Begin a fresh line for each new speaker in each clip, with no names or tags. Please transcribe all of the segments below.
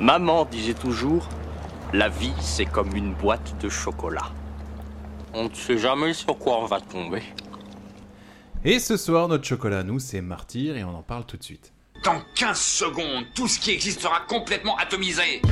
Maman disait toujours, la vie c'est comme une boîte de chocolat. On ne sait jamais sur quoi on va tomber.
Et ce soir, notre chocolat, nous, c'est Martyr et on en parle tout de suite.
Dans 15 secondes, tout ce qui existe sera complètement atomisé.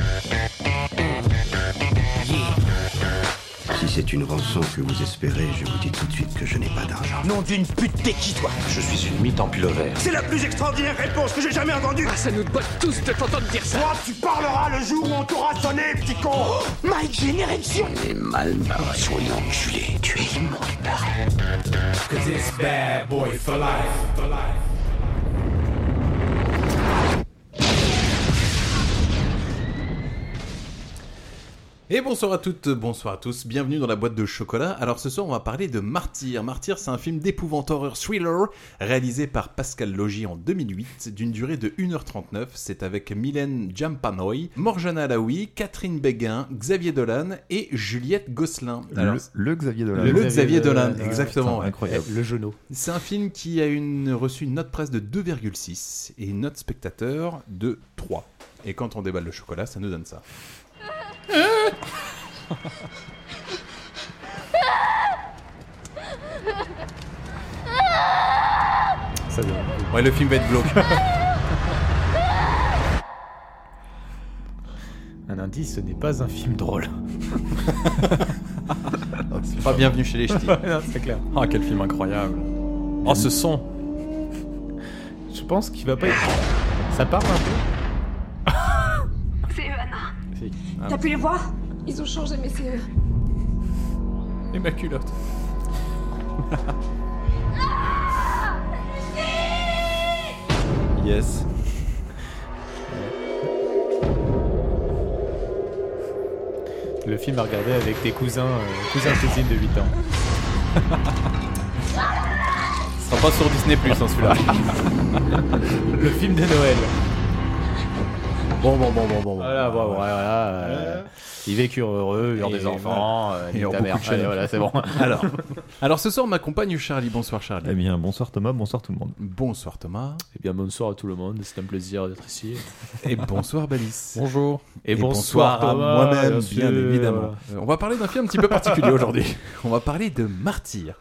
Si c'est une rançon que vous espérez, je vous dis tout de suite que je n'ai pas d'argent.
Nom d'une pute, t'es qui toi
Je suis une mythe en pilovert.
C'est la plus extraordinaire réponse que j'ai jamais entendue
ah, Ça nous botte tous de t'entendre dire ça
Toi, tu parleras le jour où on t'aura sonné, petit con oh
Mike, j'ai une érection
Il est mal barré. Soyons enculé, tu es immonde barré. Cause it's bad boy for life, for life.
Et bonsoir à toutes, bonsoir à tous, bienvenue dans la boîte de chocolat. Alors ce soir on va parler de Martyr. Martyr c'est un film d'épouvante horreur thriller réalisé par Pascal Logi en 2008 d'une durée de 1h39. C'est avec Mylène Jampanoy, Morjana Alaoui, Catherine Béguin, Xavier Dolan et Juliette Gosselin.
Alors, le, le, Xavier Dolan.
Le, le Xavier, Dolan, Dolan exactement.
Putain, incroyable.
Le genou.
C'est un film qui a une, reçu une note presse de 2,6 et une note spectateur de 3. Et quand on déballe le chocolat ça nous donne ça.
Ça
ouais, le film va être glauque.
un indice, ce n'est pas un film drôle.
oh, c'est pas bienvenu chez les ch'tis.
c'est clair. Ah, oh, quel film incroyable. Oh, ce son. Je pense qu'il va pas être... Ça hein. part un peu
T'as pu les voir Ils ont changé, E. mais c'est eux.
Et ma culotte.
yes.
Le film à regarder avec tes cousins, euh, cousins cousines de 8 ans.
Ce sera pas sur Disney Plus, hein, celui-là.
Le film de Noël.
Bon, bon, bon, bon, bon.
Voilà, bon, voilà. voilà, voilà. Euh, ils vécurent heureux, eurent des enfants, euh, et
ta
mère.
De Allez,
voilà, c'est bon.
alors, alors, ce soir, ma compagne Charlie. Bonsoir, Charlie.
Eh bien, bonsoir Thomas, bonsoir tout le monde.
Bonsoir Thomas.
Eh bien, bonsoir à tout le monde, c'est un plaisir d'être ici.
et bonsoir Balice.
Bonjour.
Et, et bonsoir, bonsoir Thomas, à moi-même, bien, bien évidemment. Euh, on va parler d'un film un petit peu particulier aujourd'hui. On va parler de Martyr.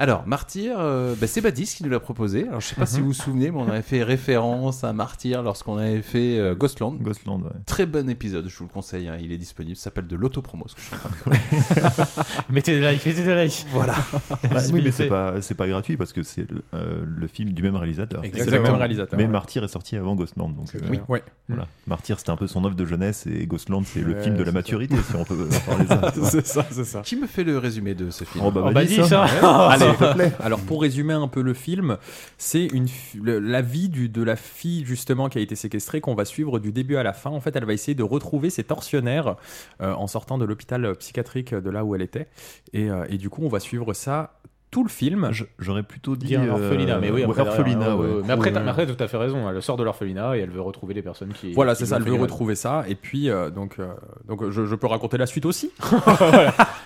Alors, Martyr, euh, bah, c'est Badis qui nous l'a proposé. Alors, je sais pas si vous vous souvenez, mais on avait fait référence à Martyr lorsqu'on avait fait euh, Ghostland.
Ghostland, ouais.
Très bon épisode, je vous le conseille. Hein, il est disponible. Ça s'appelle de l'autopromo, ce que je suis en train
de mettez des likes, mettez des likes.
Voilà.
Bah, oui, mais c'est pas, pas gratuit parce que c'est le, euh, le, film du même réalisateur.
Exactement.
Même
réalisateur
mais ouais. Martyr est sorti avant Ghostland. Donc, euh,
oui, ouais.
Voilà. Martyr, c'était un peu son œuvre de jeunesse et Ghostland, c'est le film de la maturité, ça. si on peut en parler.
c'est ça, c'est ça. Qui me fait le résumé de ce film
oh, bah, Badis, hein.
Oh, Allez, te plaît. Alors pour résumer un peu le film, c'est une le, la vie du, de la fille justement qui a été séquestrée qu'on va suivre du début à la fin. En fait, elle va essayer de retrouver ses tortionnaires euh, en sortant de l'hôpital psychiatrique euh, de là où elle était, et, euh, et du coup on va suivre ça tout le film.
J'aurais plutôt dit
un orphelinat, euh, mais oui,
après, euh, orphelinat, ouais.
Mais après, t'as ouais. tout à fait raison. Elle sort de l'orphelinat et elle veut retrouver les personnes qui.
Voilà,
qui
c'est ça. Elle veut retrouver ça. Et puis, euh, donc, euh, donc, je, je, peux raconter la suite aussi.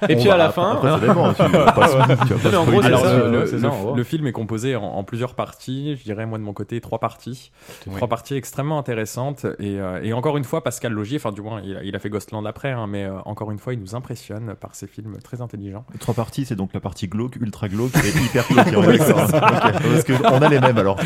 et on puis à la fin.
hein,
Euh,
euh,
Le film est composé en, en, plusieurs parties. Je dirais moi de mon côté trois parties, oui. trois parties extrêmement intéressantes. Et, euh, et, encore une fois, Pascal Logier, enfin du moins, il, il a fait Ghostland après, hein, mais encore une fois, il nous impressionne par ses films très intelligents.
Trois parties, c'est donc la partie glauque, ultra glauque et hyper glauque. oui, Parce qu'on a les mêmes alors.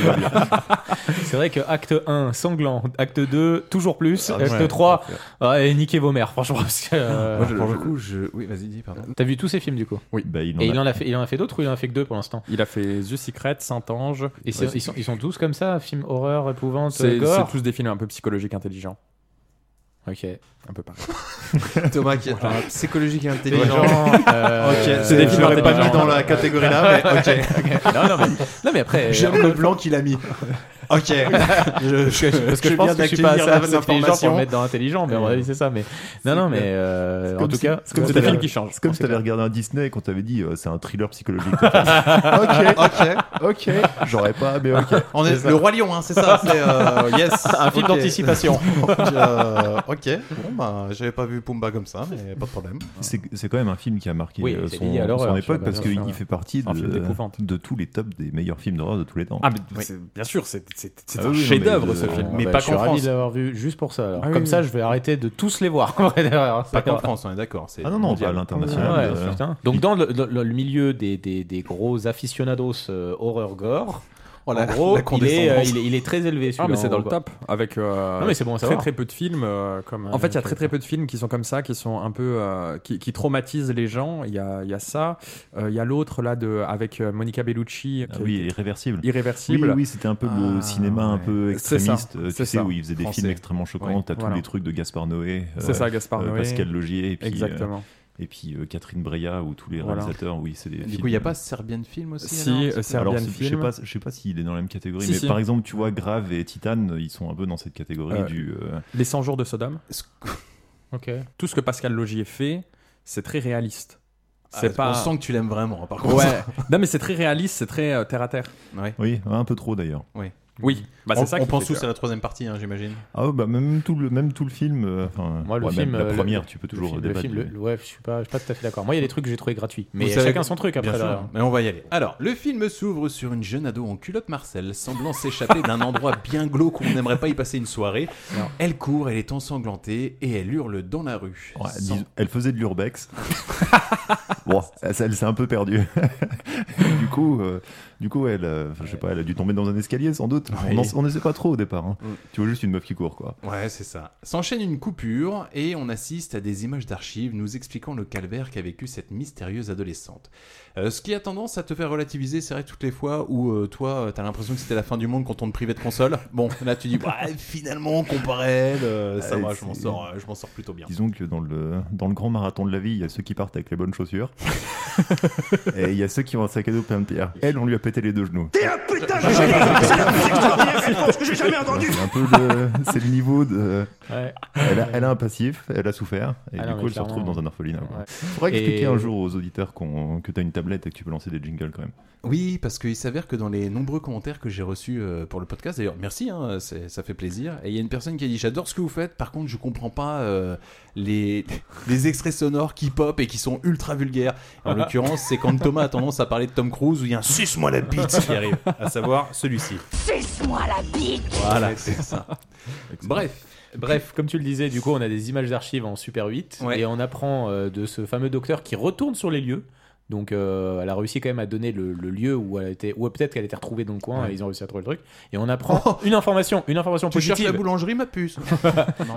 C'est vrai que acte 1, sanglant. Acte 2, toujours plus. Ah, acte ouais, 3, ouais. et niquez vos mères, franchement. Parce que, euh...
Moi, je, pour le coup, je... Oui, vas-y, dis, pardon.
T'as vu tous ces films du coup
Oui. Bah, il
en et a... il en a fait, il en a fait d'autres ou il en a fait que deux pour l'instant
Il a fait The Secret, Saint-Ange.
Et ouais, ils, sont, ils sont tous comme ça, films horreur, épouvante,
C'est
gore.
tous des films un peu psychologiques intelligents.
Ok,
un peu pareil.
Thomas qui voilà. psychologique et intelligent.
Euh, ok, c'est des films n'aurais pas mis dans la catégorie là, mais ok. okay.
Non, non, mais, non, mais après.
J'aime le blanc qu'il a mis. Ok.
je, je, parce que je, je pense que je suis pas assez intelligent pour le mettre dans intelligent, mais ouais. à mon avis c'est ça. Mais non, non, mais euh, en tout cas,
c'est comme
si
t'avais qui change. C'est comme si t'avais regardé un Disney et qu'on t'avait dit euh, c'est un thriller psychologique.
ok,
ok, ok. J'aurais pas, mais ok.
On est, est le roi lion, hein, c'est ça. C'est euh, yes.
Un film okay. d'anticipation.
ok. Ok, bon, bah, j'avais pas vu Pumba comme ça, mais pas de problème.
C'est c'est quand même un film qui a marqué
Oui,
euh,
c'est
son,
lié à l'horreur,
son
sûr,
époque
bah,
parce
bien
qu'il
sûr, ouais.
fait partie
C'est un film
de,
d'épouvante.
de tous les tops des meilleurs films d'horreur de tous les temps.
Ah, mais c'est- bien sûr, c'est c'est- c'est
Ah
un
oui, non, mais
chef-d'œuvre
de-
ce film.
Mais
Bah,
pas
je suis
qu'en
ravi
France.
de l'avoir vu juste pour ça. alors.
Ah oui,
Comme
oui.
ça, je vais arrêter de tous les voir. en vrai, d'ailleurs, ça
Pas qu'en
va.
France, on est d'accord. c'est
Ah non, non,
mondial.
à l'international.
Ouais,
euh,
putain. Donc dans le, le- le milieu des, des- des gros aficionados euh, horror gore,
Oh, la-
en
la
gros, il, est, euh,
condescendance.
il est- il est très élevé.
Ah,
celui-là,
mais c'est
en
dans le
gros,
top. Avec euh,
Non, mais c'est bon à
très
savoir.
très peu de films. euh, comme,
En
euh,
fait, il y a
comme
très,
ça. peu de films qui sont comme ça, qui sont un peu. euh, qui, qui traumatisent les gens. Il y a, il y a ça. Euh, Il y a l'autre là de, avec euh, Monica Bellucci.
Ah
qui-
oui, irréversible.
Irréversible.
Oui, oui, c'était un peu le
Ah,
cinéma un peu
C'est ça,
extrémiste, euh,
c'est
tu sais,
ça.
où il faisait des
Français.
films extrêmement choquants.
Ouais,
T'as tous
voilà.
les trucs de Gaspard Noé, euh,
C'est ça, Gaspard Noé.
Pascal Logier, et puis, euh,
Exactement.
et puis euh, Catherine Breillat, ou tous les
Voilà.
réalisateurs. Oui, c'est des
Du
films,
coup, il n'y a
euh,
pas Serbian Film aussi
Si,
alors,
euh,
c'est-
Serbian
Alors, c'est- je sais
Film.
pas, je sais pas s'il est dans la même catégorie,
Si,
mais
si.
par exemple, tu vois, Grave et Titan, ils sont un peu dans cette catégorie
Euh,
du. euh,
Les 100 jours de Sodome.
Ok.
Tout ce que Pascal Logier fait, c'est très réaliste.
Ah,
C'est pas.
On sent que tu l'aimes vraiment, hein, par contre.
Ouais. non, mais c'est très réaliste, c'est très euh, terre à terre.
Ouais.
Oui, un peu trop d'ailleurs.
Ouais.
Oui. Bah, c'est
on
ça
on
qui
pense
fait
tous à la troisième partie, hein, j'imagine.
Ah ouais, bah même tout le même tout le film. euh, enfin,
Moi, le
ouais,
film,
même
euh,
la
le-
première, tu peux
le
toujours
film- le
débattre.
film,
mais-
le- le- ouais, je suis pas, je suis pas tout à fait d'accord. Moi, il y a des trucs que j'ai trouvé gratuits, mais
Vous savez-
chacun son truc après.
Bien sûr,
derrière.
Mais on va y aller. Alors, le film s'ouvre sur une jeune ado en culotte Marcel, semblant s'échapper d'un endroit bien glauque où on n'aimerait pas y passer une soirée. Elle court, elle est ensanglantée et elle hurle dans la rue.
Ouais,
Sans-
dis- Elle faisait de l'urbex. bon, elle, s'est- elle s'est un peu perdue. du coup, euh, du coup, elle, euh, enfin, je sais pas, elle a dû tomber dans un escalier sans doute.
Ouais.
On, en- on ne sait pas trop au départ. hein. Tu vois juste une meuf qui court, quoi.
Ouais, c'est ça. S'enchaîne une coupure et on assiste à des images d'archives nous expliquant le calvaire qu'a vécu cette mystérieuse adolescente. Euh, ce qui a tendance à te faire relativiser, c'est vrai, toutes les fois où euh, toi, euh, t'as l'impression que c'était la fin du monde quand on te privait de console. Bon, là, tu dis, ouais, finalement, comparé à elle, euh, ça
Ouais,
va, je m'en
c'est-
sors, euh, je m'en sors plutôt bien.
Disons que dans le dans le grand marathon de la vie, il y a ceux qui partent avec les bonnes chaussures et il y a ceux qui ont un sac à dos plein de pierres. Elle, on lui a pété les deux genoux.
T'es un putain de génie C'est la plus extraordinaire réponse que j'ai jamais entendue
C'est un peu le, c'est le niveau de.
Ouais.
Elle a, elle a un passif, elle a souffert, et
Ah
du
non, mais
coup elle se retrouve
clairement.
dans un orphelinat. quoi.
Ouais.
Faudrait
Et-
expliquer un jour aux auditeurs qu'on, que t'as une tablette et que tu peux lancer des jingles quand même.
Oui, parce qu'il s'avère que dans les nombreux commentaires que j'ai reçus euh, pour le podcast, d'ailleurs, merci, hein, c'est- ça fait plaisir. Et il y a une personne qui a dit J'adore ce que vous faites, par contre, je comprends pas euh, les, les extraits sonores qui pop et qui sont ultra vulgaires. En l'occurrence, c'est quand Thomas a tendance à parler de Tom Cruise où il y a un Suce-moi la bite qui arrive, à savoir celui-ci.
Suce-moi la bite
Voilà, c'est ça. Bref.
Bref, comme tu le disais, du coup, on a des images d'archives en Super 8
Ouais.
et on apprend euh, de ce fameux docteur qui retourne sur les lieux. Donc, euh, elle a réussi quand même à donner le, le lieu où elle était, ou peut-être qu'elle était retrouvée dans le coin et ils ont réussi à trouver le truc. Et on apprend
Oh.
une information, une information
Tu cherches la
positive.
boulangerie, ma puce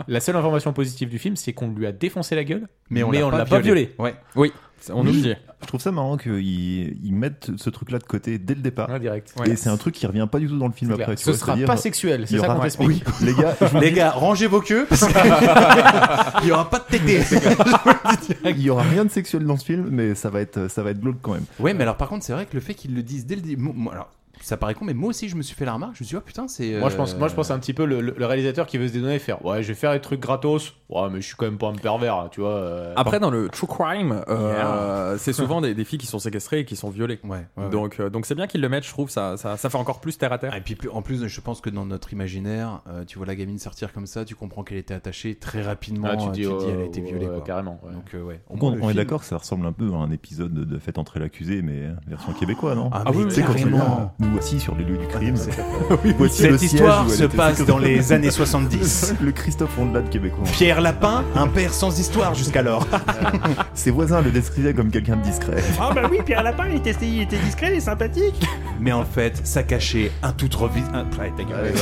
La, seule information positive du film, c'est qu'on lui a défoncé la gueule,
Mais on l'a
ne
pas
l'a pas
violé.
violé.
Ouais.
Oui, c'est- on
Oui.
oublie.
Je trouve ça marrant qu'ils ils mettent ce truc-là de côté dès le départ.
Ah,
Ouais, direct.
Et c'est un truc qui revient pas du tout dans le film
C'est clair.
après. tu
Ce
vois,
sera
c'est-à-dire,
pas sexuel, c'est
il y
ça qu'on
aura- Ah
t'explique.
Oui, les gars, je vous
Les gars, rangez vos queues parce qu'il n'y aura pas de tété.
dis, il y aura rien de sexuel dans ce film, mais ça va être, ça va être glauque quand même.
Ouais, mais alors par contre, c'est vrai que le fait qu'ils le disent dès le début. moi- moi- Alors, ça paraît con, mais moi aussi, je me suis fait la remarque. Je me suis dit, oh putain, c'est.
Moi je, pense,
euh,
moi je pense un petit peu le, le- le réalisateur qui veut se dédonner et faire Ouais, je vais faire des trucs gratos. Ouais, mais je suis quand même pas un pervers, tu vois. euh.
Ah,
Après, dans le true crime, euh, c'est souvent des, des filles qui sont séquestrées et qui sont violées.
Ouais, ouais, ouais.
Donc, euh, donc c'est bien qu'ils le mettent, je trouve, ça, ça, ça fait encore plus terre à terre.
Ah, Et puis plus- en plus, je pense que dans notre imaginaire, euh, tu vois la gamine sortir comme ça, tu comprends qu'elle était attachée très rapidement.
Ah, tu
euh,
te dis,
tu te dis, elle a
euh,
été violée.
ouais,
quoi.
carrément, ouais.
Donc, euh, ouais. Au
Donc,
moins,
on,
le
on est
film-
d'accord, ça ressemble un peu à un épisode de Faites entrer l'accusé, mais euh, version québécois, non
Ah, mais
Tu sais, quand tu
carrément.
l'as, Nous voici sur les lieux du crime. le
Ah, Cette
siège
histoire
où elle
se
était
passe dans
séquestrée.
les années 70.
Le Christophe Rondelat de québécois.
Pierre Lapin, un père sans histoire jusqu'alors.
Ses voisins le décrivaient comme quelqu'un de discret.
Ah bah oui, Pierre Lapin, il était, il était discret, il est sympathique
Mais en fait, ça cachait un tout trop vite. un- Ouais, ta gueule.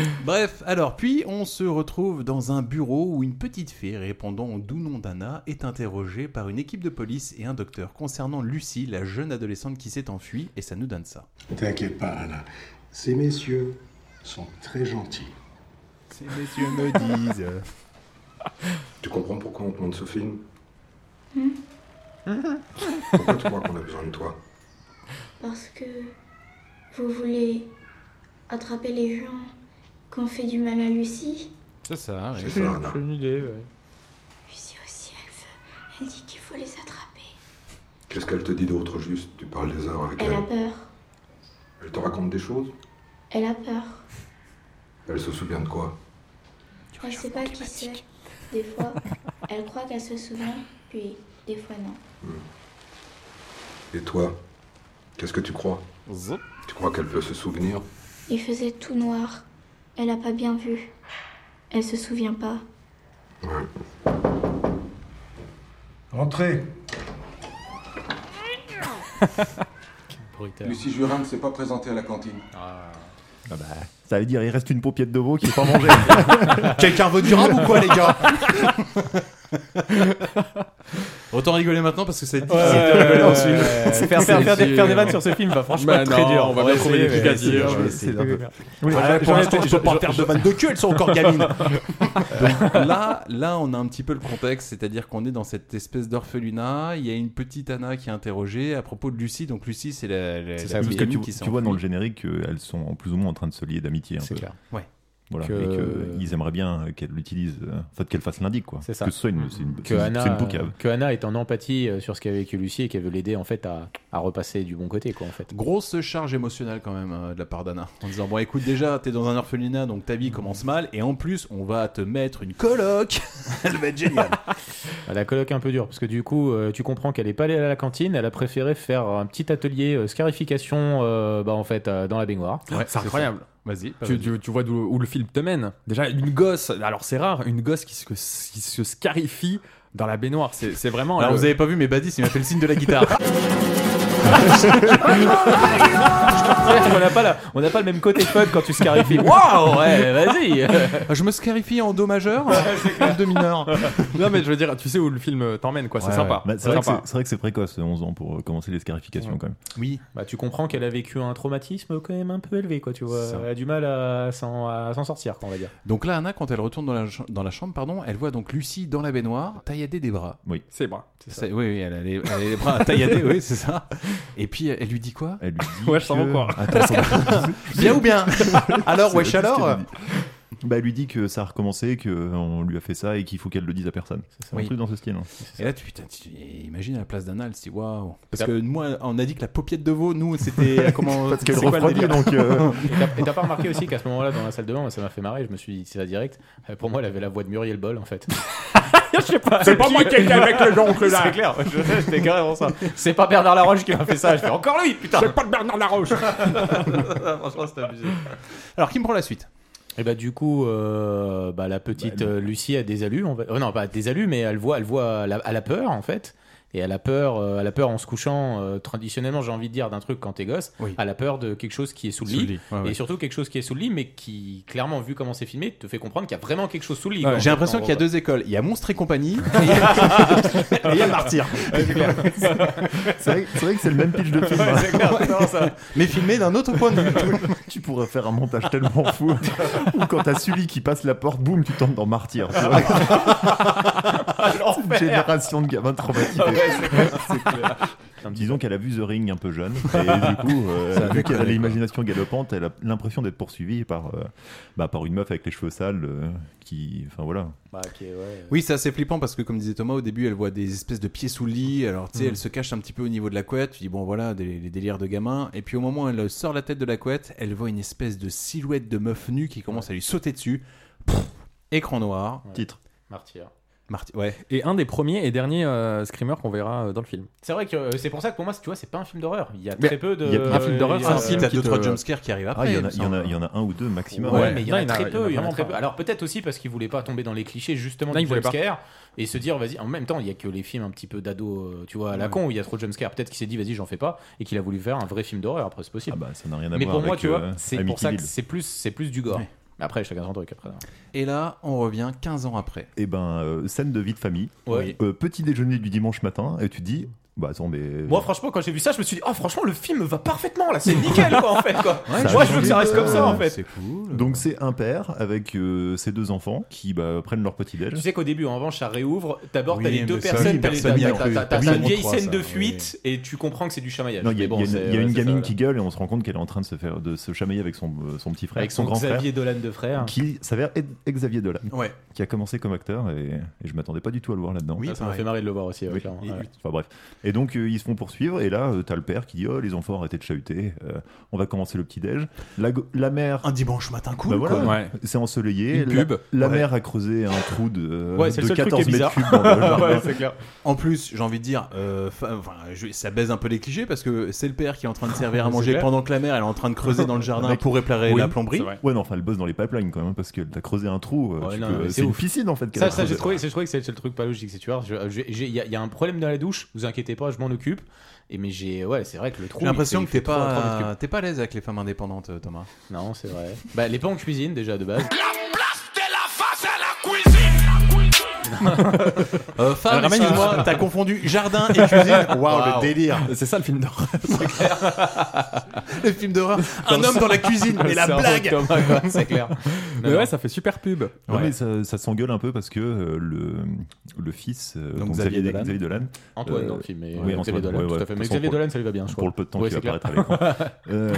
Bref, alors, puis on se retrouve dans un bureau où une petite fille répondant au doux nom d'Anna est interrogée par une équipe de police et un docteur concernant Lucie, la jeune adolescente qui s'est enfuie, et ça nous donne ça.
T'inquiète pas, Anna. Ces messieurs sont très gentils.
Ces messieurs me disent.
Tu comprends pourquoi on te montre ce film
Hmm.
Pourquoi tu crois qu'on a besoin de toi
Parce que vous voulez attraper les gens qui ont fait du mal à Lucie.
C'est
Ah
ça,
C'est ça, Anna.
Lucie aussi, elle veut. Elle dit qu'il faut les attraper.
Qu'est-ce qu'elle te dit d'autre juste Tu parles des heures avec
Elle a
elle.
peur.
Elle te raconte des choses
Elle a peur.
Elle se souvient de quoi
Du Elle sait pas qui c'est. Des fois, elle croit qu'elle se souvient, puis des fois non.
Et toi Qu'est-ce que tu crois Tu crois qu'elle peut se souvenir
Il faisait tout noir. Elle a pas bien vu. Elle se souvient pas.
Entrez
brutal.
Lucie Jurin ne s'est pas présentée à la cantine.
Ah bah, ça veut dire il reste une paupiette de veau qui est pas mangée.
Quelqu'un veut du rhum ou quoi, les gars Autant rigoler maintenant parce que ça va être difficile de rigoler ensuite.
faire, faire, faire des, faire des vannes sur ce film va franchement
Bah
être très
non,
dur.
on va bien trouver des trucs à dire.
je vais
Ouais,
essayer.
c'est un peu-
Oui,
Ah,
voilà,
pour
j'en ai-
Bah,
l'instant, je peux pas faire de vannes de cul, elles sont encore gamines. Donc là, là, on a un petit peu le contexte, c'est-à-dire qu'on est dans cette espèce d'orphelinat. Il y a une petite Anna qui est interrogée à propos de Lucie. Donc Lucie, c'est la, la, la
parce
petite
que
amie
tu,
qui
tu
s'est
vois dans le
enfuie.
générique qu'elles sont en plus ou moins en train de se lier d'amitié. un
C'est
peu.
clair. Ouais.
Voilà,
Que-
et qu'ils aimeraient bien qu'elle l'utilise, euh, en fait qu'elle fasse l'indique quoi.
C'est ça.
Que ce soit
Mm.
une, c'est une,
que
c'est une-
Anna, euh,
c'est une boucave.
que Anna est en empathie euh, sur ce qu'a vécu Lucie et qu'elle veut l'aider en fait à, à repasser du bon côté quoi en fait.
Grosse charge émotionnelle quand même euh, de la part d'Anna. En disant, bon écoute déjà, t'es dans un orphelinat, donc ta vie commence mal, et en plus, on va te mettre une coloc. Elle va être géniale.
Bah, La coloc est un peu dure parce que du coup euh, tu comprends qu'elle est pas allée à la cantine, elle a préféré faire un petit atelier euh, scarification euh, bah, en fait euh, dans la baignoire.
c'est incroyable.
Vas-y.
Tu, tu- tu vois d'où- où le film te mène. Déjà, une gosse, alors c'est rare, une gosse qui se, qui se scarifie dans la baignoire. C'est c'est vraiment.
Bah,
Alors
le-
vous avez pas vu, mais Badis, il m'a fait le signe de la guitare.
on n'a pas, la- on n'a pas le même côté fuck quand tu scarifies. Waouh, ouais, vas-y.
Ah, Je me scarifie en do majeur, en do mineur.
non, mais je veux dire, tu sais où le film t'emmène, quoi. C'est
Ouais,
sympa.
ouais. Bah, c'est
C'est
vrai que
sympa.
c'est- c'est vrai que c'est précoce, 11 ans pour euh, commencer les scarifications quand même.
Oui.
Bah, tu comprends qu'elle a vécu un traumatisme quand même un peu élevé, quoi, tu vois.
C'est ça.
Elle a du mal à s'en à s'en sortir, quoi, on va dire.
Donc là, Anna, quand elle retourne dans la, ch- dans la chambre, pardon, elle voit donc Lucie dans la baignoire, tailladée des bras.
Oui.
Ses bras.
C'est- Oui, oui, elle a les, elle a les bras tailladés, oui, c'est ça. Et puis elle lui dit quoi
Elle lui dit
Ouais, je
que- Attends, attends.
Bien ou bien Alors,
C'est
wesh
pas tout ce
alors
qu'elle lui dit. Bah, elle lui dit que ça a recommencé, qu'on lui a fait ça et qu'il faut qu'elle le dise à personne. C'est un
Oui.
truc dans ce style. hein.
Et là, tu, putain, tu- imagine à la place d'Anna, elle se dit waouh. Parce que moi, on a dit que la paupiette de veau, nous, c'était euh, comment
Parce qu'elle
c'est quoi le
refroidit,
délire
donc, euh.
Et t'as- Et t'as pas remarqué aussi qu'à ce moment-là, dans la salle de bain, moi, ça m'a fait marrer. Je me suis dit, c'est ça direct. Euh, Pour moi, elle avait la voix de Muriel Boll, en fait. je sais pas.
C'est pas moi qui étais avec le
oncle
joncle, là.
C'est clair, je- c'était carrément ça. C'est pas Bernard Laroche qui m'a fait ça. Je fais encore lui, putain.
C'est pas de Bernard Laroche.
Franchement, c'était abusé.
Alors, qui me prend la suite
Et bah du coup, euh, bah, la petite euh, Lucie a des alus. on va- euh, non, pas des alus, mais elle voit, elle voit, elle a, elle a peur en fait. Et elle a peur, euh, elle a peur en se couchant. euh, traditionnellement, j'ai envie de dire d'un truc quand t'es gosse, elle a peur de quelque chose qui est sous le
Sous
lit,
le lit, ouais,
et
ouais.
surtout quelque chose qui est sous le lit, mais qui clairement vu comment c'est filmé te fait comprendre qu'il y a vraiment quelque chose sous le lit.
Ouais.
quoi.
J'ai l'impression
En
qu'il y a
gros,
deux écoles. Il y a Monstre et compagnie et il y a- et il y a Martyr.
Ouais, c'est clair.
C'est vrai, c'est vrai que c'est le même pitch de film.
Ouais,
hein.
c'est clair, c'est vraiment ça.
Mais filmé d'un autre point de vue.
tu pourrais faire un montage tellement fou où quand t'as Sully qui passe la porte, boum, tu tombes dans Martyr. tu vois.
Ah,
C'est une génération de gamins traumatisés. Disons qu'elle a vu The Ring un peu jeune, et du coup, euh,
Ça a
vu qu'elle a
déconné,
l'imagination galopante, elle a l'impression d'être poursuivie par, euh, bah, par une meuf avec les cheveux sales euh, qui. Enfin voilà.
Bah, ok, ouais.
Oui, c'est assez flippant parce que, comme disait Thomas, au début, elle voit des espèces de pieds sous le lit. Alors, tu sais,
Mhm.
elle se cache un petit peu au niveau de la couette. Tu dis, bon, voilà, des, les délires de gamin. Et puis, au moment où elle sort la tête de la couette, elle voit une espèce de silhouette de meuf nue qui commence à lui sauter dessus. Pff, écran noir.
Titre.
Martyr.
Marty, ouais.
Et un des premiers et derniers euh, screamers qu'on verra euh, dans le film.
C'est vrai que euh, c'est pour ça que pour moi, tu vois, c'est pas un film d'horreur. Il y a
Mais
très peu de.
il y a- un film d'horreur,
il y a-
c'est un
Ah,
film
si, t'as
qui
deux,
te-
trois jumpscares qui arrivent
Ah,
après.
il y en a-
me
il y, en a-
semble.
il y en a un ou deux maximum.
Ouais, mais il y en a
Non, il y en a-
très
il y en a
peu. il y en a
vraiment
très
pas.
peu. Alors peut-être aussi parce qu'ils voulaient pas tomber dans les clichés justement
Non,
du
ils voulaient pas.
jumpscare et se dire vas-y. En même temps, il y a que les films un petit peu d'ado, euh, tu vois, à la
Ouais.
con où il y a trop de jumpscare. Peut-être qu'il s'est dit vas-y, j'en fais pas et qu'il a voulu faire un vrai film d'horreur. Après, c'est possible.
Ah bah, ça n'a rien à
mais
voir
pour moi,
avec,
tu vois,
euh,
c'est
Amityville.
pour ça que c'est plus, c'est plus du gore.
Ouais.
Mais après, chacun son truc après.
Et là, on revient 15 ans après.
Et ben, euh, scène de vie de famille.
Ouais.
Euh, petit déjeuner du dimanche matin, et tu te dis, bah attends, mais.
Moi, franchement, quand j'ai vu ça, je me suis dit, oh, franchement, le film va parfaitement là, c'est nickel quoi, en fait quoi.
Ouais, ça
moi, je veux que ça
change.
reste comme ça en
Ouais,
fait.
C'est cool.
Donc c'est un père avec euh, ses deux enfants qui bah, prennent leur petit déj.
Tu sais qu'au début, en revanche, ça réouvre. D'abord,
Oui,
t'as les deux
mais ça,
personnes,
oui,
t'as les-
personne n'y a
t'as-
cru.
t'as- t'as-
Oui,
t'as
on
une vieille
croit
scène
ça,
de
oui.
fuite et tu comprends que c'est du chamaillage.
Non, il y a,
Mais bon,
il y a une-
c'est-
il y a
ouais,
une
c'est ça,
gamine
voilà.
qui gueule et on se rend compte qu'elle est en train de se faire de se chamailler avec son, euh, son petit frère,
Avec son,
grand
Xavier hein. Dolan de frère.
frère, qui s'avère être Xavier Dolan,
Ouais.
qui a commencé comme acteur et, et je m'attendais pas du tout à le voir là-dedans.
Oui,
Ah, ça m'a
pareil.
fait marrer de le voir aussi. ouais,
Oui.
clairement,
Et-
ouais.
Enfin bref. Et Et donc, euh, ils se font poursuivre. Et là, euh, t'as le père qui dit Oh, les enfants, arrêtez de chahuter. euh, on va commencer le petit-déj. La, go- la mère.
Un dimanche matin cool.
Bah voilà,
quoi.
C'est ensoleillé.
Une
la,
pub.
La
Ouais.
mère a creusé un trou de, euh,
Ouais, c'est le
de
seul
14
truc qui est
mètres cubes
bizarre.
dans le jardin.
Ouais, c'est clair. En plus, j'ai envie de dire, euh, fa- enfin, je- ça baise un peu les clichés parce que c'est le père qui est en train de servir à
C'est
manger
clair.
pendant que la mère elle est en train de creuser dans le jardin
Mec,
pour réparer
oui,
la plomberie.
c'est vrai. Ouais, non, enfin, elle bosse dans les pipelines quand même parce que t'as creusé un trou. euh,
Ouais,
tu
non,
peux-
mais
c'est une
ouf.
piscine en fait. qu'elle
Ça,
a
ça, j'ai
creusée.
trouvé, je trouvais que c'est le seul truc pas logique. C'est tu vois, je- je- j'ai- il y, a- il y a un problème dans la douche. Vous inquiétez pas, je m'en occupe. Et mais j'ai, ouais, c'est vrai que le trou.
J'ai l'impression
il
que
fait
t'es
trois- trois mètres
pas, euh,
cubes.
t'es pas à l'aise avec les femmes indépendantes, euh, Thomas.
Non, c'est vrai. Bah, elle est pas en cuisine déjà de base.
Euh, femme,
Elle ramène une-
excuse-moi, t'as confondu jardin et cuisine. Waouh, le délire.
C'est ça le film d'horreur.
Le film d'horreur. Un homme dans la cuisine, mais la
Cerveau de
blague.
Thomas, quoi, c'est clair. Mais ouais,
non.
ça fait super pub.
Non,
Ouais.
mais ça, ça s'engueule un peu parce que euh, le, le fils, euh,
Donc
donc
Xavier
Xavier,
Dolan.
Xavier Dolan.
Antoine dans le film, mais Xavier Dolan, tout à fait. Mais
de toute
Xavier
façon,
Dolan, ça lui va bien, je
Pour le
crois.
peu de temps
Ouais,
qu'il
c'est
va
clair.
apparaître à l'écran. Euh,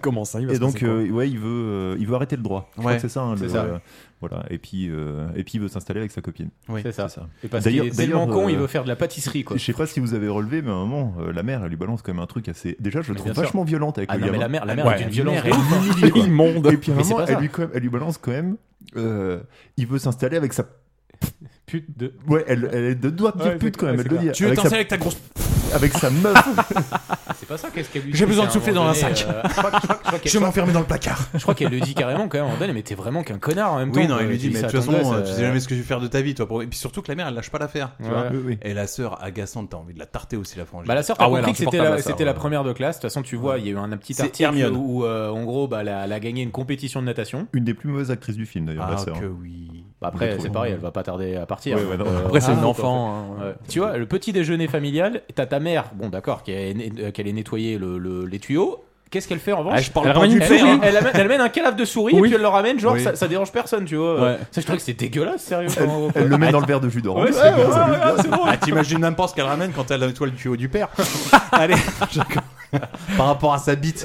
Comment ça, il va
Et
se
donc,
passer quoi
euh, ouais, il veut, euh, il veut arrêter le droit. Je crois
Ouais,
que c'est ça. hein,
c'est
le-
ça.
euh, Voilà. Et puis, euh, et puis, il veut s'installer avec sa copine.
Oui. C'est ça. Et parce
D'ailleurs-
qu'il est tellement
d'ailleurs,
con, il
euh,
veut faire de la pâtisserie, quoi.
Je sais pas si vous avez relevé, mais à un moment, euh, la mère, elle lui balance quand même un truc assez. Déjà, je le
Mais
trouve
bien sûr.
vachement violente avec
Ah
le
non, mais
gamin.
la mère- la mère est d'une violence
elle
de ouf. hein.
l'humilie, quoi.
Immonde.
Et puis à un
Mais c'est
moment,
pas
elle
ça.
lui, quand même- elle lui balance quand même. euh, il veut s'installer avec sa.
Pute de.
Ouais, elle, elle est de doigts de dire
Ouais,
pute
c'est-
quand même.
ouais,
elle
c'est
le
clair.
dit.
Tu veux
sa-
t'installer avec ta grosse-
Avec sa meuf.
Ah, C'est pas ça, qu'est-ce qu'elle lui dit
J'ai besoin de
C'est à un
souffler dans
moment
un
donné,
sac.
euh, je crois- je crois- je crois
Je
qu'elle-
vais m'enfermer dans le placard.
Je crois qu'elle le dit carrément quand même. en donne, Mais t'es vraiment qu'un connard en même temps.
Oui, non,
quoi.
elle lui euh, dit,
Tu
mais de
dis
toute
ça à ton
façon,
gosse,
tu
euh,
sais jamais ce que je vais faire de ta vie, toi. pour- Et puis surtout que la mère, elle lâche pas l'affaire. tu
Ouais.
vois.
Oui, oui.
Et la sœur agaçante, t'as envie de la tarter aussi, la frangine. Ah,
Bah, la sœur, t'as compris que c'était la, c'était la première de classe. De toute façon, tu vois, il y a eu un petit
C'est
article
Hermione.
où, euh, en gros, bah, elle, a, elle a gagné une compétition de natation.
Une des plus mauvaises actrices du film, d'ailleurs.
Ah,
la sœur. hein.
que
oui.
Bah,
Je
après,
trouve.
c'est pareil, elle va pas tarder à partir.
Ouais, ouais, non.
Après,
Ah,
c'est une
donc,
enfant,
en
hein, ouais.
Ouais. Tu vois, le petit déjeuner familial, t'as ta mère, bon, d'accord, qui a- euh, qu'elle ait nettoyé le- le- les tuyaux. Qu'est-ce qu'elle fait en revanche
Ah, je parle Elle pas ramène du une
elle,
père, hein.
elle amène, elle amène un cadavre de souris
Oui.
et puis elle le ramène, genre
Oui.
ça, ça dérange personne, tu vois.
Ouais.
Ça, je trouvais que c'était dégueulasse, sérieux.
Elle,
comment-
elle le met dans le verre de jus
Ouais,
d'orange.
ouais,
c'est bien,
ouais,
ça lui
ouais,
va.
c'est bon.
Ah, t'imagines même pas ce qu'elle ramène quand elle a nettoie le tuyau du père. Allez, Euh, je- par rapport à sa bite.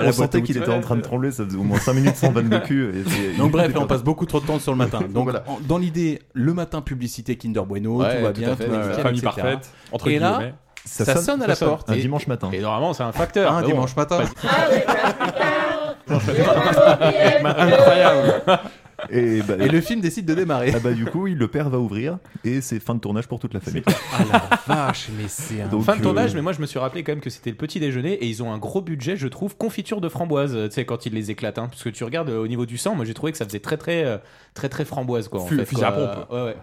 On sentait qu'il était en train de trembler, ça faisait au moins 5 minutes sans vanne de cul. et c'est-
Donc
il
bref,
était
on
pas-
passe beaucoup trop de temps sur le matin. Donc
Voilà.
en- dans l'idée, le matin publicité Kinder Bueno,
Ouais,
tout va
tout
bien,
à fait,
tout est
ouais,
nickel,
famille
etc.
parfaite, entre
Et là,
guillemets.
ça,
Ça
sonne,
sonne,
à
ça
la
sonne.
porte.
Un
Et-
dimanche
matin.
Et normalement, c'est un facteur.
Un
Ah,
mais Ah, bon.
dimanche matin.
Incroyable.
Et, bah,
Et le film décide de démarrer.
Ah bah du coup, oui, le père va ouvrir et c'est fin de tournage pour toute la famille.
Vache, mais c'est un.
Donc,
fin de
euh,
tournage, mais moi je me suis rappelé quand même que c'était le petit déjeuner et ils ont un gros budget, je trouve, confiture de framboise, euh, tu sais, quand ils les éclatent. Hein, parce que tu regardes euh, au niveau du sang, moi j'ai trouvé que ça faisait très très euh, très très framboise quoi. En
Fu-
fait,
fusil
quoi.
à pompe.
Euh, Ouais, ouais.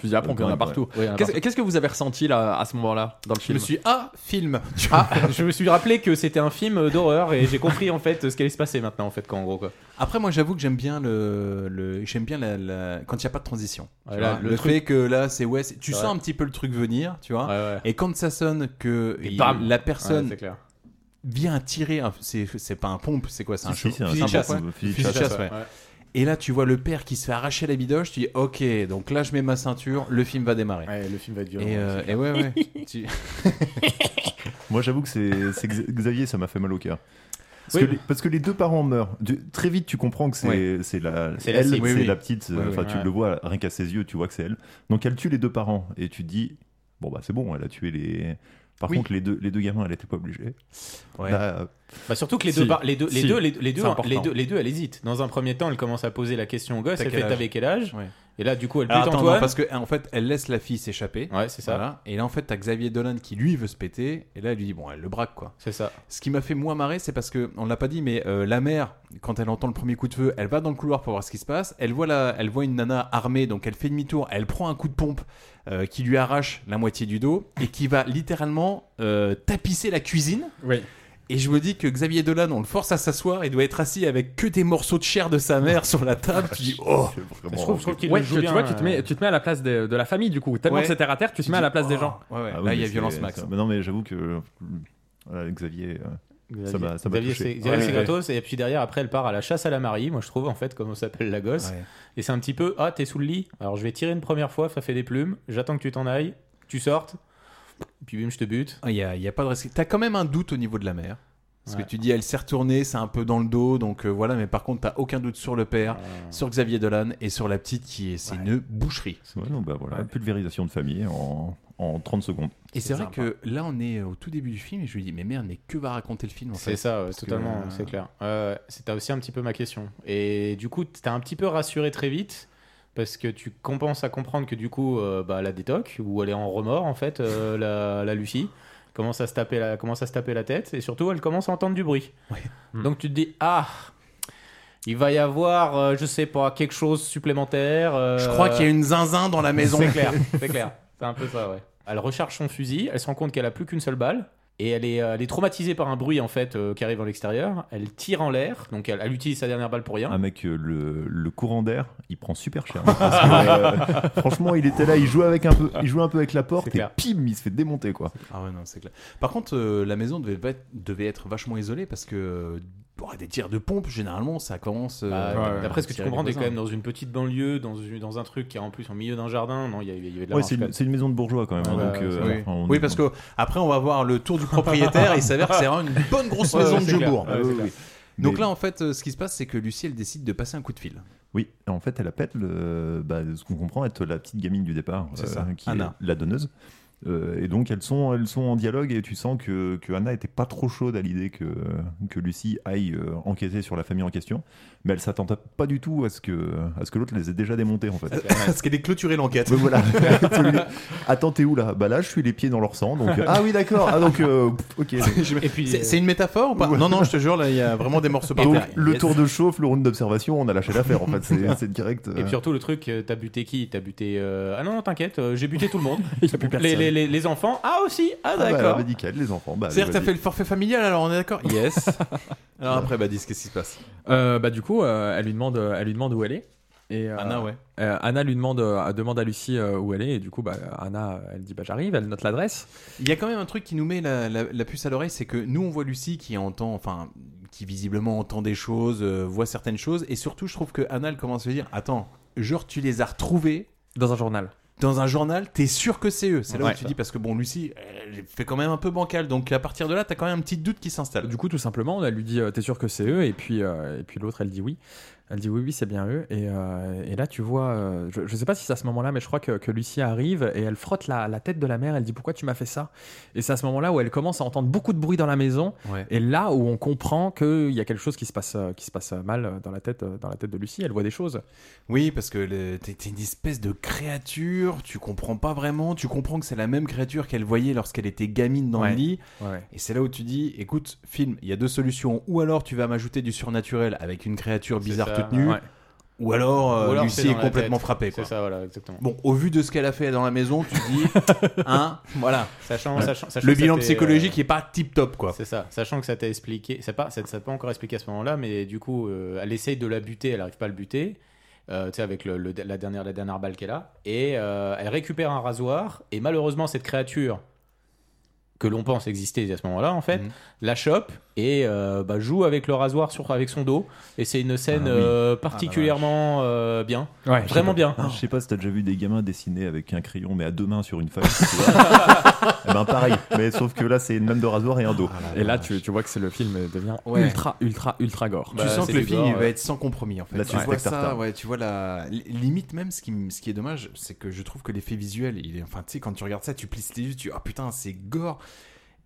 Fusil à pompe, il y en a partout.
Ouais, il y en a
Qu'est-ce
partout.
qu'est-ce que vous avez ressenti là, à ce moment-là dans le
Je me
film
suis ah film. Ah, je me suis rappelé que c'était un film euh, d'horreur et j'ai compris en fait ce qui allait se passer maintenant en fait quand en gros quoi.
Après, moi, j'avoue que j'aime bien le, le- j'aime bien la, la- quand il n'y a pas de transition. tu
Ouais, là,
vois.
le
le
truc-
fait que là, c'est ouais, c'est- tu
Ouais.
sens un petit peu le truc venir, tu
Ah.
vois. Et quand ça sonne que il-
bam.
la personne
Ouais, c'est clair.
vient tirer, un- c'est c'est pas un pompe, c'est quoi, c'est un
Si, si, c'est un
fusil de
pompe,
chasse,
un
ouais.
fusil de
Fusil de
chasse,
chasse,
ouais.
ouais. Et là, tu vois le père qui se fait arracher la bidoche, tu dis ok, donc là, je mets ma ceinture, le film va démarrer.
le film va être
Et, euh, et ouais, ouais. Tu-
Moi j'avoue que c'est c'est Xa- Xavier, ça m'a fait mal au cœur. Parce,
Oui.
que les, parce que les deux parents meurent. Du- très vite, tu comprends que c'est c'est la,
C'est la
elle,
cible.
c'est
Oui, oui.
la petite.
Oui,
euh,
oui.
Enfin, tu
Ouais.
le vois rien qu'à ses yeux, tu vois que c'est elle. Donc elle tue les deux parents et tu te dis bon bah c'est bon, elle a tué les. Par
Oui.
contre, les deux, les deux gamins, elle était pas obligée.
Ouais.
Là, euh,
Bah surtout que les
Si.
deux, par- les deux, les
Si.
deux, les deux, les deux,
C'est important.
les deux, les deux, elle hésite. Dans un premier temps, elle commence à poser la question au gosse.
T'as
Elle
quel
fait
âge
avec quel âge
Ouais.
Et là, du coup, elle bute
Alors, Ah, attends,
Antoine.
non, parce que en fait, elle laisse la fille s'échapper.
Ouais, c'est ça.
Voilà. Et là, en fait, t'as Xavier Dolan qui lui veut se péter. Et là, elle lui dit bon, elle le braque quoi.
C'est ça.
Ce qui m'a fait moins marrer, c'est parce que on l'a pas dit, mais euh, la mère, quand elle entend le premier coup de feu, elle va dans le couloir pour voir ce qui se passe. Elle voit la, elle voit une nana armée, donc elle fait demi-tour. Elle prend un coup de pompe euh, qui lui arrache la moitié du dos et qui va littéralement euh, tapisser la cuisine.
Oui.
Et je me dis que Xavier Dolan, on le force à s'asseoir, il doit être assis avec que des morceaux de chair de sa mère sur la
Ah,
table. Tu dis, oh
vraiment-
Ouais, tu, tu vois, tu te, mets, tu te mets à la place des- de, la famille du coup. Tellement
Ouais.
que c'est terre à terre, tu te
Tu
mets à
dis,
la place des
oh.
gens.
Ouais, ouais.
Ah
là,
oui,
il y a
mais
violence
c'est-
max.
c'est- mais non, mais j'avoue que euh, voilà, Xavier, euh, ça m'a ça m'a
Xavier,
touché.
c'est Xavier,
Ouais,
c'est
ouais.
gratos. Et puis derrière, après, elle part à la chasse à la Marie. Moi, je trouve en fait comment s'appelle la gosse.
Ouais.
Et c'est un petit peu ah t'es sous le lit. Alors je vais tirer une première fois, ça fait des plumes. J'attends que tu t'en ailles, tu sortes. Puis bim, je te bute.
Ah, Il y a, il y a pas de risque. T'as quand même un doute au niveau de la mère. Parce
Ouais.
que tu dis, elle s'est retournée, c'est un peu dans le dos, donc euh, voilà. Mais par contre, t'as aucun doute sur le père, sur Xavier Dolan et sur la petite qui est, c'est une boucherie.
Ouais, non, bah voilà, pulvérisation de famille en, en 30 secondes.
Et c'est vrai que là, on est au tout début du film et je lui dis, mais merde, mais que va raconter le film en fait
C'est ça, ouais,
Parce que,
totalement,
euh,
c'est clair. Euh, C'était aussi un petit peu ma question. Et du coup, t'as un petit peu rassuré très vite parce que tu compenses à comprendre que du coup, euh, bah, la détoc, ou elle est en remords en fait, euh, la, la Lucie, commence à, se taper la, commence à se taper la tête et surtout, elle commence à entendre du bruit. Donc tu te dis, ah, il va y avoir, euh, je sais pas, quelque chose supplémentaire. euh,
Je crois qu'il y a une zinzin dans la maison.
C'est clair, c'est clair. C'est un peu ça, ouais. Elle recharge son fusil, elle se rend compte qu'elle a plus qu'une seule balle. Et elle est, euh, elle est traumatisée par un bruit en fait euh, qui arrive à l'extérieur. Elle tire en l'air, donc elle, elle utilise sa dernière balle pour rien.
Un mec, euh, le, le courant d'air, il prend super cher. Parce que, euh, franchement, il était là, il jouait, avec un peu, il jouait un peu avec la porte et pim, il se fait démonter quoi.
Ah ouais, non, c'est clair. Par contre, euh, la maison devait, pas être- devait être vachement isolée parce que euh, bon, des tirs de pompe, généralement, ça commence. euh,
Bah,
à
D'après ce que tu
tirer les
comprends, t'es quand
voisins.
même dans une petite banlieue, dans, une- dans un truc qui est en plus en milieu d'un jardin. Non, il y, avait- il y avait de la
Ouais,
marche,
c'est
quand
une,
même.
c'est une maison de bourgeois quand même. hein,
Ouais,
donc, euh,
Oui.
enfin, on-
Oui, parce que après, on va voir le tour du propriétaire et il s'avère que c'est vraiment une bonne grosse
Ouais,
maison
ouais,
de
c'est
jeu
clair.
bourre.
Ouais, c'est clair.
Donc
Mais-
là, en fait, euh, ce qui se passe, c'est que Lucie, elle décide de passer un coup de fil.
Oui, et en fait, elle appelle euh, bah, ce qu'on comprend être la petite gamine du départ, euh,
C'est ça,
qui
Anna.
est la donneuse. Euh, et donc, elles sont, elles sont en dialogue et tu sens que, que Anna était pas trop chaude à l'idée que, que Lucie aille euh, enquêter sur la famille en question, mais elle s'attendait pas du tout à ce que, à ce que l'autre les ait déjà démontés en fait.
Parce qu'elle est clôturée l'enquête.
Mais voilà. Attends, t'es où là Bah là, je suis les pieds dans leur sang. Donc euh, ah oui, d'accord. Ah donc euh, pff, ok.
Et puis, c'est c'est une métaphore ou pas Non, non, je te jure, là, il y a vraiment des morceaux par
Donc,
terre.
le
Yes.
tour de chauffe, le round d'observation, on a lâché l'affaire en fait. C'est- C'est direct.
Et
euh,
puis surtout le truc, euh, t'as buté qui T'as buté. euh, Ah non, non, t'inquiète, euh, j'ai buté tout le monde. les,
personne.
les- les- les enfants, ah aussi, ah
bah,
d'accord.
bah, nickel, les enfants. Bah,
C'est-à-dire que t'as
vas-y.
fait le forfait familial, alors on est d'accord Yes. alors après, Badis, qu'est-ce qui se passe
Euh, bah du coup, euh, elle lui demande, elle lui demande où elle est. Et, euh,
Ah,
Anna, ouais.
euh, Anna lui demande, euh, demande à Lucie euh, où elle est. Et du coup, bah, Anna, elle dit bah j'arrive. Elle note l'adresse.
Il y a quand même un truc qui nous met la, la- la puce à l'oreille, c'est que nous on voit Lucie qui entend, enfin, qui visiblement entend des choses, euh, voit certaines choses, et surtout je trouve que Anna elle commence à lui dire, attends, genre tu les as retrouvés
dans un journal.
Dans un journal, t'es sûr que c'est eux. C'est là
Ouais.
où tu dis parce que bon, Lucie, elle fait quand même un peu bancale, donc à partir de là, t'as quand même un petit doute qui s'installe.
Du coup, tout simplement, elle lui dit euh, T'es sûr que c'est eux Et puis, euh, et puis l'autre, elle dit oui. Elle dit oui, oui, c'est bien eux. Et, euh, et là, tu vois, euh, je, je sais pas si c'est à ce moment-là, mais je crois que, que Lucie arrive et elle frotte la, la tête de la mère. Elle dit Pourquoi tu m'as fait ça Et c'est à ce moment-là où elle commence à entendre beaucoup de bruit dans la maison.
Ouais.
Et là où on comprend qu'il y a quelque chose qui se passe, euh, qui se passe euh, mal euh, dans la, tête, euh, dans la tête de Lucie. Elle voit des choses.
Oui, parce que le- t'es t'es une espèce de créature, tu comprends pas vraiment, tu comprends que c'est la même créature qu'elle voyait lorsqu'elle était gamine dans
Ouais.
le lit.
Ouais.
Et c'est là où tu dis, écoute, film, il y a deux solutions. Ou alors tu vas m'ajouter du surnaturel avec une créature bizarre
ça,
toute nue.
ouais.
Ou alors, euh,
Ou alors, c'est
Lucie
dans
est
la
complètement
tête.
frappée. quoi.
C'est ça, voilà, exactement.
Bon, au vu de ce qu'elle a fait dans la maison, tu dis, hein, voilà.
Sachant,
Ouais.
sachant, sachant
le
que
bilan
ça t'est,
psychologique
euh,
n'est pas tip top, quoi.
C'est ça, sachant que ça t'a expliqué, c'est pas, ça ça t'a pas encore expliqué à ce moment-là, mais du coup, euh, elle essaye de la buter, elle arrive pas à le buter, euh, tu sais, avec le- le- la, dernière, la dernière balle qu'elle a, et euh, elle récupère un rasoir, et malheureusement, cette créature que l'on pense exister à ce moment-là, en
Mhm.
fait, la chope et euh, bah, joue avec le rasoir sur, avec son dos, et c'est une scène
Ah oui.
euh,
Ah, la
particulièrement euh, bien,
Je sais
vraiment
pas-
bien.
Je sais pas si t'as déjà vu des gamins dessiner avec un crayon, mais à deux mains sur une feuille. tu vois. Eh ben pareil, mais sauf que là c'est une lame de rasoir et un dos.
Et là, tu, tu vois que c'est le film euh, devient
Ouais.
ultra, ultra, ultra gore.
Tu sens que le film il va être sans compromis en fait.
Là,
tu
tu
vois
spectateur.
ça, ouais, tu vois la li- limite même ce qui, m- ce qui est dommage, c'est que je trouve que l'effet visuel, il est enfin tu sais quand tu regardes ça, tu plisses les yeux, tu ah putain, c'est gore.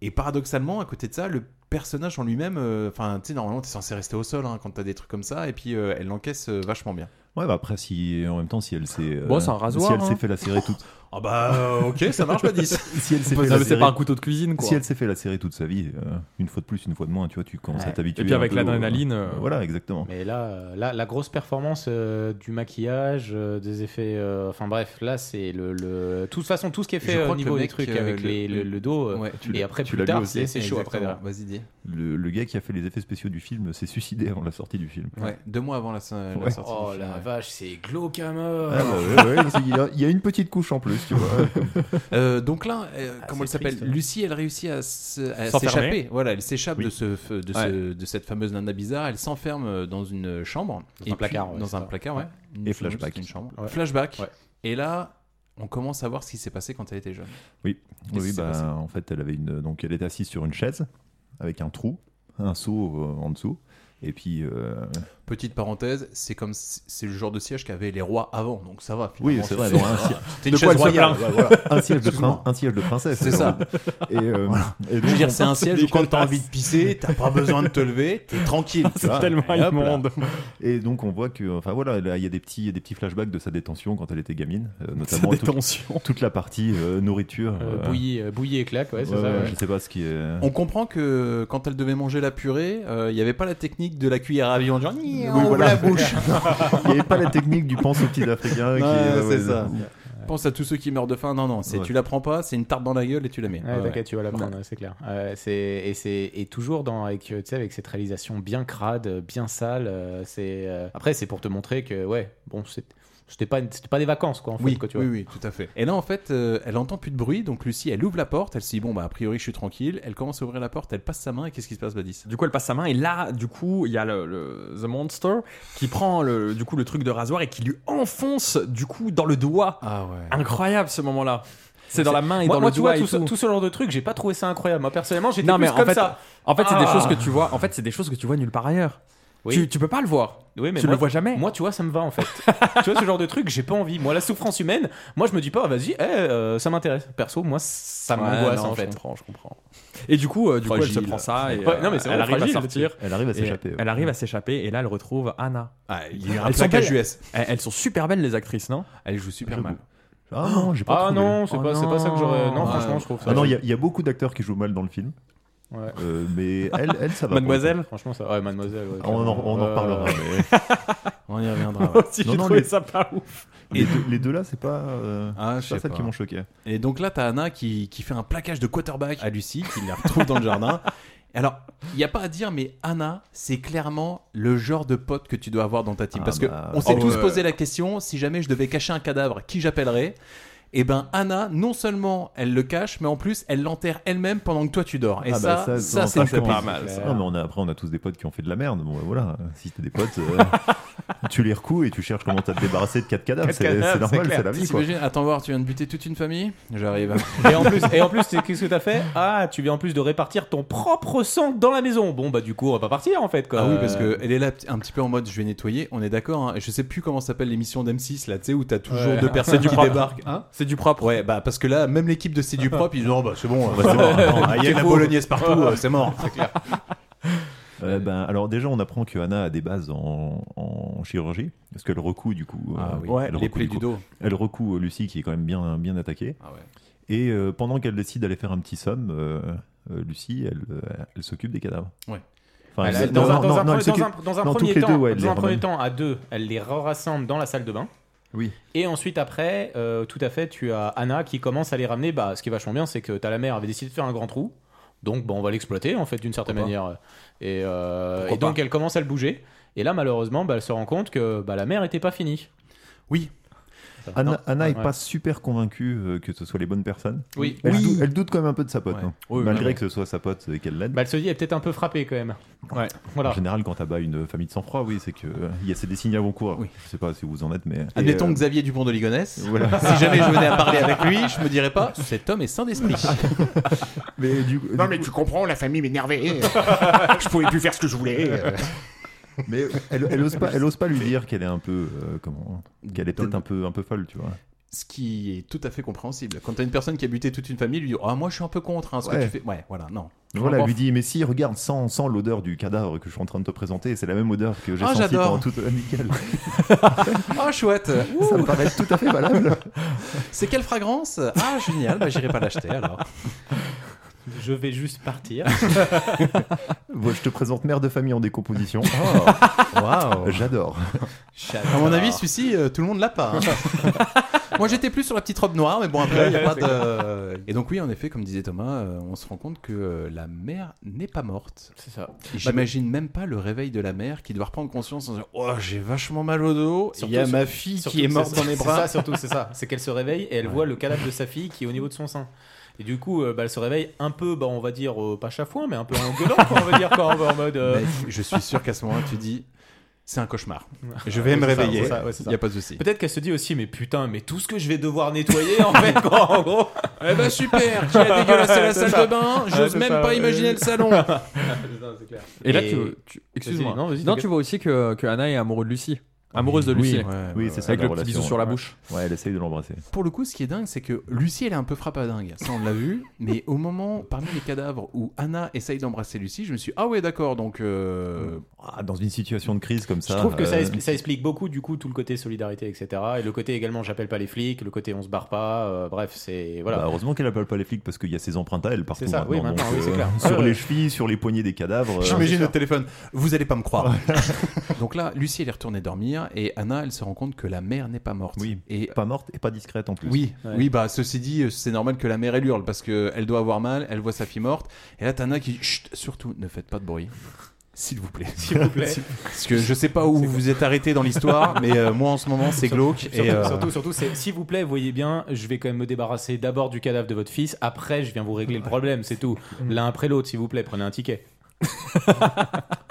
Et paradoxalement, à côté de ça, le personnage en lui-même, euh, enfin tu sais normalement t'es censé rester au sol hein, quand t'as des trucs comme ça, et puis euh, elle l'encaisse euh, vachement bien.
Ouais, bah après si en même temps si elle s'est euh,
Bon, c'est un rasoir,
si elle s'est
hein.
fait lacérer toute
Ah bah euh, ok, ça marche pas 10
si elle s'est fait
Non, mais c'est
lacérer-
pas un couteau de cuisine, quoi.
Si elle s'est fait lacérer toute sa vie, euh, une fois de plus, une fois de moins, tu vois, tu commences à
Ouais.
t'habituer.
Et
hein.
puis
un
avec
peu
l'adrénaline,
au-
euh,
Voilà, exactement.
Mais là, euh, là, la grosse performance euh, du maquillage, euh, des effets, euh, enfin bref, là c'est le, le- de toute façon tout ce qui est
Je
fait euh,
crois
au
que
niveau
le
des
mec,
trucs
euh,
avec
le-
les- le, le dos euh,
Ouais.
et après
tu
plus
l'as vu
tard
aussi
c'est c'est chaud après.
Exactement.
derrière.
Vas-y dis.
Le, le gars qui a fait les effets spéciaux du film s'est suicidé avant la sortie du film.
Ouais, deux mois avant la, la
Ouais.
sortie.
Oh
du film,
la
ouais.
vache, c'est glauque à mort.
Ah bah ouais, ouais, il y a- il y a une petite couche en plus, tu vois.
Euh, donc là, euh,
Ah,
comment elle
c'est
s'appelle
triste.
hein.
Lucie, elle réussit à se- à
S'enfermer.
s'échapper. Voilà, elle s'échappe de, ce, f- de,
Ouais.
ce- de cette fameuse nana bizarre. Elle s'enferme euh, dans une chambre.
Dans
Et
un
puis-
placard, ouais,
dans
c'est
un
ça.
placard, ouais. Une-
Et
je sais même pas
flashback.
si c'est une chambre.
Ouais.
Flashback. Et là, on commence à voir ce qui s'est passé quand elle était jeune.
Oui,
Qu'est-ce
oui
qui s'est
bah,
passé
en fait, elle avait une. Donc, elle était assise sur une chaise avec un trou. un seau euh, en dessous. Et puis. euh,
Petite parenthèse, c'est comme si- c'est le genre de siège qu'avaient les rois avant, donc ça va.
Oui,
finalement,
c'est vrai.
tu
bon, un,
fais-
siège-
T'es une
de
chaise
quoi elle se
royale.
plaint Voilà, un, siège de
Excuse-moi.
prin- un siège de princesse.
C'est ça.
Et, euh, voilà. Et donc,
je veux dire,
on
c'est un
part-
siège où quand t'as envie de pisser, t'as pas besoin de te lever, t'es tranquille. tu vois. Et hop là.
Et donc on voit que, enfin voilà, là, il y a des petits, des petits flashbacks de sa détention quand elle était gamine, euh, notamment toute- Toute, la partie euh, nourriture,
Euh,
euh,
bouillie, euh, bouillie et claque, ouais, c'est
Ouais,
ça.
ouais,
ouais.
Je sais pas ce qui est.
On comprend que quand elle devait manger la purée, euh, il n'y avait pas la technique de la cuillère à viande, genre oui,
voilà.
la bouche.
Il n'y avait pas la technique du pense au petit africain. qui
Ouais,
est- ouais,
c'est ça.
ouais.
Pense à tous ceux qui meurent de faim. Non, non, c'est
Ouais.
tu la prends pas, c'est une tarte dans la gueule et tu la mets.
Ouais,
Ouais,
t'inquiète,
ouais.
tu vas la prendre, ouais, c'est clair. Euh, c'est- et, c'est- et toujours dans, avec, euh, tu sais, avec cette réalisation bien crade, euh, bien sale. euh, c'est, euh, après, c'est pour te montrer que, ouais, bon, c'est- c'était pas, une- c'était pas des vacances, quoi, en fait.
Oui,
quoi, tu
oui,
vois.
oui, tout à fait. Et là, en fait, euh, elle entend plus de bruit, donc Lucie, elle ouvre la porte, elle se dit bon bah a priori je suis tranquille. Elle commence à ouvrir la porte, elle passe sa main et qu'est-ce qui se passe, Badis
Du coup, elle passe sa main et là, du coup, il y a le, le- The Monster qui prend le, du coup le truc de rasoir et qui lui enfonce du coup dans le doigt. Incroyable ce moment-là. C'est dans la main et
Ah moi,
dans
moi,
le
tu vois,
doigt et
tout, ce-
tout.
tout ce genre de truc, j'ai pas trouvé ça incroyable. Moi, personnellement, j'étais
Non
plus
mais
comme
en fait,
ça.
en fait, c'est des
Ah.
choses que tu vois. En fait, c'est des choses que tu vois nulle part ailleurs.
Oui.
Tu, tu peux pas le voir.
Oui, mais
tu
moi-
le vois jamais.
Moi, Ah, tu vois, ça me va en fait. tu vois, ce genre de truc, j'ai pas envie. Moi, la souffrance humaine, moi, je me dis pas, ah, vas-y, eh, euh, ça m'intéresse. Perso, moi, ça
Ouais,
m'angoisse
non,
en
je
fait.
comprends, je comprends. Et du coup, euh, du coup, elle se
Fragile.
prend ça et
Ouais, non, mais c'est
euh,
vrai,
elle arrive
fragile,
à sortir.
Elle arrive à
Et
s'échapper, ouais.
Elle arrive à s'échapper et là, elle retrouve Anna.
Ah, il y a eu un
Elles sont
plaquage
belles.
US.
Elles, elles sont super belles les actrices, non
Elles jouent super
mal.
Ah non, j'ai pas
Ah
trouvé.
non,
Oh
c'est pas- c'est pas ça que j'aurais- non, franchement, je trouve ça-
Ah non, il y a- il y, a beaucoup d'acteurs qui jouent mal dans le film.
Bah, Ouais.
Euh, mais elle, elle, ça va.
Mademoiselle Franchement, ça. Ouais, mademoiselle. ouais,
Ah, on en- on en
clairement.
reparlera, mais- On y reviendra, ouais.
Moi aussi,
Non,
Euh, j'ai
non,
trouvé
les-
ça pas ouf.
Les deux, les deux là, c'est pas, euh,
Ah, je
c'est pas
sais
celles
pas.
qui m'ont choqué.
Et donc là, t'as Anna qui, qui fait un plaquage de quarterback à Lucie, qui la retrouve dans le jardin. Alors, il n'y a pas à dire, mais Anna, c'est clairement le genre de pote que tu dois avoir dans ta team.
Ah
Parce que
bah,
on s'est
oh
tous
ouais.
posé la question, si jamais je devais cacher un cadavre, qui j'appellerais et ben Anna, non seulement elle le cache, mais en plus elle l'enterre elle-même pendant que toi tu dors. Et
Ah bah,
ça, ça,
non,
c'est une copine.
Ah, mais on a, après, on a tous des potes qui ont fait de la merde. Bon, bah, voilà, si t'as des potes, euh, tu les recoues et tu cherches comment t'as te débarrasser de quatre cadavres.
Quatre
C'est
cadavres,
c'est normal,
clair.
c'est la vie. Quoi.
T'imagines, Attends voir, tu viens de buter toute une famille J'arrive.
Et en plus, et en plus, c'est- qu'est-ce que t'as fait Ah, tu viens en plus de répartir ton propre sang dans la maison. Bon, bah du coup, on va pas partir en fait. Quoi.
Ah oui, parce
Euh,
que elle est là p'ti- un petit peu en mode je vais nettoyer, on est d'accord. Hein. Et Je sais plus comment s'appelle l'émission d'M6 là, tu sais, où t'as toujours
Ouais.
deux personnes
C'est du
qui
propre.
débarquent.
Hein
c'est du propre. Ouais, bah parce que là, même l'équipe de C'est du propre, ils disent oh, bah c'est bon, bah, c'est
hein.
mort,
bon, il y a
t'es
de la
fou.
bolognaise partout, euh, c'est mort.
Euh, ben, alors déjà, on apprend que Anna a des bases en, en chirurgie, parce qu'elle recoue du coup. euh,
Ah oui.
elle
Les
recoue,
plaies du
coup.
dos.
Elle recoue euh, Lucie qui est quand même bien, bien attaquée.
Ah
Et euh, pendant qu'elle décide d'aller faire un petit somme, euh, euh, Lucie, elle, euh, elle s'occupe des cadavres.
Ouais.
elle-
elle-
dans
non,
un-
non,
dans un
non, elle
pre- dans
s'occupe-
un- dans un
non, toutes
premier
les
temps,
deux, ouais, elle
dans
les
un premier
ramène.
temps, à deux, elle les rassemble dans la salle de bain.
Oui.
Et ensuite, après, euh, tout à fait, tu as Anna qui commence à les ramener. Bah, ce qui est vachement bien, c'est que ta la mère avait décidé de faire un grand trou. Donc, bah, on va l'exploiter, en fait, d'une certaine
Pourquoi
manière. Et, euh,
Pourquoi
et donc,
pas
elle commence à le bouger. Et là, malheureusement, bah, elle se rend compte que bah, la mère était pas finie.
Oui.
Anna, Anna est
Ouais.
pas super convaincue euh, que ce soit les bonnes personnes.
Oui.
Elle,
Oui.
dou- elle doute quand même un peu de sa pote,
Ouais.
hein.
Oui,
malgré
oui.
que ce soit sa pote et qu'elle l'aide.
Bah, elle se dit, elle est peut-être un peu frappée quand même. Ouais. Voilà.
En général, quand t'abats une famille de sang-froid, oui, c'est que euh, il y a c'est des signes avant coureurs. Je sais pas si vous en êtes, mais
Ah,
Admettons
Et, euh,
Xavier Dupont de Ligonnès.
Voilà.
si jamais je venais à parler avec lui, je me dirais pas cet homme est sain d'esprit.
mais du coup,
Non, mais tu comprends, la famille m'énervait. je pouvais plus faire ce que je voulais.
mais elle, elle ose pas, elle ose pas lui dire qu'elle est un peu euh, comment, qu'elle est peut-être un peu un peu folle, tu vois.
Ce qui est tout à fait compréhensible. Quand t'as une personne qui a buté toute une famille, lui dit ah moi je suis un peu contre hein, ce que
Ouais.
tu fais. Ouais, voilà, non.
Voilà, elle
Bon,
lui dit, mais si, regarde, sans, sans l'odeur du cadavre que je suis en train de te présenter, c'est la même odeur que j'ai
Ah,
sentie
j'adore.
pendant toute nickel.
Oh chouette
Ça me paraît tout à fait valable.
C'est quelle fragrance Ah génial, bah j'irai pas l'acheter alors.
Je vais juste partir.
Bon, je te présente mère de famille en décomposition. Oh,
Waouh.
J'adore.
À mon avis, celui-ci, euh, tout le monde l'a pas. hein. Moi, j'étais plus sur la petite robe noire, mais bon, après, il y a pas de. Et donc, oui, en effet, comme disait Thomas, euh, on se rend compte que euh, la mère n'est pas morte.
C'est ça.
J'imagine même pas le réveil de la mère qui doit reprendre conscience en disant Oh, j'ai vachement mal au dos. Il y a
Surtout-
ma fille
surtout,
qui est
c'est
morte
ça,
dans mes
c'est
bras.
ça, surtout, c'est ça. C'est qu'elle se réveille et elle voit le cadavre de sa fille qui est au niveau de son sein. Et du coup, euh, bah, elle se réveille un peu, bah, on va dire, euh, pas chafouin, mais un peu en gueulant, quoi, on va dire, quoi, on va en mode. euh,
Mais je suis sûr qu'à ce moment-là, tu dis C'est un cauchemar.
Ouais.
Je vais
Ouais,
me
c'est ça,
réveiller.
c'est ça, ouais, c'est
Il
ça.
n'y a pas de souci.
Peut-être qu'elle se dit aussi, mais putain, mais tout ce que je vais devoir nettoyer en fait, quoi, en gros.
Eh ben super, qui a dégueulassé la
C'est
salle
ça.
de bain,
Ouais,
j'ose
c'est
même
ça,
pas
ouais.
imaginer le salon.
C'est ça, c'est clair.
Et, là,
Et-
tu, tu- excuse-moi.
Vas-y, non,
Non,
vas-y,
tu
t'inquiète.
vois aussi que, que Anna est amoureuse de Lucie. Amoureuse de Lucie.
Oui, ouais, oui, c'est ça.
Avec
la
le petit
relation,
bisou sur la
ouais.
bouche.
Ouais, elle essaye de l'embrasser.
Pour le coup, ce qui est dingue, c'est que Lucie, elle est un peu frappadingue. Ça, on l'a vu. Mais au moment, parmi les cadavres où Anna essaye d'embrasser Lucie, je me suis ah ouais, d'accord. Donc, euh,
Ah, dans une situation de crise comme ça.
Je trouve que ça,
euh,
expli- ça explique beaucoup du coup tout le côté solidarité etc et le côté également j'appelle pas les flics le côté on se barre pas euh, bref c'est voilà
bah, heureusement qu'elle appelle pas les flics parce qu'il y a ses empreintes à elle partout.
C'est ça, oui, maintenant,
donc, euh,
oui, c'est clair.
Sur
Ouais, ouais.
les chevilles, sur les poignets des cadavres. euh,
J'imagine le téléphone. Vous allez pas me croire. Donc là, Lucie, elle est retournée dormir et Anna, elle se rend compte que la mère n'est pas morte. Oui. Et
pas morte et pas discrète en plus.
Oui.
Ouais.
Oui, bah ceci dit, euh, c'est normal que la mère elle hurle parce que elle doit avoir mal. Elle voit sa fille morte. Et là, t'as Anna qui, chut, surtout, ne faites pas de bruit. S'il vous plaît.
S'il
Bah,
vous plaît.
Parce que je sais pas où vous êtes arrêté dans l'histoire, mais euh, moi en ce moment c'est
Surtout-
glauque.
surtout,
et, euh,
surtout, surtout, c'est s'il vous plaît, voyez bien, je vais quand même me débarrasser d'abord du cadavre de votre fils. Après, je viens vous régler le problème, c'est tout. L'un après l'autre, s'il vous plaît, prenez un ticket.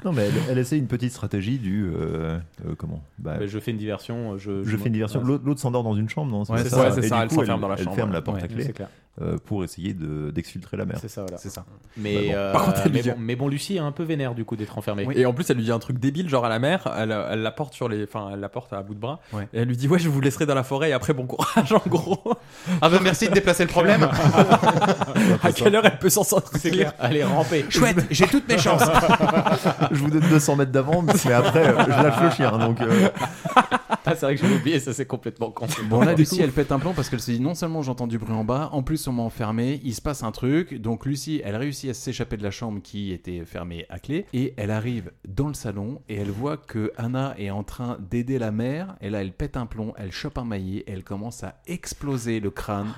Non, mais elle, elle essaie une petite stratégie du. euh, euh, comment Bah,
Bah, je fais une diversion. euh, Je,
je fais une diversion. L'autre l'autre s'endort dans une chambre, non
Ouais,
pas
c'est ça,
Et
c'est
du
ça, elle
coup,
s'enferme dans la chambre,
Elle ferme la
ouais.
porte à
Ouais,
clé
c'est clair.
euh, pour essayer de- d'exfiltrer la mère.
C'est ça, voilà.
C'est ça.
Mais,
Bah bon.
euh,
Par contre, elle
mais,
lui dit-
bon, mais bon, Lucie est un peu vénère du coup d'être enfermée.
Et en plus, elle lui dit un truc débile, genre à la mère, elle, elle la porte sur les, enfin, elle la porte à bout de bras,
Ouais.
et elle lui dit ouais, je vous laisserai dans la forêt et après bon courage en gros.
Ah bah merci de déplacer le problème.
à quelle heure elle peut s'en sortir
C'est clair, elle est rampée.
Chouette, j'ai toutes mes chances.
je vous donne 200 mètres d'avant, mais après, euh, je lâche le chien. Donc, euh,
Ah, c'est vrai que j'avais oublié, ça c'est complètement con.
Bon là Lucie elle pète un plomb parce qu'elle se dit non seulement j'entends du bruit en bas, en plus on m'a enfermé, il se passe un truc, donc Lucie elle réussit à s'échapper de la chambre qui était fermée à clé et elle arrive dans le salon et elle voit que Anna est en train d'aider la mère et là elle pète un plomb, elle chope un maillet et elle commence à exploser le crâne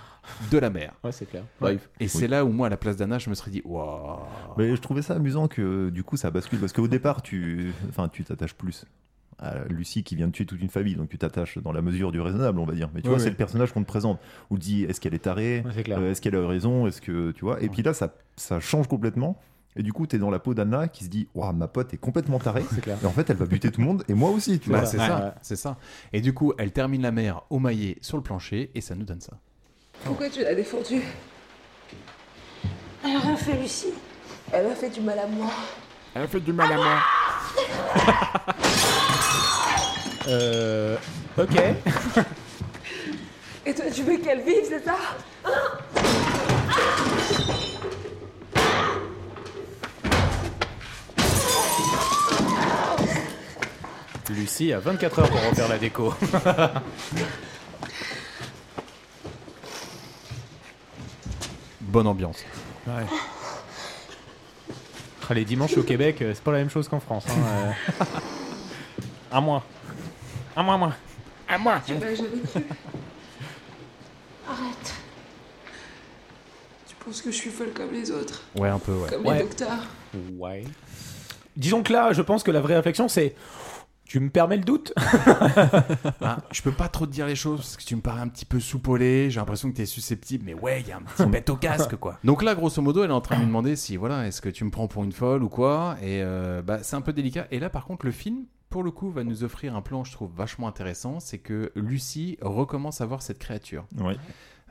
de la mère.
Ouais, c'est clair.
Ouais.
Et c'est là où moi à la place d'Anna je me serais dit waouh.
Mais je trouvais ça amusant que du coup ça bascule parce qu'au départ tu, enfin tu t'attaches plus à Lucie qui vient de tuer toute une famille, donc tu t'attaches dans la mesure du raisonnable, on va dire. Mais tu
Oui,
vois,
oui.
c'est le personnage qu'on te présente. Où tu te dis est-ce qu'elle est tarée,
Ouais, c'est clair.
Euh, est-ce qu'elle a raison, est-ce que tu vois. Et puis là ça, ça change complètement. Et du coup, t'es dans la peau d'Anna qui se dit Waouh, ma pote est complètement tarée.
C'est clair.
Et en fait, elle va buter tout le monde et moi aussi, tu
Bah,
vois.
c'est
Ouais.
ça, c'est ça. Et du coup elle termine la mère au maillet sur le plancher et ça nous donne ça.
Pourquoi tu l'as défendue
Elle a rien fait, Lucie.
Elle a fait du mal à moi.
Elle fait du mal à moi.
Euh, ok.
Et toi, tu veux qu'elle vive, c'est ça Hein
Lucie a 24 heures pour refaire la déco.
Bonne ambiance.
Ouais. Ah, les dimanches au Québec, euh, c'est pas la même chose qu'en France. Hein, euh. à moi. À moi, à moi. À moi.
Tu m'as jamais cru.
Arrête.
Tu penses que je suis folle comme les autres
Ouais, un peu, ouais.
Comme
Ouais.
les docteurs.
Ouais. Disons que là, je pense que la vraie réflexion, c'est. Tu me permets le doute
Ah, je peux pas trop te dire les choses parce que tu me parais un petit peu soupolé, j'ai l'impression que t'es susceptible, mais ouais, il y a un petit bête au casque quoi. Donc là, grosso modo, elle est en train de me demander si voilà, est-ce que tu me prends pour une folle ou quoi Et euh, bah, c'est un peu délicat. Et là, par contre, le film, pour le coup, va nous offrir un plan, je trouve vachement intéressant, c'est que Lucie recommence à voir cette créature.
Ouais.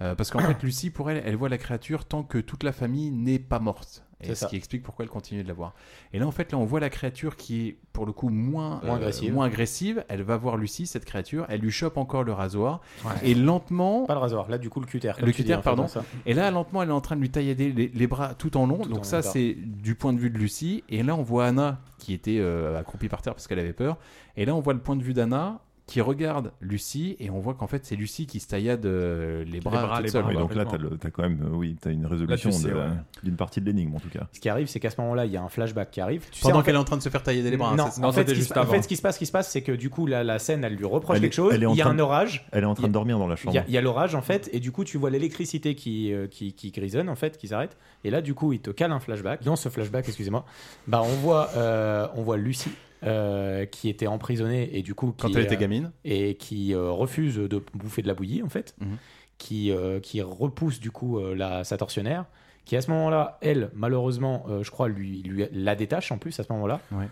Euh, parce qu'en fait, Lucie, pour elle, elle voit la créature tant que toute la famille n'est pas morte.
C'est
Et ce
ça.
qui explique pourquoi elle continue de la voir. Et là, en fait, là, on voit la créature qui est, pour le coup, moins, euh,
Moins agressive.
moins agressive. Elle va voir Lucie, cette créature. Elle lui chope encore le rasoir. Et lentement.
Pas le rasoir, là du coup le cutter. comme
Le
tu dis,
cutter,
en fait,
pardon.
dans ça.
Et là, lentement, elle est en train de lui taillader les, les bras tout en long. Donc,
en
ça,
long,
c'est du point de vue de Lucie. Et là, on voit Anna qui était euh, accroupie par terre parce qu'elle avait peur. Et là, on voit le point de vue d'Anna qui regarde Lucie. Et on voit qu'en fait, c'est Lucie qui se taillade euh, les bras. toute
Ah
seule.
bah,
Oui, donc là, t'as le- t'as quand même, euh, oui, t'as une résolution
sais,
de-
ouais.
d'une partie de l'énigme en tout cas.
Ce qui arrive, c'est qu'à ce moment-là, il y a un flashback qui arrive. Tu
Pendant
en fait-
qu'elle est en train de se faire tailler les bras, hein,
Non,
c'est ça
en
Non,
fait,
c'était
ce qui
juste
se- en fait,
avant.
ce qui se passe, ce qui se passe, c'est que du coup, la, la scène, elle lui reproche
Elle
quelque
est-
chose.
elle est en
Il y a
train
un
de-
orage.
Elle est en train de dormir dans la
Il
chambre.
y a, il y a l'orage en fait, et du coup tu vois l'électricité qui, euh, qui, qui grisonne en fait, qui s'arrête. Et là du coup il te cale un flashback. Dans ce flashback, excusez-moi, bah on voit euh, on voit Lucie euh, qui était emprisonnée et du coup qui,
Quand elle était
euh,
gamine.
et qui euh, refuse de bouffer de la bouillie en fait,
Mhm.
qui euh, qui repousse du coup euh, la, sa tortionnaire, qui à ce moment-là elle malheureusement euh, je crois lui, lui la détache en plus à ce moment-là.
Ouais.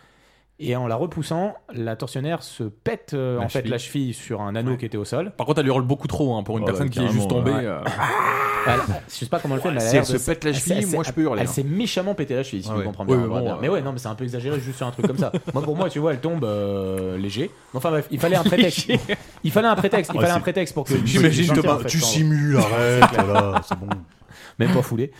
Et en la repoussant, la tortionnaire se pète euh,
La
en fait
cheville.
la cheville sur un anneau qui était au sol.
Par contre, elle hurle beaucoup trop hein, pour une
Oh,
personne
bah,
qui est
carrément,
juste tombée.
ouais.
euh.
Elle- je sais pas comment elle fait,
Ouais,
mais
si
a l'air
Ah. elle
de-
se pète la
s'est-
cheville,
elle s'est-
moi, je peux hurler,
Elle
hein.
s'est méchamment pété la cheville, si
Ah
tu
ouais.
comprends
Ouais,
bien.
mais
on va
bon,
dire.
euh,
Mais ouais, non, mais c'est un peu exagéré juste sur un truc comme ça. moi, pour moi, tu vois, elle tombe euh, léger. Mais Enfin bref, il fallait un prétexte. Il fallait un prétexte. Il
Ouais,
fallait un
c'est-
prétexte pour que.
c'est- j'imagine
gentil,
comme un-
en fait,
tu
sans-
simules, arrête,
C'est clair.
voilà, c'est bon.
Même pas foulé.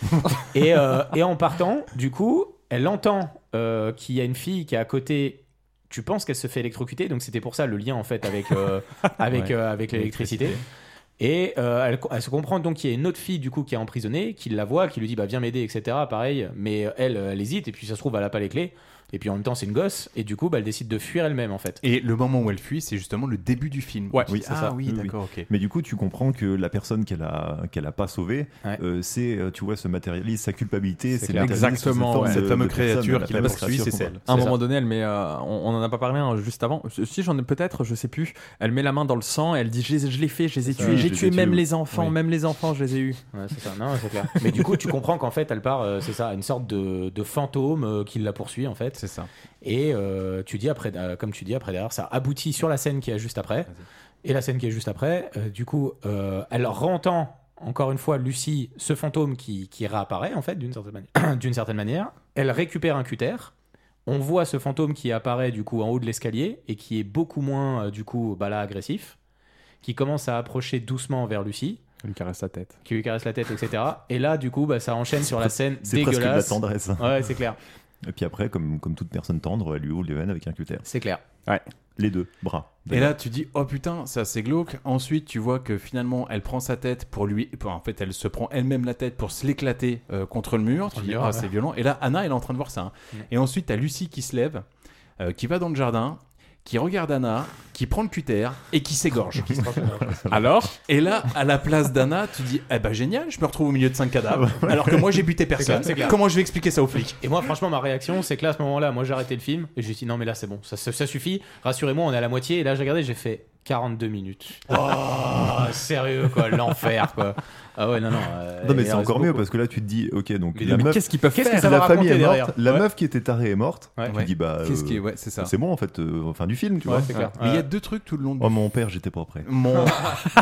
et, euh, et en partant, du coup, elle entend euh, qu'il y a une fille qui est à côté. Tu penses qu'elle se fait électrocuter, donc c'était pour ça le lien en fait avec euh, avec
Ouais.
euh, avec l'électricité.
L'électricité.
Et euh, elle, elle se comprend donc qu'il y a une autre fille du coup qui est emprisonnée, qui la voit, qui lui dit bah viens m'aider, etc. Pareil, mais euh, elle, elle hésite et puis ça se trouve elle a pas les clés. Et puis en même temps c'est une gosse et du coup bah, elle décide de fuir elle-même en fait.
Et le moment où elle fuit, c'est justement le début du film.
Ouais,
Tu dis,
c'est
ah
ça.
oui,
Oui,
d'accord, ok.
Mais du coup, tu comprends que la personne qu'elle a, qu'elle a pas sauvée, euh, c'est, euh, tu vois, se matérialise sa culpabilité,
C'est
c'est
clair.
matérialise sous
Exactement,
forme
ouais.
de-
Cette
fameuse
de personne,
créature
la
qui la
fameuse
poursuit,
créature
c'est
qu'on-
À un moment donné, elle met, euh, on n'en a pas parlé hein, juste avant. Si j'en ai peut-être, je sais plus. Elle met la main dans le sang. Elle dit, je, les- je l'ai fait, je les ai
C'est ça.
tués,
Oui,
j'ai
je
tué
les ai
même
tués,
les enfants,
oui.
même les enfants, je les ai eus.
Ouais, c'est ça. Non, c'est clair. Mais du coup, tu comprends qu'en fait, elle part, euh, c'est ça, à une sorte de, de fantôme euh, qui la poursuit, en fait. C'est
ça.
Et euh, tu dis après, euh, comme tu dis après derrière, ça aboutit sur la scène qui est juste après. Et la scène qui est juste après, euh, du coup, euh, elle entend encore une fois Lucie, ce fantôme qui, qui réapparaît, en fait, d'une certaine, mani- d'une certaine manière. Elle récupère un cutter. On voit ce fantôme qui apparaît du coup en haut de l'escalier et qui est beaucoup moins euh, du coup bah là, agressif, qui commence à approcher doucement vers Lucie
Elle me caresse la tête.
qui lui caresse la tête, etc. Et là, du coup, bah, ça enchaîne sur la
presque-
scène
c'est presque
dégueulasse.
de la tendresse.
Ouais, c'est clair.
Et puis après, comme, comme toute personne tendre, elle lui ouvre les veines avec un cutter.
C'est clair.
Ouais. Les deux bras.
Et là, tu dis, oh putain, ça c'est glauque. Ensuite, tu vois que finalement, elle prend sa tête pour lui. enfin, En fait, elle se prend elle-même la tête pour se l'éclater euh, contre le mur. Tu
le
dis,
mur,
ah,
ouais.
c'est violent. Et là, Anna, elle est en train de voir ça. hein.
Mm.
Et ensuite, t'as Lucie qui se lève, euh, qui va dans le jardin, qui regarde Anna, qui prend le cutter et qui s'égorge. Alors Et là, à la place d'Anna, tu dis, eh ben génial, je me retrouve au milieu de cinq cadavres, alors que moi j'ai buté personne. Comment je vais expliquer ça aux flics
Et moi, franchement, ma réaction, c'est que là, à ce moment-là, moi, j'ai arrêté le film et j'ai dit non, mais là, c'est bon, ça, ça- ça suffit. Rassurez-moi, on est à la moitié. Et là, j'ai regardé, j'ai fait 42 minutes. Oh, sérieux, quoi, l'enfer, quoi. Ah ouais, non, non. euh,
Non mais
il
c'est
reste
encore mieux
beaucoup.
parce que là tu te dis ok donc
Mais
la
mais
meuf
qu'est-ce qu'ils peuvent faire
la
Qu'est-ce que ça va
famille est
raconter
morte
derrière
la
Ouais.
meuf qui était tarée est morte
Ouais.
tu
Ouais.
dis bah
Qu'est-ce
euh,
qui est- ouais, c'est ça.
bon en fait euh, fin du film tu
Ouais,
vois
c'est clair. Mais il y a deux trucs tout le long du
oh mon père j'étais pas prêt
Mon,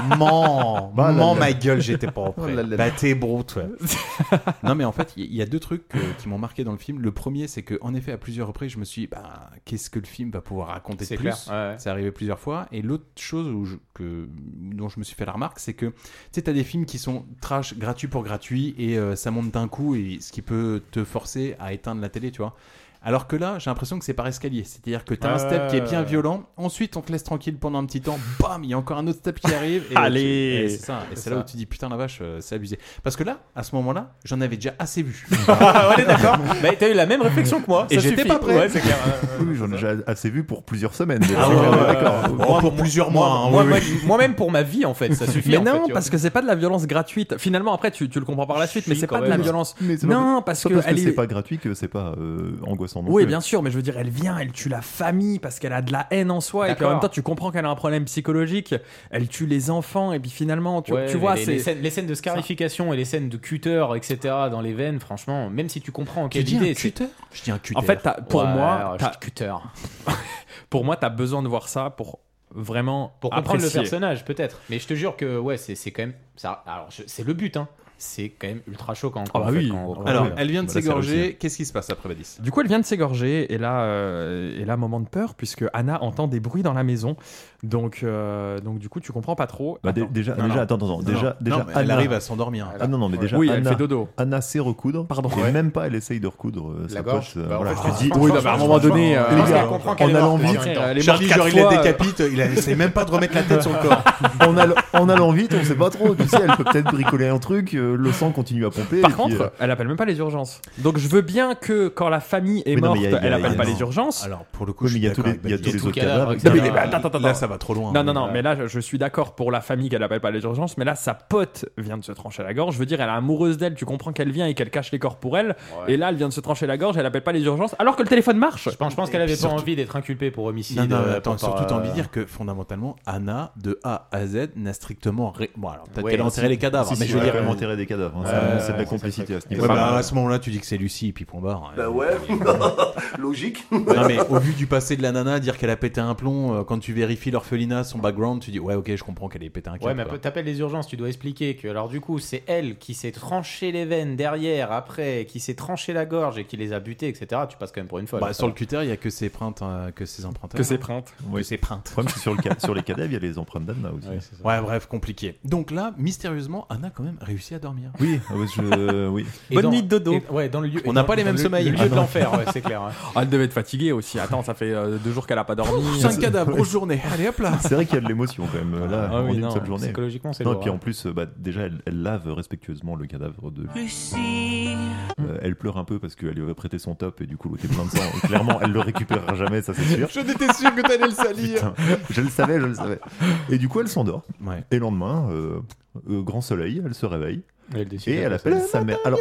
mon,
Bah, là,
mon,
là.
ma gueule, j'étais pas prêt.
Oh là là.
Bah, t'es brou, toi. non, mais en fait, il y, y a deux trucs euh, qui m'ont marqué dans le film. Le premier, c'est que, en effet, à plusieurs reprises, je me suis dit, bah, qu'est-ce que le film va pouvoir raconter de
C'est
plus
clair, ouais, ouais.
C'est arrivé plusieurs fois. Et l'autre chose où je- que, dont je me suis fait la remarque, c'est que, tu sais, t'as des films qui sont trash, gratuits pour gratuit, et euh, ça monte d'un coup, et ce qui peut te forcer à éteindre la télé, tu vois. Alors que là, j'ai l'impression que c'est par escalier. C'est-à-dire que t'as un
Ouais,
step qui est bien
ouais, ouais.
violent, ensuite on te laisse tranquille pendant un petit temps, bam, il y a encore un autre step qui arrive. Et
Allez.
et c'est ça. Et
C'est
c'est là
ça.
où tu dis putain la vache, euh, c'est abusé. Parce que là, à ce moment-là, j'en avais déjà assez vu.
Ah, ouais, d'accord. Bah, t'as eu la même réflexion que moi.
Et
ça
j'étais
suffit.
pas prêt.
Ouais, c'est clair.
oui j'en ai déjà assez vu pour plusieurs semaines
Ah ouais, ouais, ouais.
d'accord
Oh, pour plusieurs mois, hein,
Moi-
oui,
moi-
oui.
Moi-même, pour ma vie, en fait, ça suffit.
mais
en fait,
non,
tu vois.
parce que c'est pas de la violence gratuite. Finalement, après, tu, tu le comprends par la suite, mais
Si,
c'est
quand
pas de la
même.
violence.
Mais
C'est pas-
Non, parce
pas
que elle
c'est
est-
pas gratuit que c'est pas euh, angoissant non
Oui,
plus.
bien sûr, mais je veux dire, elle vient, elle tue la famille parce qu'elle a de la haine en soi, et puis en
D'accord.
même temps, tu comprends qu'elle a un problème psychologique. Elle tue les enfants, et puis finalement, tu,
Ouais,
tu
mais
vois,
les,
c'est.
les scènes, les scènes de scarification et les scènes de cutter, etc. dans les veines, franchement, même si tu comprends en
Tu
quelle
dis
idée.
un
c'est-
cutter Je dis un cutter.
En fait, t'as- pour,
Ouais,
moi,
alors,
t'as-
je dis cutter.
pour moi, t'as besoin de voir ça pour vraiment
Pour comprendre le
apprécier.
personnage, peut-être. Mais je te jure que, ouais, c'est c'est quand même. Ça, alors, je- c'est le but, hein. C'est quand même ultra choquant. quoi,
Ah bah
en fait,
oui.
quand- quand-
Alors,
quand-
elle vient de
Bah, là, c'est
s'égorger.
hein.
réussi.
Qu'est-ce qui se passe après Badis
Du coup, elle vient de s'égorger, et là, euh, et là, moment de peur, puisque Anna entend des bruits dans la maison. Donc, euh, donc du coup, tu comprends pas trop.
Bah, dé-
Attends.
déjà,
Non,
déjà,
non.
attends, attends,
Non,
déjà,
non.
déjà
Non, mais elle
Anna-
arrive
à s'endormir.
Ah non, non, mais déjà,
Oui, elle
Anna,
fait dodo.
Anna sait recoudre, Pardon. et même pas elle essaye de recoudre euh, sa poche.
gorge.
euh,
Bah, en
voilà. Tu
fait, je
te
te
dis,
dis, oui, bah, à un moment donné, euh,
les
parce
gars,
qu'elle comprend qu'elle
en
est
allant
morte,
vite,
elle est morte
Charlie,
quatre
genre, il la
fois, euh.
décapite, il essaie même pas de remettre la tête sur le corps.
en, allant- en allant vite, on sait pas trop. Tu sais, elle peut peut-être bricoler un truc, euh, le sang continue à pomper.
Par
et puis,
contre,
euh,
elle appelle même pas les urgences. Donc je veux bien que quand la famille est
Oui, non,
morte,
mais il y a- il y a-
elle
il y
appelle
a-
pas
non.
les urgences.
Alors
pour le coup, Oui, mais je suis il y a tous d'accord les- avec
bah,
il y a Baptiste. tous les autres cadavres,
etc.
etc.
Mais attends, attends,
Là,
attends.
ça va trop loin.
Non, non, non.
Voilà.
Mais là, je- je suis d'accord pour la famille qu'elle appelle pas les urgences. Mais là, sa pote vient de se trancher la gorge. Je veux dire, elle est amoureuse d'elle. Tu comprends qu'elle vient et qu'elle cache les corps pour elle. Et là, elle vient de se trancher la gorge. Elle appelle pas les urgences alors que le téléphone marche. Je
pense, qu'elle avait pas envie d'être inculpée pour homicide.
Non, non,
euh,
attends,
pour-
surtout t'as envie de
euh,
dire que fondamentalement, Anna, de A à Z, n'a strictement. ré- Bon, alors peut-être
Ouais,
qu'elle a
si-
enterré les cadavres,
si,
mais je
si,
veux
ouais,
dire.
ouais, ouais.
des cadavres. hein.
Ouais,
C'est-
ouais,
c'est de
ouais,
la complicité à ce niveau.
Ouais, bah, à ce moment-là, tu dis que c'est Lucie, puis point barre.
Bah ouais, logique.
Non mais au vu du passé de la nana, dire qu'elle a pété un plomb, euh, quand tu vérifies l'orphelinat, son background, tu dis ouais ok je comprends qu'elle ait pété un câble.
euh, Ouais, mais
quoi.
après, t'appelles les urgences, tu dois expliquer que, alors du coup, c'est elle qui s'est tranché les veines derrière, après, qui s'est tranché la gorge et qui les a butées, etc. Tu passes quand même pour une folle.
Bah, sur le cutter, il y a que ses empreintes, euh, que ses empreintes.
Que ses empreintes.
Que ses empreintes.
Le problème, c'est sur, le ca- sur les cadavres, il y a les empreintes d'Anna aussi.
Ouais, Ouais, bref, compliqué. Donc là, mystérieusement, Anna a quand même réussi à dormir.
Oui, ah ouais, je- oui.
Et dans- et- ouais, dans le lieu.
On
et
n'a
dans-
pas les
dans
mêmes
le-
sommeils. Ah
Le lieu de l'enfer, ouais, c'est clair. hein.
Ah, elle devait être fatiguée aussi. Attends, ça fait euh, deux jours qu'elle a pas dormi.
Cinq cadavres, grosse journée. Allez hop là.
C'est vrai qu'il y a de l'émotion quand même. Là,
Ah oui,
en une
non,
seule journée.
psychologiquement, c'est
Non,
lourd,
et puis
hein.
en plus, euh, bah, déjà, elle, elle lave respectueusement le cadavre de.
Lucie.
Euh, elle pleure un peu parce qu'elle lui avait prêté son top et du coup, l'autre est plein de sang. Et clairement, elle le récupérera jamais, ça c'est sûr.
Je n'étais sûr que t'allais le salir.
Putain, je le savais, je le savais. Et du coup, elle s'endort. Et le lendemain, euh, euh, grand soleil, elle se réveille.
Et elle décide
et
de
elle
se
appelle
lever.
sa mère. Alors,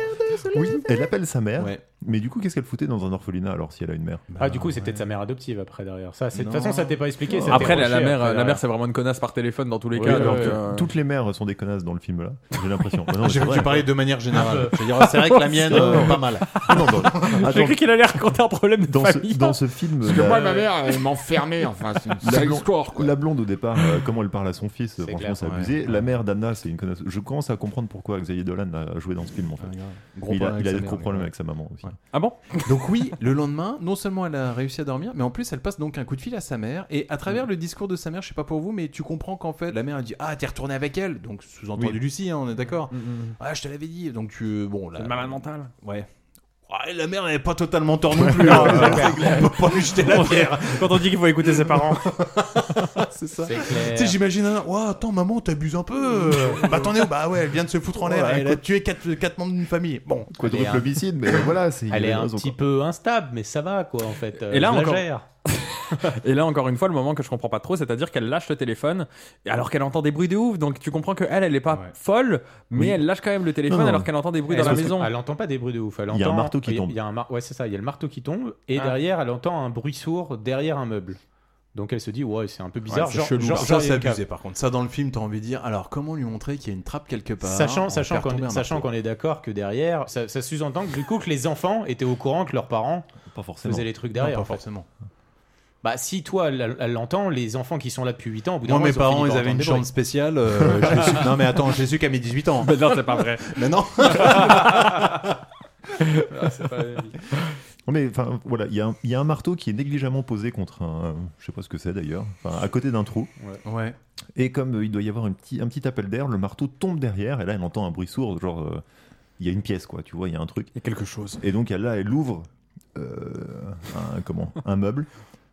oui, elle appelle sa mère. Mais du coup, qu'est-ce qu'elle foutait dans un orphelinat alors si elle a une mère
Ah, du coup, c'est peut-être sa mère adoptive après derrière. Ça, c'est- de toute
Non.
façon, ça t'est pas expliqué. ça
Après,
t'est
la, la
reproché,
mère, euh,
après,
la
derrière.
mère, c'est vraiment une connasse par téléphone dans tous les
Oui,
cas.
alors
euh,
que
euh,
toutes les mères sont des connasses dans le film là. J'ai l'impression.
Ah,
Non, mais
j'ai
c'est
cru
vrai.
que tu parlais de manière générale. Je veux dire, c'est vrai que la mienne,
Non, non,
euh,
non.
pas mal.
Non, non, attends.
J'ai cru qu'il allait raconter un problème de
dans
famille.
Ce, dans ce film.
Parce que
la-
moi, ma mère, elle m'enfermait. Enfin, c'est une
la
sale
blonde,
histoire.
la blonde, au départ, euh, comment elle parle à son fils, euh, franchement,
clair,
c'est
ouais.
abusé. La mère d'Anna, c'est une connasse. Je commence à comprendre pourquoi Xavier Dolan a joué dans ce film en fait.
Ah, grave.
Mais
Gros
il
problème
a,
avec
il a
sa
des
mère,
gros
mais
problèmes
ouais.
avec sa maman aussi.
Ah bon
Donc oui, le lendemain, non seulement elle a réussi à dormir, mais en plus elle passe donc un coup de fil à sa mère. Et à travers le discours de sa mère, je sais pas pour vous, mais tu comprends qu'en fait la mère a dit ah t'es retourné avec elle, donc sous-entendu
Oui.
Lucie, hein, on est d'accord.
Mm, mm.
Ah je te l'avais dit, donc tu euh, bon là.
C'est une malade mentale.
Ouais. Ah, et la mère elle est pas totalement tort non plus. hein. on peut pas lui jeter la pierre.
Quand on dit qu'il faut écouter ses parents.
c'est ça.
C'est
Tu
clair.
sais, j'imagine un. Ouah, attends, maman, t'abuses un peu. bah, t'en es où Bah, ouais, elle vient de se foutre en l'air.
Ouais,
elle a tué 4 membres d'une famille. Bon.
Quadruple
Elle est un-
homicide, mais voilà, c'est- il
Elle
avait
est un
raison,
petit
quoi.
peu instable, mais ça va, quoi, en fait. Euh,
Et là,
Je la
encore-
gère.
Et là encore une fois le moment que je comprends pas trop, c'est-à-dire qu'elle lâche le téléphone alors qu'elle entend des bruits de ouf, donc tu comprends que elle elle est pas folle,
Oui.
mais elle lâche quand même le téléphone
Non, non.
alors qu'elle entend des bruits
Elle
dans la
entend-
maison.
Elle entend pas des bruits de ouf. Elle
Il y a un
entend-
marteau qui
il y a-
tombe.
il y a un mar- Ouais, c'est ça. Il y a le marteau qui tombe et
Ah.
derrière, elle entend un bruit sourd derrière un meuble. Donc elle se dit ouais, c'est un peu bizarre.
Ouais, c'est
genre,
chelou.
genre,
ça,
genre, il y
c'est
a une
abusé
cave.
par contre. Ça, dans le film, t'as envie de dire alors comment lui montrer qu'il y a une trappe quelque part
Sachant,
en
sachant
faire
qu'on
tomber un
est, sachant
marteau.
qu'on est d'accord que derrière, ça, ça sous-entend que du coup que les enfants étaient au courant que leurs parents
Pas forcément.
faisaient les trucs derrière.
Non, pas
en fait.
forcément.
Bah si toi, elle elle l'entend, les enfants qui sont là depuis 8 ans, au bout d'un
Moi,
moment,
mes
ils ont fini
parents, ils
par
avaient
entendre
une
des
chambre
bruits.
spéciale. euh, je l'ai su- Non, mais attends, je l'ai su qu'à mes 18 ans.
Mais non, c'est pas vrai.
Mais non.
Ah, c'est pas la vie.
Non, mais enfin voilà, il y, a un- il y a un marteau qui est négligemment posé contre un, je sais pas ce que c'est d'ailleurs, enfin à côté d'un trou.
Ouais.
Et comme euh, il doit y avoir un petit, un petit appel d'air, le marteau tombe derrière et là elle entend un bruit sourd, genre euh, il y a une pièce quoi, tu vois, il y a un truc.
Il y a quelque chose.
Et donc elle, là elle ouvre euh, un comment, un meuble.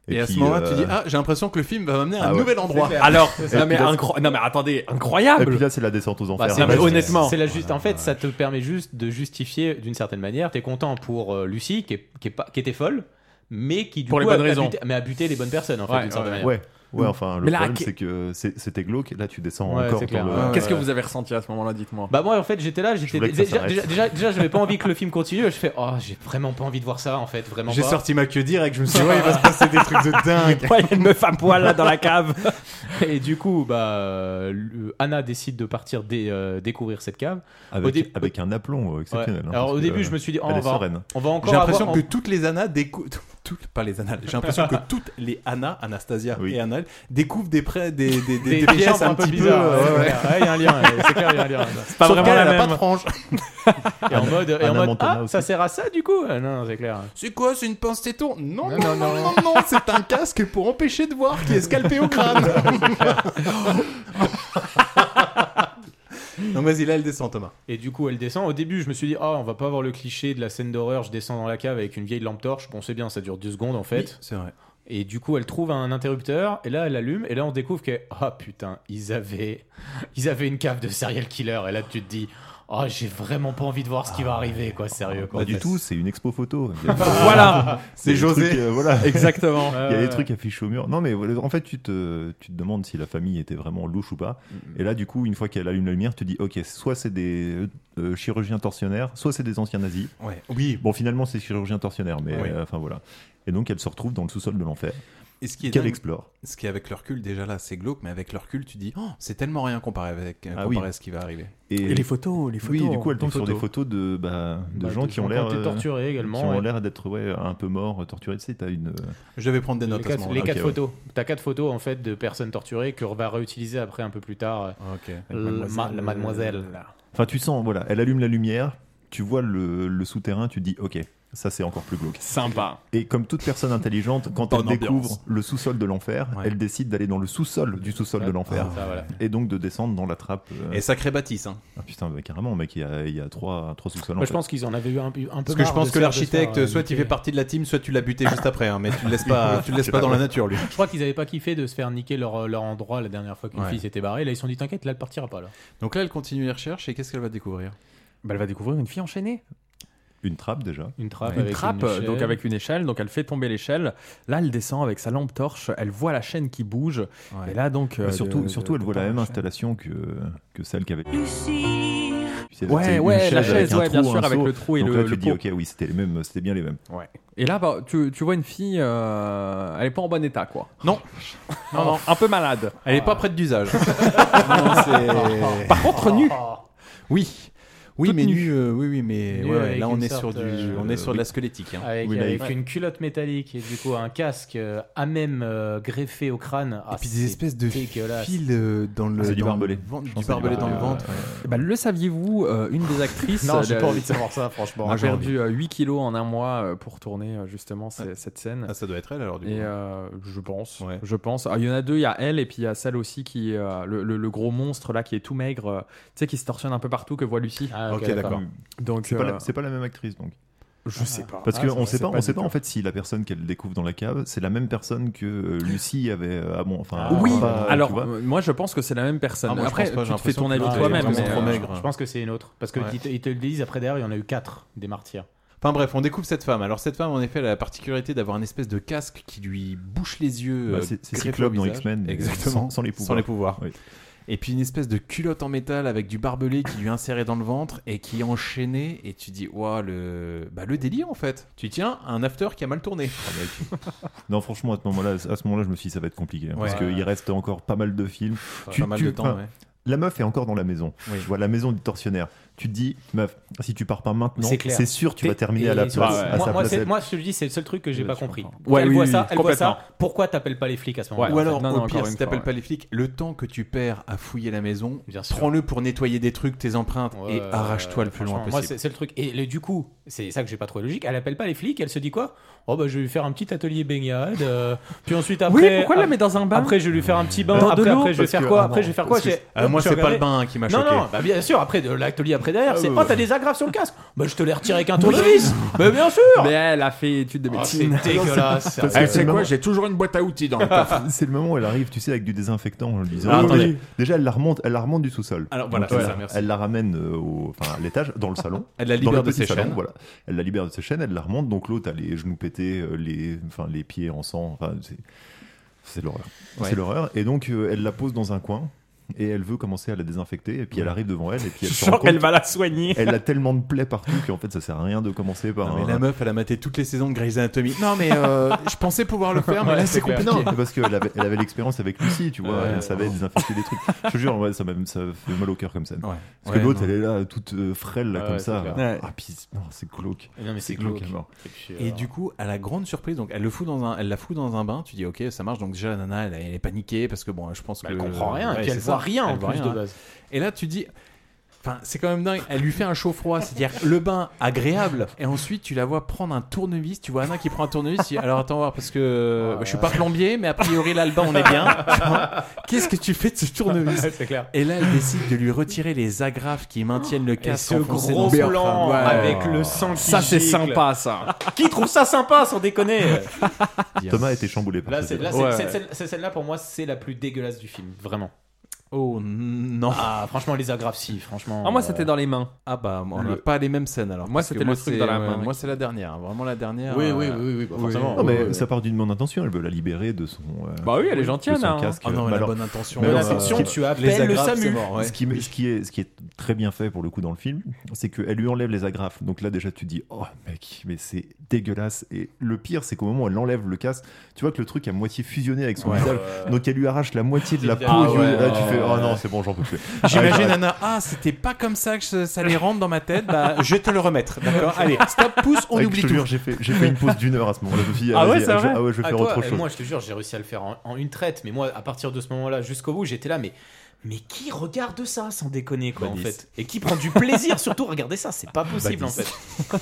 Et, à ce
puis,
moment-là,
euh,
tu dis ah, j'ai l'impression que le film va m'amener à
Ah
un
ouais.
nouvel endroit.
Alors,
C'est
non mais,
clair.
incro- non mais attendez, incroyable.
Et puis là c'est la descente aux
ah, Bah,
enfers.
c'est
Ah,
la-
bah,
c'est- C'est la juste. En fait, ça te permet juste de justifier d'une certaine manière. T'es content pour euh, Lucie qui, est- qui est pas- qui était folle, mais qui du
Pour
coup
les bonnes
a- a
raisons.
buté- mais a buté les bonnes personnes en fait
Ouais,
d'une certaine
ouais.
manière.
Ouais.
Mm.
Ouais, enfin, le
Mais là,
problème,
qu'est-
c'est que c'est- c'était glauque. Là, tu descends
Ouais,
encore.
c'est
dans
clair.
le-
Qu'est-ce que vous avez ressenti à ce moment-là, dites-moi.
Bah moi en fait j'étais là, j'étais
voulais que ça
déjà,
s'arrête.
déjà, déjà, déjà, j'avais pas envie que le film continue. Je fais oh j'ai vraiment pas envie de voir ça en fait vraiment.
J'ai
pas.
sorti ma queue direct. Je me suis dit ouais, il va se passer des trucs de dingue.
Ouais, il y a une meuf à poil là dans la cave.
Et du coup bah euh, le- Anna décide de partir dé- euh, découvrir cette cave. Au
Avec,
dé-
avec un aplomb euh, exceptionnel.
Ouais.
hein,
Alors,
parce
au
que,
début,
euh,
je me suis dit, oh,
elle
on
est
va-
sereine.
on va encore
J'ai l'impression
avoir-
que
on-
toutes les Anna découvrent. Toutes, pas les annales. J'ai l'impression que toutes les Anna, Anastasia et Anna découvrent des prêts, des, des, des- des pièces un, petit peu.
bizarres, ouais,
euh,
ouais. Ouais, il y a un lien, ouais, c'est clair, il y a un lien.
C'est pas
Sauf
vraiment
qu'elle,
la
elle a
même.
pas de frange. Et en mode, et en
Anna
mode
Montana
ah, ça sert à ça du coup Ah, Non, non, c'est clair.
C'est quoi C'est une pince téton non non, non, non, non, non, c'est un casque pour empêcher de voir qui est scalpé au crâne. Donc vas-y, là, elle descend, Thomas.
Et du coup, elle descend. Au début, je me suis dit, ah, on va pas avoir le cliché de la scène d'horreur. Je descends dans la cave avec une vieille lampe torche. Bon, c'est bien, ça dure deux secondes en fait.
Oui, c'est vrai.
Et du coup, elle trouve un interrupteur. Et là, elle allume. Et là, on découvre que, ah putain, ils avaient, ils avaient une cave de serial killer. Et là, tu te dis, ah, j'ai vraiment pas envie de voir ce qui va arriver, quoi, sérieux. Quoi.
Pas bah, du tout, c'est une expo photo.
Voilà,
Il y a
c'est
des
José.
trucs, euh, voilà.
Exactement.
Il y a
Euh.
Ouais, ouais.
des trucs affichés au mur. Non, mais voilà, en fait, tu te, tu te demandes si la famille était vraiment louche ou pas.
Mm.
Et là, du coup, une fois qu'elle allume la lumière, tu dis Ok, soit c'est des euh, chirurgiens torsionnaires, soit c'est des anciens nazis.
Ouais. Oui.
Bon, finalement, c'est chirurgiens torsionnaires, mais
Oui.
euh, enfin voilà. Et donc, elle se retrouve dans le sous-sol de l'enfer.
Et ce qui est
Qu'elle
dingue,
explore.
Ce qui est avec le recul, déjà là, c'est glauque, mais avec le recul, tu dis, oh, c'est tellement rien comparé, avec,
Ah
comparé
oui.
à ce qui va arriver.
Et- Oui, du coup, elle tombe sur des photos de, bah, de
Bah,
gens
de
qui
gens
ont
qui
l'air.
ont été
euh,
torturés également,
Qui ont
ouais.
l'air d'être ouais, un peu morts, torturés. Tu sais, t'as une.
Je vais prendre des
Les
notes.
quatre, les quatre photos. T'as quatre photos en fait de personnes torturées que on va réutiliser après un peu plus tard.
Euh,
La, ma- la mademoiselle.
Enfin, tu sens, voilà, elle allume la lumière, tu vois le, le souterrain, tu te dis, ok, ça c'est encore plus glauque.
Sympa.
Et comme toute personne intelligente, quand
Bonne
elle découvre
ambiance.
le sous-sol de l'enfer,
Ouais.
elle décide d'aller dans le sous-sol du sous-sol
Ah,
Ouais,
de l'enfer.
c'est ça, voilà.
Et donc de descendre dans la trappe. euh.
Et sacrée bâtisse. Hein.
Ah putain, bah, carrément, mec, il y a, il y a trois, trois sous-sols. en
Moi, je
fait.
pense qu'ils en avaient eu un, un peu.
Parce que je
marre
pense que
de se faire- de se
l'architecte,
faire, euh,
soit il fait
niquer.
partie de la team, soit tu l'as buté juste après, hein, mais tu le laisses pas, tu le laisses pas dans la nature, lui.
Je crois qu'ils avaient pas kiffé de se faire niquer leur, leur endroit la dernière fois qu'une
Ouais.
fille s'était barrée. Là, ils se sont dit t'inquiète, là, elle partira pas là.
Donc là, elle continue les recherches et qu'est-ce qu'elle va découvrir
Bah, Elle va découvrir une fille enchaînée.
Une trappe déjà.
Une trappe.
Une
avec
trappe,
une échelle.
donc avec une échelle, donc elle fait tomber l'échelle. Là, elle descend avec sa lampe torche, elle voit la chaîne qui bouge. Et là, donc.
Mais
euh,
surtout,
de-
surtout
de-
elle voit la même installation que, que celle qu'avait. Tu sais,
Ouais,
c'est une
ouais, la
avec
chaise,
un
ouais, bien
trou,
sûr,
un
avec
seau.
le trou et
Donc
le-
là,
le
tu dis,
pot.
ok, oui, c'était les mêmes, c'était bien les mêmes.
Ouais. Et là, bah, tu, tu vois une fille, euh, elle est pas en bon état, quoi.
Non.
non, non, un peu malade.
Elle est pas prête d'usage.
Par contre, nue.
Oui. Oui,
Toute
mais
nue.
nu, euh, oui, oui, mais
Nue
ouais, ouais,
avec
là on
une
est
sorte,
sur du,
euh,
on est sur de
oui.
la squelettique. hein.
Avec, avec une culotte métallique et du coup un casque euh, à même euh, greffé au crâne. Ah,
Et puis
c'est
des espèces de
dégueulasse.
fils euh, dans le.
Ah, C'est du
dans le
barbelé.
ventre-
Je
Du
pense que
barbelé
c'est du
dans le
barbelé,
ventre.
ouais.
Eh ben, le saviez-vous, euh, une des actrices
Non, j'ai
euh,
pas envie de savoir ça, franchement.
a
J'ai
perdu euh, 8 kilos en un mois euh, pour tourner euh, justement ces- cette scène.
Ah, ça doit être elle alors du
et, euh, je pense. Je pense. Ah, Il y en a deux, il y a elle et puis il y a celle aussi qui, euh, le, le- le gros monstre là qui est tout maigre, euh, tu sais, qui se torsionne un peu partout que voit Lucie.
ok, Ah, Ok, d'accord. d'accord.
Donc
C'est pas
euh,
la- c'est pas la même actrice donc.
Je sais pas.
Parce
Ah,
que
ça,
on sait
c'est
pas, on
du
sait pas
tout.
en fait si la personne qu'elle découvre dans la cave, c'est la même personne que euh, Lucie avait. euh, Ah bon, enfin.
oui,
pas-
alors
tu vois.
euh, moi je pense que c'est la même personne.
Ah, moi, je
Après,
pense pas, j'ai
tu te fais ton avis
l'impression que-
toi-même.
Ah,
mais,
je-
euh,
Je pense que c'est une autre. Parce que
Ouais.
ils te- ils te le disent après derrière, il y en a eu 4 des martyrs.
Enfin bref, on découvre cette femme. Alors cette femme, en effet, elle a la particularité d'avoir une espèce de casque qui lui bouche les yeux.
Bah,
euh,
c'est- c'est
greffé au
Cyclope dans
visage.
X-Men, mais
Exactement.
sans- sans les pouvoirs. Oui.
Et puis une espèce de culotte en métal avec du barbelé qui lui est inséré dans le ventre et qui est enchaîné. Et tu dis, waouh, le... Bah, le délire en fait. Tu tiens un after qui a mal tourné.
Non, franchement, à ce moment-là, à ce moment-là, je me suis dit ça va être compliqué hein, parce
Ouais.
qu'il reste encore pas mal de films.
Pas mal de temps,
enfin,
ouais.
La meuf est encore dans la maison.
Oui.
Tu vois la maison du tortionnaire. Tu te dis, meuf, si tu pars pas maintenant,
C'est clair.
c'est sûr, tu
T'es-
vas terminer
et-
à la
et
place.
surtout,
à
moi,
sa
moi,
place.
c'est- moi, je te le dis, c'est le seul truc que j'ai
Ouais,
pas
tu
compris.
comprends. Ouais,
elle
oui,
voit
oui,
ça,
oui,
elle voit ça.
complètement.
Pourquoi t'appelles pas les flics à ce moment-là
Ou
en
alors,
fait Non,
au
non, encore
pire,
une
si
fois,
t'appelles
ouais.
pas les flics, le temps que tu perds à fouiller la maison,
sûr.
prends-le pour nettoyer des trucs, tes empreintes et
Ouais,
arrache-toi le plus loin
franchement, Moi,
possible.
c'est c'est le truc. Et le- du coup, c'est ça que j'ai pas trouvé logique. Elle appelle pas les flics, elle se dit quoi Oh, bah, je vais lui faire un petit atelier baignade. euh, puis ensuite, après.
Oui, pourquoi elle la met dans un bain
Après, je vais lui faire un petit bain.
Dans de
après,
l'eau
après, je vais
Parce
faire
que-
quoi
ah
Après, je
non,
vais faire quoi
parce
J'ai-
que- Ah, moi,
tu
c'est pas
regardais-
le bain qui m'a
Non,
choqué.
non, bah, bien sûr. Après, de l'atelier après derrière, c'est
ouais,
Oh,
ouais.
t'as des agrafes sur le casque Bah, je te les retire avec un tournevis Mais bien sûr
Mais elle a fait études de
Oh,
médecine.
c'est dégueulasse.
Parce que
Eh,
c'est
c'est
le
quoi
moment-
J'ai toujours une boîte à outils dans le coffre.
C'est le moment où elle arrive, tu sais, avec du désinfectant. en lui disant,
Ah,
oui,
attendez.
oui. Déjà, elle la remonte, elle la remonte du sous-sol.
Alors, voilà,
Donc,
c'est
elle,
ça,
la-
merci.
elle la ramène euh, au, enfin, à l'étage, dans le salon.
Elle la
Dans
libère
le
de
petit
ses
salon,
chaînes.
Voilà. Elle la libère de ses chaînes, elle la remonte. Donc l'autre a les genoux pétés, euh, les, enfin, les pieds en sang. Enfin, c'est, c'est l'horreur.
Ouais.
C'est l'horreur. Et donc, euh, elle la pose dans un coin. Et elle veut commencer à la désinfecter, et puis elle arrive devant elle, et puis elle se rend
Genre, elle
compte-
va la soigner.
Elle a tellement de plaies partout qu'en fait, ça sert à rien de commencer par.
Non, mais
un-
la meuf, elle a maté toutes les saisons de Grey's Anatomy. Non, mais euh, je pensais pouvoir le faire, mais là, c'est compliqué.
Non, parce qu'elle avait, elle avait l'expérience avec Lucie, tu vois,
Ouais.
elle savait désinfecter des trucs. Je te jure, ouais, ça, m'a- ça fait mal au cœur comme ça. Parce
Ouais,
que l'autre,
non.
elle est là, toute euh, frêle, là,
Ah
comme
ouais,
ça.
c'est clair.
Ah, puis, non, c'est glauque.
Non, mais c'est glauque.
à mort.
Et du coup, à la grande surprise, donc elle le fout dans un, elle la fout dans un bain. Tu dis ok, ça marche. Donc déjà, la nana, elle, elle est paniquée parce que bon, je pense qu'elle
comprend rien, et puis elle voit rien, en plus, de base.
Et là, tu dis, enfin, c'est quand même dingue. Elle lui fait un chaud froid, c'est-à-dire le bain agréable. Et ensuite, tu la vois prendre un tournevis. Tu vois Anna qui prend un tournevis. tu dis, Alors attends voir parce que je suis pas plombier, mais a priori là, le bain, on est bien. Tu vois Qu'est-ce que tu fais de ce tournevis
C'est clair.
Et là, elle décide de lui retirer les agrafes qui maintiennent le casque.
ce
enfoncé dans
gros
son
blanc
crâne.
avec le sang
Ah.
qui
Ça, c'est
gicle.
sympa, ça.
Qui trouve ça sympa, sans déconner
Thomas a été chamboulé par
Là,
ça.
c'est là,
Ouais.
c'est- c'est- c'est- c'est celle-là pour moi, c'est la plus dégueulasse du film, vraiment.
Oh n- Non.
Ah, franchement, les agrafes, si, franchement. euh,
Ah, moi, c'était dans les mains. Ah, bah,
On
le-
n'a pas les mêmes scènes alors.
Moi,
parce que
c'était le truc
c'est-
dans la
ouais,
main.
Moi, c'est la dernière, hein, vraiment la dernière.
Oui,
euh,
oui, oui, oui, bah, forcément.
Non, mais
ouais.
ça part d'une bonne intention, elle veut la libérer de son. euh,
Bah oui, elle est
de
gentille,
son
Anna, hein.
casque.
Ah non,
Bah
mais la
alors-
bonne intention,
mais
bonne
alors,
intention,
euh,
tu appelles le SAMU.
Ce, qui, me- ce qui est, ce qui est très bien fait pour le coup dans le film, c'est qu'elle lui enlève les agrafes. Donc là, déjà, tu te dis, oh mec, mais c'est dégueulasse. Et le pire, c'est qu'au moment où elle enlève le casque, tu vois que le truc a moitié fusionné avec son
Ouais.
visage. Donc elle lui arrache la moitié de la peau.
Ah
du-
ouais.
là, tu fais, oh non, c'est bon, j'en peux plus. Arrête,
J'imagine
arrête.
Anna, ah c'était pas comme ça que ça- ça les rentre dans ma tête, bah je vais te le remettre, d'accord Allez, stop, pouce, on
Ah,
oublie
je te
tout.
jure, j'ai fait, j'ai fait une pause d'une heure à ce moment-là. Je me suis dit,
Ah ouais,
vas-y,
c'est
je-
vrai
ah ouais, je vais
Ah,
faire
toi,
autre
euh,
chose.
Moi, je te jure, j'ai réussi à le faire en, en une traite. Mais moi, à partir de ce moment-là jusqu'au bout, j'étais là, mais. Mais qui regarde ça sans déconner quoi
Bah,
en
dix.
fait Et qui prend du plaisir surtout à regarder ça C'est pas possible
Bah,
en
dix.
fait.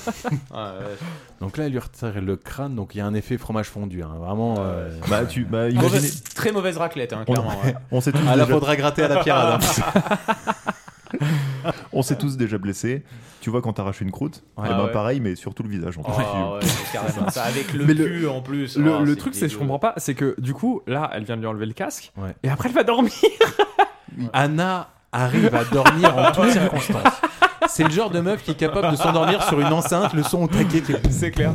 Ouais, ouais.
Donc là, elle lui retire le crâne, donc il y a un effet fromage fondu, hein, vraiment. euh,
Bah, tu- bah,
Mauvaise- très mauvaise raclette, hein,
On-
clairement. ouais.
on s'est tous
Ah, là,
déjà-
faudra gratter à la pirade. hein.
On s'est tous déjà blessés. Tu vois, quand t'arraches une croûte,
Ouais.
eh ben,
Ah ouais.
pareil, mais surtout le visage. en
Oh,
fait. Tu-
ouais,
carrément. Ça, avec le
Mais
cul, en plus.
Le,
Oh,
le
c'est
truc, c'est je
dégueu.
comprends pas, c'est que du coup, là, elle vient de lui enlever le casque et après elle va dormir.
Anna arrive à dormir en toutes circonstances. C'est le genre de meuf qui est capable de s'endormir sur une enceinte, le son au taquet. C'est clair.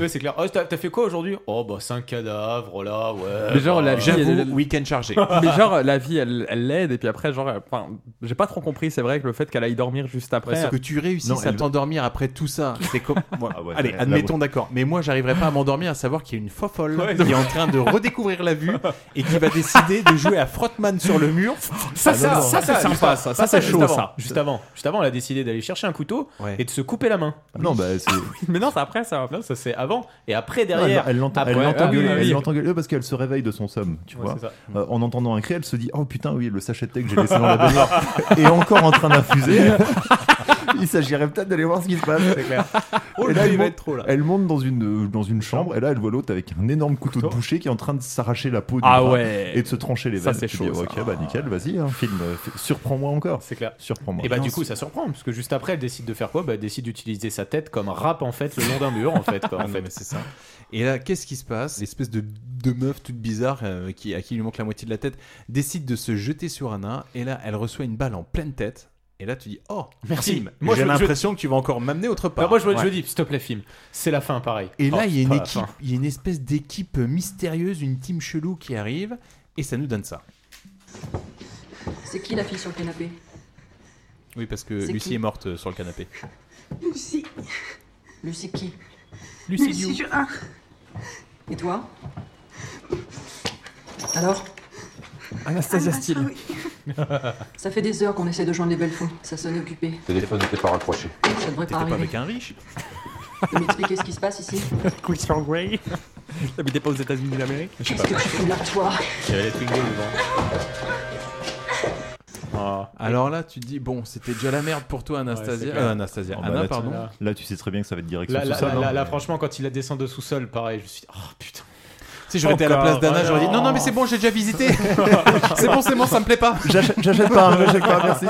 Ouais, c'est clair. Oh, t'as t'as fait quoi aujourd'hui Oh, bah, 5 cadavres, là, ouais.
Mais genre,
bah,
la vie, elle- elle-
week-end chargé.
Mais genre, la vie, elle elle l'aide, et puis après, genre, elle- enfin, j'ai pas trop compris, c'est vrai que le fait qu'elle aille dormir juste après.
Parce que tu réussisses
Non,
à
elle-
t'endormir après tout ça. C'est comme. Moi,
Ah ouais,
allez,
là,
admettons
bon.
d'accord. Mais moi, j'arriverai pas à m'endormir à savoir qu'il y a une fofolle qui est en train de redécouvrir la vue et qui va décider de jouer à Frotman sur le mur.
Ça,
Ah,
ça,
non, non.
ça, c'est sympa, ça. Ça, c'est
juste
chaud,
avant.
ça. Juste avant. Juste avant, elle a décidé d'aller chercher un couteau
Ouais.
et de se couper la main.
Non, bah, c'est.
Mais non, c'est après, ça. Non, ça, c'est avant. Et après,
Non, elle-
derrière.
elle l'entend
Après-
elle l'entend
Ah, oui,
gueuler,
oui,
elle
oui.
l'entend gueuler parce qu'elle se réveille de son somme, tu
Ouais,
vois.
c'est ça.
Euh, en entendant un cri, elle se dit Oh putain, oui, le sachet de thé que j'ai laissé dans la baignoire est encore en train d'infuser. Il s'agirait peut-être d'aller voir ce qui se passe.
Oh,
Et
le
là,
thé,
elle,
il va
monte,
être trop, là.
elle monte dans une, euh, dans une chambre et là, elle voit l'autre avec un énorme couteau de boucher qui est en train de s'arracher la peau du
Ah
bras
ouais.
et de se trancher les
Ça,
veines.
c'est
Tu dis,
chaud, ça.
Ok, bah nickel, vas-y, hein, film, euh, f- surprends-moi encore.
C'est clair.
Surprends-moi.
Et bah,
Non,
du coup, ça surprend. Parce que juste après, elle décide de faire quoi Bah, elle décide d'utiliser sa tête comme rap, en fait, le long d'un mur, en fait. quoi, en
Ah non,
fait.
mais c'est ça. Et là, qu'est-ce qui se passe L'espèce de, de meuf toute bizarre euh, qui, à qui il lui manque la moitié de la tête décide de se jeter sur Anna. Et là, elle reçoit une balle en pleine tête. Et là, tu dis Oh,
Merci.
film,
Moi,
j'ai
je-
l'impression que tu vas encore m'amener autre part.
Bah, moi, je, me-
Ouais.
je dis, s'il te plaît, film. C'est la fin, pareil.
Et là,
Oh,
il y a une
pas la
équipe,
fin.
il y a une espèce d'équipe mystérieuse, une team chelou qui arrive. Et ça nous donne ça.
C'est qui la fille sur le canapé
Oui, parce que
C'est
Lucie
qui
est morte euh, sur le canapé.
Lucie. Lucie qui
Lucie
Lucie Gérard. Ah. Et toi Alors Ah,
Anastasia Steele.
Ça fait des heures qu'on essaie de joindre les belles fonds. Ça sonne occupé.
téléphone n'était pas raccroché.
Ça devrait pas arriver.
un riche
Tu peux m'expliquer ce qui se passe ici
Christian Grey. T'habitais pas aux États-Unis d'Amérique Je sais
Qu'est-ce que tu fais là, toi
Il y avait les Twingo devant. Ah.
Alors là, tu te dis Bon, c'était déjà la merde pour toi,
c'est
Anastasia.
clair.
Euh, Anastasia.
Ah, bah,
Anna,
là, tu-
pardon.
là.
Là, tu sais très bien que ça va être direction
Là, là,
sous-sol.
là,
hein.
là, franchement, quand il la descend de sous-sol, pareil, je me suis dit, oh putain.
Si j'aurais été à la place d'Anna, j'aurais dit non, non, mais c'est bon, j'ai déjà visité. c'est bon, c'est bon, ça me plaît pas.
J'achète pas, j'achète pas, merci.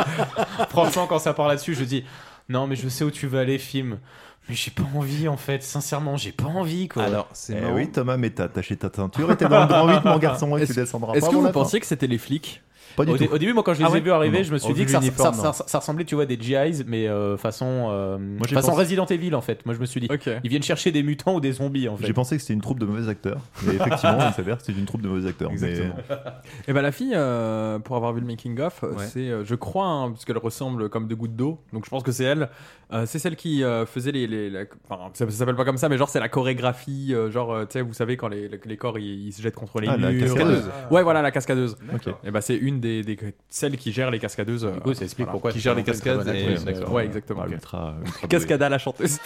Franchement, quand ça part là-dessus, je dis, non, mais je sais où tu vas aller, film. Mais j'ai pas envie, en fait. Sincèrement, j'ai pas envie, quoi.
Alors, c'est
Eh
marrant.
oui, Thomas, mais t'as attaché ta ceinture et t'es dans le grand 8, mon garçon, et tu descendras pas
Est-ce que
avant
vous
la fin.
pensiez que c'était les flics
Pas du
au, dé-
tout.
au début, moi, quand je les
Ah
ai
ouais
vus arriver,
Non,
je me suis
au
dit
vu
que ça,
de l'uniforme,
ça-
non.
ça- ça ressemblait, tu vois, des GIs, mais euh, façon, euh,
j'ai
façon
pensé-
Resident Evil, en fait. Moi, je me suis dit, ils viennent chercher des mutants ou des zombies, en fait.
J'ai pensé que c'était une troupe de mauvais acteurs. Mais effectivement, il s'avère que c'est une troupe de mauvais acteurs. mais- ah,
Et bah la fille, euh, pour avoir vu le making of, euh,
Ouais.
c'est, euh, je crois, hein, parce qu'elle ressemble comme deux gouttes d'eau, donc je pense que c'est elle. Euh, c'est celle qui euh, faisait les, les- la- enfin, ça, ça s'appelle pas comme ça, mais genre c'est la chorégraphie, euh, genre euh, tu sais, vous savez quand les, les- les corps ils, ils se jettent contre les
Ah, la
murs. euh,
cascadeuse.
Ouais, voilà la cascadeuse.
D'accord.
Et bah c'est une des, des celles qui gère les cascadeuses. Du
coup, ça explique pourquoi
qui
c'est
gère les
une très bonne
cascades. et-
actrice,
ouais,
d'accord.
ouais, exactement.
Ah, ultra- ultra
Cascada la chanteuse.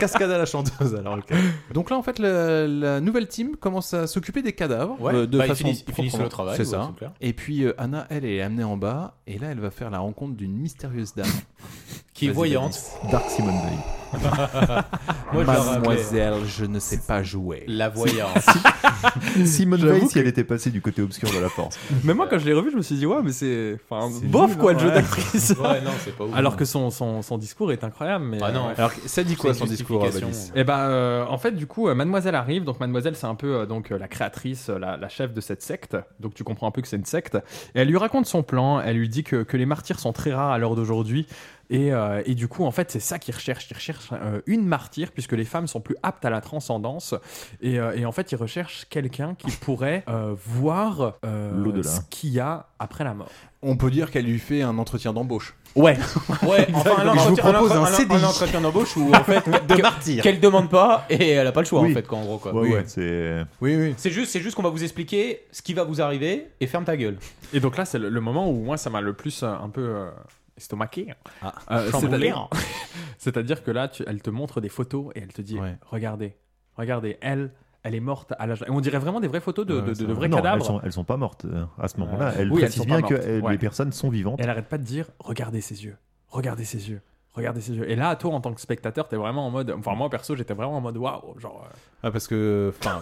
Cascade à la chanteuse, alors ok. Donc là, en fait, la, la nouvelle team commence à s'occuper des cadavres
Ouais.
euh, de
Bah, ils
façon
finissent- ils finissent
proprement.
le travail,
C'est
ouais,
ça.
c'est clair.
Et puis euh, Anna, elle est amenée en bas, et là, elle va faire la rencontre d'une mystérieuse dame
Qui est
Vas-y,
voyante.
Denis.
Dark Simone Veil.
Moi, je l'aurais appelé-
Mademoiselle, je ne sais pas jouer.
La voyance.
Simone
J'avoue
Veil,
que-
si elle était passée du côté obscur de la force.
Mais moi, quand je l'ai revu, je me suis dit, ouais, mais c'est. Enfin, bof
nul,
quoi, le jeu
hein.
ouais.
d'actrice
Ouais, non, c'est pas ouf.
Alors que son, son, son discours est incroyable. Mais euh,
Ah non.
Ouais.
Alors, ça dit quoi, son discours, Balis
Eh ben, euh, en fait, du coup, euh, Mademoiselle arrive. Donc, Mademoiselle, c'est un peu euh, donc euh, la créatrice, euh, la, la chef de cette secte. Donc, tu comprends un peu que c'est une secte. Et elle lui raconte son plan. Elle lui dit que, que les martyrs sont très rares à l'heure d'aujourd'hui. Et, euh, et du coup, en fait, c'est ça qu'ils recherchent. Ils recherchent euh, une martyre, puisque les femmes sont plus aptes à la transcendance. Et, euh, et en fait, ils recherchent quelqu'un qui pourrait euh, voir euh,
L'au-delà.
ce qu'il y a après la mort.
On peut dire qu'elle lui fait un entretien d'embauche.
Ouais.
Ouais, enfin, un
Je vous
entretien-
propose
un-
un
un-
CDI.
un entretien d'embauche où, en fait,
de
que-
martyr.
Qu'elle demande pas et elle a pas le choix,
Oui.
en fait, quoi, en
Bah
gros, quoi.
Ouais,
Oui.
ouais, c'est.
Oui, oui.
C'est juste, c'est juste qu'on va vous expliquer ce qui va vous arriver et ferme ta gueule.
Et donc là, c'est le, le moment où moi, ça m'a le plus euh, un peu euh, estomaqué.
Ah.
Euh,
Chamboulé.
c'est-à-dire- C'est-à-dire que là, tu- elle te montre des photos et elle te dit Regardez, regardez, elle, elle est morte à l'âge. Et On dirait vraiment des vraies photos de, de- de- de vrais
Non,
cadavres.
Elles sont, elles sont pas mortes euh, à ce moment-là.
Ouais.
Elles
Oui, elles
précisent
sont
bien
pas
que
mortes.
euh,
Ouais.
les personnes sont vivantes.
Et elle arrête pas de dire regardez ses yeux, regardez ses yeux, regardez ses yeux. Et là, toi, en tant que spectateur, t'es vraiment en mode. Enfin, moi perso, j'étais vraiment en mode waouh, genre. euh,
Ah, parce que. Enfin.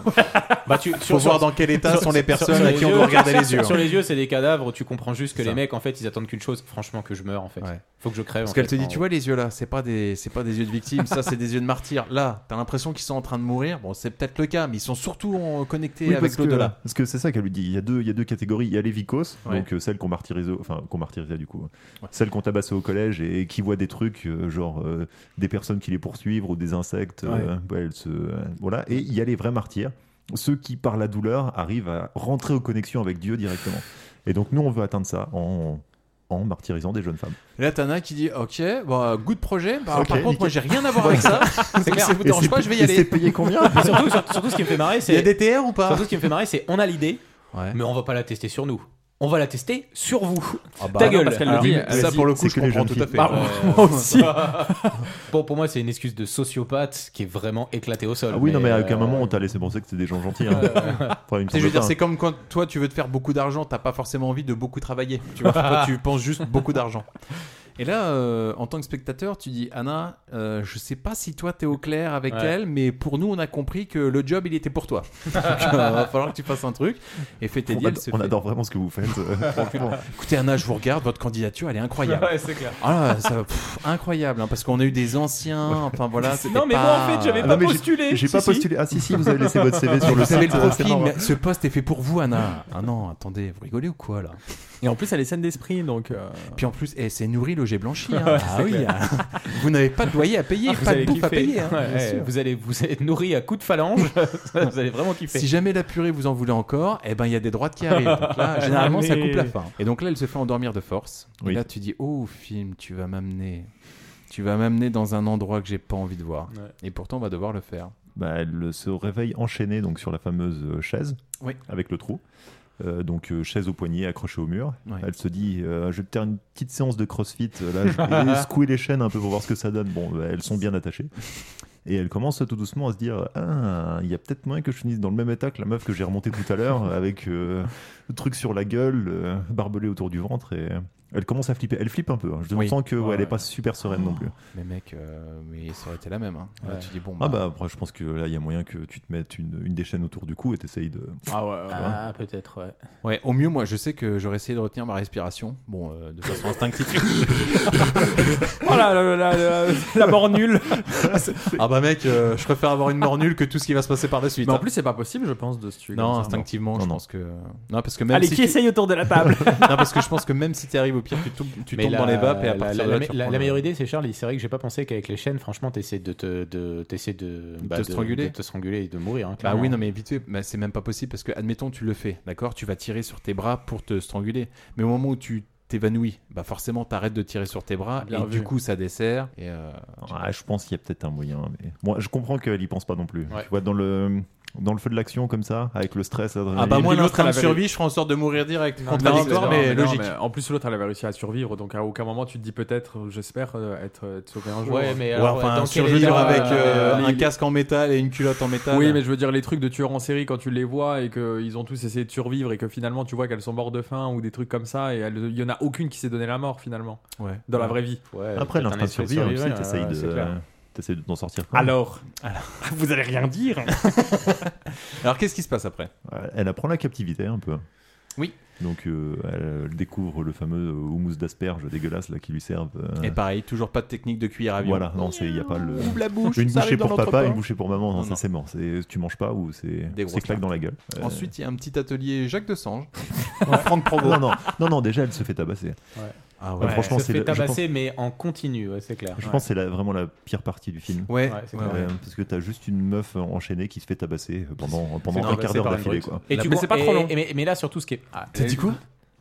Bah, tu,
faut voir dans quel état sont les personnes à qui on doit regarder les yeux. hein.
Sur les yeux, c'est des cadavres. Tu comprends juste que
C'est
les
ça.
mecs, en fait, ils attendent qu'une chose, franchement, que je meure, en fait. Faut que je crève.
Parce
en
qu'elle te
fait,
dit,
en
tu
gros.
vois, les yeux là, c'est pas des, c'est pas des yeux de victimes, ça, c'est des yeux de martyrs. Là, t'as l'impression qu'ils sont en train de mourir. Bon, c'est peut-être le cas, mais ils sont surtout en- connectés
Oui,
avec
parce que- euh,
l'au-delà.
Parce que c'est ça qu'elle lui dit. Il y a deux, il y a deux catégories. Il y a les vicos,
Ouais.
donc euh, celles qu'on martyrisait, enfin qu'on martyrisait du coup, hein. celles qu'on tabassait au collège et, et qui voient des trucs euh, genre euh, des personnes qui les poursuivent ou des insectes. euh, ouais, elles se- euh, voilà. Et il y a les vrais martyrs, ceux qui par la douleur arrivent à rentrer en connexion avec Dieu directement. Et donc nous, on veut atteindre ça en en martyrisant des jeunes femmes.
Et là, t'en as un qui dit, ok, bah, good projet. Par,
Ok,
par contre, moi,
nickel.
j'ai rien à voir avec ça.
C'est clair.
Si vous
Et
dérange
c'est-
pas, je vais y
et
aller.
c'est payé combien Et Bah, surtout- surtout- surtout ce qui me fait marrer, c'est-
Il y a des TR ou pas
Surtout, ce qui me fait marrer, c'est on a l'idée, mais on va pas la tester sur nous. On va la tester sur vous.
bah
Ta
non,
gueule.
parce qu'elle le dit, elle le dit, c'est que les jeunes filles. Pardon, moi aussi.
bon, pour moi, c'est une excuse de sociopathe qui est vraiment éclatée au sol.
Ah oui, non, mais à
euh,
aucun moment on t'a laissé penser que c'était des gens gentils. hein. Enfin, il me
Tu sais, je veux
semble
dire,
pas.
c'est comme quand toi tu veux te faire beaucoup d'argent, t'as pas forcément envie de beaucoup travailler. Tu vois, toi tu penses juste beaucoup d'argent. Et là, euh, en tant que spectateur, tu dis Anna, euh, je sais pas si toi t'es au clair avec
Ouais.
elle, mais pour nous on a compris que le job il était pour toi. Donc, euh, va falloir que tu fasses un truc. Et fait tes
On
deals.
adore- on adore vraiment ce que vous faites, euh, franchement.
Écoutez Anna, je vous regarde, votre candidature elle est incroyable.
Ouais, c'est clair.
Ah, ça, pff, incroyable, hein, parce qu'on a eu des anciens. Enfin voilà. c'était
Non, mais moi, en
pas-
fait, j'avais Ah, Non, pas mais j'ai- postulé. j'ai pas Si, si. postulé. Ah, si, si, vous avez laissé votre CV sur le
Vous avez
site,
le
euh,
profil,
c'est marrant.
mais ce poste est fait pour vous, Anna. Ah non, attendez, vous rigolez ou quoi là
Et en plus, elle est saine d'esprit, donc. euh,
Puis en plus, eh, c'est nourri, logé, blanchi. hein.
Ouais,
ah
c'est
oui,
clair.
hein. vous n'avez pas de loyer à payer,
Ah, vous
pas de
allez
bouffe à
kiffer.
payer. hein,
Ouais,
bien
ouais,
sûr.
vous, allez, vous allez être nourri à coups de phalange. vous allez vraiment kiffer.
Si jamais la purée vous en voulez encore, eh ben il y a des droites qui arrivent. Donc
bah,
Ah,
là, généralement, ça coupe la fin. Et donc là, elle se fait endormir de force. Et
Oui.
là, tu dis, oh film, tu vas m'amener, tu vas m'amener dans un endroit que j'ai pas envie de voir. Et pourtant, on va devoir le faire.
Bah, elle se réveille enchaînée donc sur la fameuse euh, chaise
Oui.
avec le trou. Euh, donc euh, chaise au poignet accrochée au mur.
Oui.
Elle se dit euh, je vais faire une petite séance de crossfit euh, là, je vais secouer les chaînes un peu pour voir ce que ça donne. Bon, bah, elles sont bien attachées. Et elle commence tout doucement à se dire ah, il y a peut-être moyen que je finisse dans le même état que la meuf que j'ai remontée tout à l'heure avec euh, le truc sur la gueule, euh, barbelé autour du ventre et elle commence à flipper. Elle flippe un peu. hein. Je
Oui.
sens que ouais,
Ouais,
elle est
ouais. Oh.
pas super sereine non plus.
Mais mec, euh, mais ça aurait été la même. hein. Là,
Ouais.
tu dis bon.
Ah bah après je pense que là il y a moyen que tu te mettes une, une déchaîne autour du cou et t'essayes de.
Ah ouais,
Tu vois
Ah, peut-être, ouais.
Ouais, au mieux, moi, je sais que j'aurais essayé de retenir ma respiration. Bon, euh, de façon instinctive.
Oh là là là là, la mort nulle.
ah bah mec, euh, je préfère avoir une mort nulle que tout ce qui va se passer par la suite.
Mais en
hein.
plus, c'est pas possible, je pense, de ce truc.
non, instinctivement, je pense que euh, non parce que même
Allez,
si
qui
tu-
essaye autour de la table
non, parce que je pense que même si tu arrives au pire, tu tombes, tu
Mais
tombes
la-
dans les vapes et à
la-
partir
la,
de là,
la-
tu
la-
reprends
la
le- Bah
meilleure idée, c'est Charles. C'est vrai que j'ai pas pensé qu'avec les chaînes, franchement, t'essaies de te, de, t'essaies de, bah,
te
de-
stranguler.
de te stranguler et de mourir. hein,
Bah
clairement.
oui, non, mais vite fait, bah, c'est même pas possible parce que, admettons, tu le fais, d'accord Tu vas tirer sur tes bras pour te stranguler. Mais au moment où tu t'évanouis, bah forcément, t'arrêtes de tirer sur tes bras
Bien
et
vu.
du coup, ça dessert. Et euh,
Ah, je pense qu'il y a peut-être un moyen. Mais... Moi, je comprends qu'elle y pense pas non plus.
Ouais.
Tu vois, dans le, dans le feu de l'action, comme ça, avec le stress.
Ah bah moi,
l'autre,
l'instinct
elle
de
avait-
survie, je ferai en sorte de mourir direct. Contradictoire, mais
non,
logique.
mais en plus, l'autre, elle avait réussi à survivre, donc à aucun moment, tu te dis peut-être, euh, j'espère euh, être, euh, être sauvé un jour.
Ouais, mais
Ouais, enfin, survivre avec euh, un casque en métal et une culotte en métal.
Oui, mais je veux dire, les trucs de tueurs en série, quand tu les vois et qu'ils ont tous essayé de survivre et que finalement tu vois qu'elles sont mortes de faim ou des trucs comme ça, et elles- il y en a aucune qui s'est donné la mort finalement.
Ouais.
Dans la
Ouais.
vraie vie.
Après, l'instinct de survie, aussi, t'essayes de. T'essaies de t'en sortir. quand même.
Alors,
euh,
vous allez rien dire. Alors qu'est-ce qui se passe après
Elle apprend la captivité un peu.
Oui.
Donc euh, elle, elle découvre le fameux euh, houmous d'asperge dégueulasse là qui lui servent. euh,
Et pareil, toujours pas de technique de cuillère à viande.
Voilà, non, il n'y a pas le.
Ouvre la bouche,
une
ça
bouchée
arrive dans
pour papa,
l'entrepain.
une bouchée pour maman, non,
Non,
ça,
non.
c'est mort. C'est- Tu manges pas ou c'est
Des grosses
c'est claque dans la gueule. Euh,
Ensuite, il y a un petit atelier Jacques de Sange, Franck Provost.
Non, non, non, non, déjà elle se fait tabasser.
Ouais.
Ah
Ouais,
franchement,
se
c'est
fait
la- je pense-
tabasser, mais en continu, ouais, c'est clair.
Je pense que c'est la- vraiment la pire partie du film. Euh,
Ouais, Ouais, c'est ouais, clair. ouais.
Parce que t'as juste une meuf enchaînée qui se fait tabasser pendant,
C'est
pendant un
tabasser
quart d'heure
par une
d'affilée.
brute.
quoi.
Et tu
Mais
com-
c'est pas trop
et-
long.
et- mais, mais là, surtout, ce qui est. Ah,
T'as dit quoi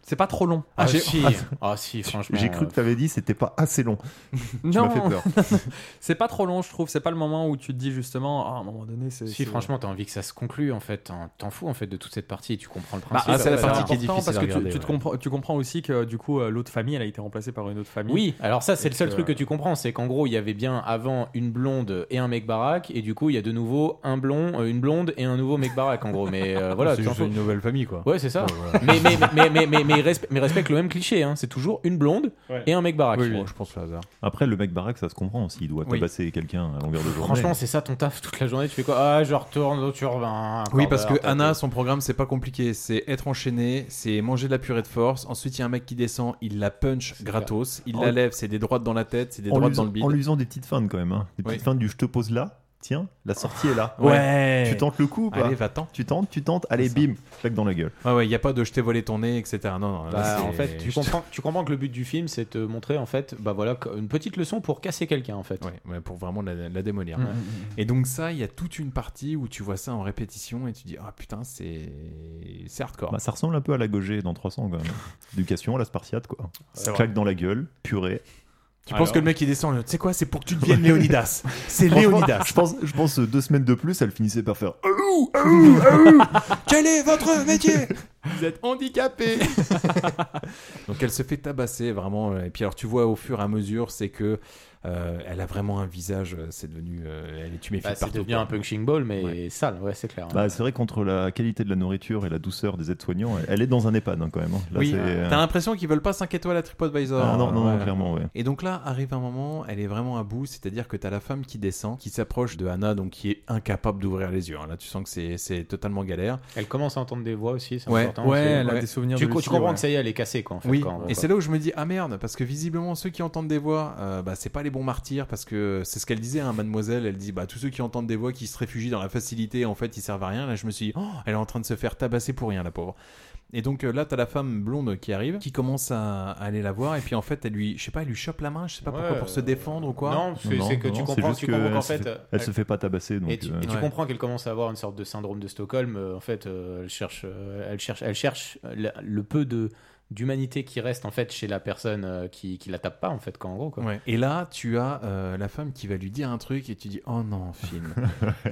C'est pas trop long.
Ah,
j'ai-
si. Ah, si, franchement.
J'ai
euh,
cru que t'avais dit c'était pas assez long. Tu
Non,
m'as fait peur.
c'est pas trop long, je trouve. C'est pas le moment où tu te dis justement, Ah, à un moment donné, c'est.
Si,
c'est-
franchement, t'as envie que ça se conclue, en fait. T'en- T'en fous, en fait, de toute cette partie. Tu comprends le
Bah,
principe.
important parce que tu- tu, te comprends, tu comprends aussi que du coup, euh, l'autre famille, elle a été remplacée par une autre famille.
Oui, alors ça, c'est
Et
le seul
que-
truc que tu comprends. C'est qu'en gros, il y avait bien avant une blonde et un mec baraque. Et du coup, il y a de nouveau un blond, euh, une blonde et un nouveau mec baraque, en gros. Mais
Ah,
euh, voilà,
C'est
tu t'en
juste
fous.
une nouvelle famille, quoi.
Ouais, c'est ça.
Ouais, voilà.
mais, mais, mais, mais, mais, mais, respe- mais respecte le même cliché. hein. C'est toujours une blonde et un mec
Ah,
baraque.
je pense le hasard.
Après, le mec baraque, ça se comprend s'il doit
Oui.
tabasser quelqu'un à longueur de journée.
Franchement, c'est ça ton taf toute la journée. Tu fais quoi Ah, je retourne au turbin.
Oui, parce que
Encore
Anna, son programme, c'est pas compliqué. C'est être enchaîné, c'est manger de la purée de force. Ensuite, il y a un mec qui descend, il la punch gratos, il
En-
la lève, c'est des droites dans la tête, c'est des
en, lui
droites
faisant,
dans le bide.
en lui faisant des petites fins quand même. hein. Des petites
Oui.
fins du je te pose là, tiens, la sortie est là.
Ouais.
Tu tentes le coup ou pas
Allez, va-t'en.
Tu tentes, tu tentes, allez, bim, claque dans la gueule.
Ouais, ouais, il n'y a pas de je t'ai volé ton nez, etc. Non, non, là,
Bah,
c'est-
en fait, tu comprends, tu comprends que le but du film, c'est de te montrer en fait, bah voilà, qu- une petite leçon pour casser quelqu'un en fait.
Ouais, pour vraiment la, la démolir.
Mhm.
Et donc ça, il y a toute une partie où tu vois ça en répétition et tu dis ah putain c'est c'est hardcore.
Bah, ça ressemble un peu à la Gogé dans 300 quand même. Éducation à la Spartiate quoi.
C'est vrai.
Claque dans la gueule, purée.
tu penses que le mec il descend, tu sais quoi, c'est pour que tu deviennes Léonidas. C'est Léonidas.
Je pense, je pense euh, deux semaines de plus, elle finissait par faire. oh.
Aou, aou, aou. Quel est votre métier Vous êtes handicapé. Donc elle se fait tabasser vraiment. euh, Et puis alors tu vois au fur et à mesure, c'est que euh, elle a vraiment un visage. euh, C'est devenu, euh, elle est tuméfiée
Bah, c'est
partout.
devenu un punching ball, mais sale, ouais, c'est clair.
Bah, c'est vrai qu'entre la qualité de la nourriture et la douceur des aides-soignants, elle- elle est dans un EHPAD hein, quand même. hein. Là,
oui,
c'est, euh,
t'as l'impression qu'ils veulent pas 5 étoiles à TripAdvisor.
Ah, non, non,
Ouais.
clairement, ouais.
Et donc là, arrive un moment, elle est vraiment à bout, c'est-à-dire que t'as la femme qui descend, qui s'approche de Anna, donc qui est incapable d'ouvrir les yeux. hein. Là, tu sens que c'est- c'est totalement galère.
Elle commence à entendre des voix aussi, c'est
Ouais.
important.
Ouais,
aussi.
elle a des souvenirs
Tu,
de
co- tu
Lucie,
comprends
ouais.
que ça y est, elle est cassée quoi. En fait,
oui,
quand-
et c'est là où je me dis ah merde parce que visiblement ceux qui entendent des voix, euh, bah, c'est pas les bons martyrs parce que c'est ce qu'elle disait, hein, mademoiselle, elle dit bah tous ceux qui entendent des voix qui se réfugient dans la facilité en fait ils servent à rien. Là je me suis dit oh, elle est en train de se faire tabasser pour rien la pauvre. Et donc euh, là t'as la femme blonde qui arrive, qui commence à, à aller la voir et puis en fait elle lui, je sais pas, elle lui chope la main, je sais pas pourquoi
Ouais,
pour se défendre ou quoi.
non, parce que
Non,
c'est que
non,
tu
c'est
comprends,
juste
tu
que
comprends qu'en
elle se
fait,
fait-
euh,
elle se fait pas tabasser, donc,
et tu,
euh,
et tu
Ouais.
comprends qu'elle commence à avoir une sorte de syndrome de Stockholm. euh, en fait, euh, elle cherche, euh, elle cherche, elle cherche euh, la- le peu de d'humanité qui reste en fait chez la personne euh, qui, qui la tape pas en fait quand en gros quoi.
Ouais. Et là, tu as euh, la femme qui va lui dire un truc et tu dis Oh non, film.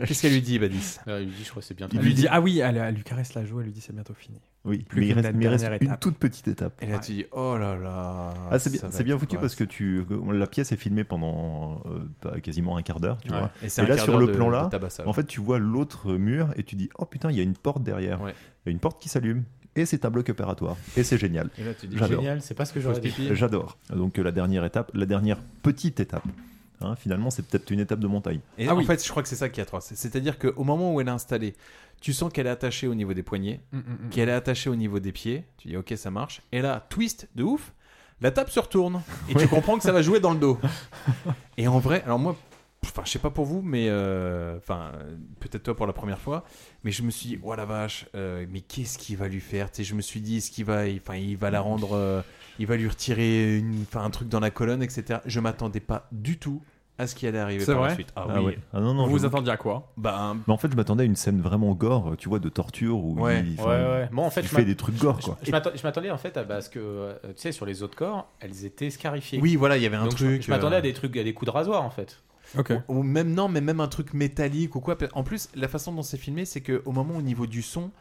Qu'est-ce qu'elle lui dit, Badis
Euh, elle lui dit je crois que c'est bientôt.
Elle lui dit Ah oui, elle, elle lui caresse la joue, elle lui dit c'est bientôt fini.
Oui,
Plus
mais il
que la
reste, mais il reste
dernière
une
étape.
toute petite étape.
Et là, tu dis Oh là là.
Ah, c'est bien,
ça va
c'est bien
être
foutu
quoi,
parce que tu, euh, la pièce est filmée pendant euh, bah, quasiment un quart d'heure, tu
Ouais.
vois.
Et c'est un
là,
quart
sur
d'heure
le
de-
plan
de
là,
tabassage.
en fait, tu vois l'autre mur et tu dis Oh putain, il y a une porte derrière. Il y a une porte qui s'allume et c'est un bloc opératoire. Et c'est génial.
Et là, tu dis,
J'adore.
Génial, c'est pas ce que j'aurais dit.
J'adore. Donc, euh, la dernière étape, la dernière petite étape, hein, finalement, c'est peut-être une étape de montagne.
Et en fait, je crois que c'est ça qui est atroce. C'est-à-dire qu'au moment où elle est installée, tu sens qu'elle est attachée au niveau des poignets,
Mm, mm, mm.
qu'elle est attachée au niveau des pieds. Tu dis ok, ça marche. Et là, twist de ouf, la table se retourne et tu comprends que ça va jouer dans le dos. Et en vrai, alors moi, enfin, je sais pas pour vous, mais euh, enfin, euh, peut-être toi pour la première fois, mais je me suis dit, oh la vache, euh, mais qu'est-ce qu'il va lui faire Tu sais, je me suis dit, est-ce qu'il va, enfin, il va la rendre, euh, il va lui retirer une, enfin, un truc dans la colonne, etc. Je m'attendais pas du tout à ce qui allait arriver
C'est
par la
vrai
suite.
Ah ouais. Ah non, non,
vous
je-
vous attendiez à quoi
Bah,
Mais en fait, je m'attendais à une scène vraiment gore, tu vois, de torture où
Ouais.
il,
Ouais,
enfin,
ouais. Moi, en fait,
il
je
fait
m'a-
des trucs gore, quoi.
Je m'attendais- je m'attendais en fait à bah, ce que, euh, tu sais, sur les autres corps, elles étaient scarifiées.
Oui, voilà, il y avait un
Donc, je-
truc,
Je, m'attendais
euh,
à des trucs, à des coups de rasoir en fait.
Ou, ou même non, mais même un truc métallique ou quoi. En plus, la façon dont c'est filmé, c'est que au moment au niveau du son,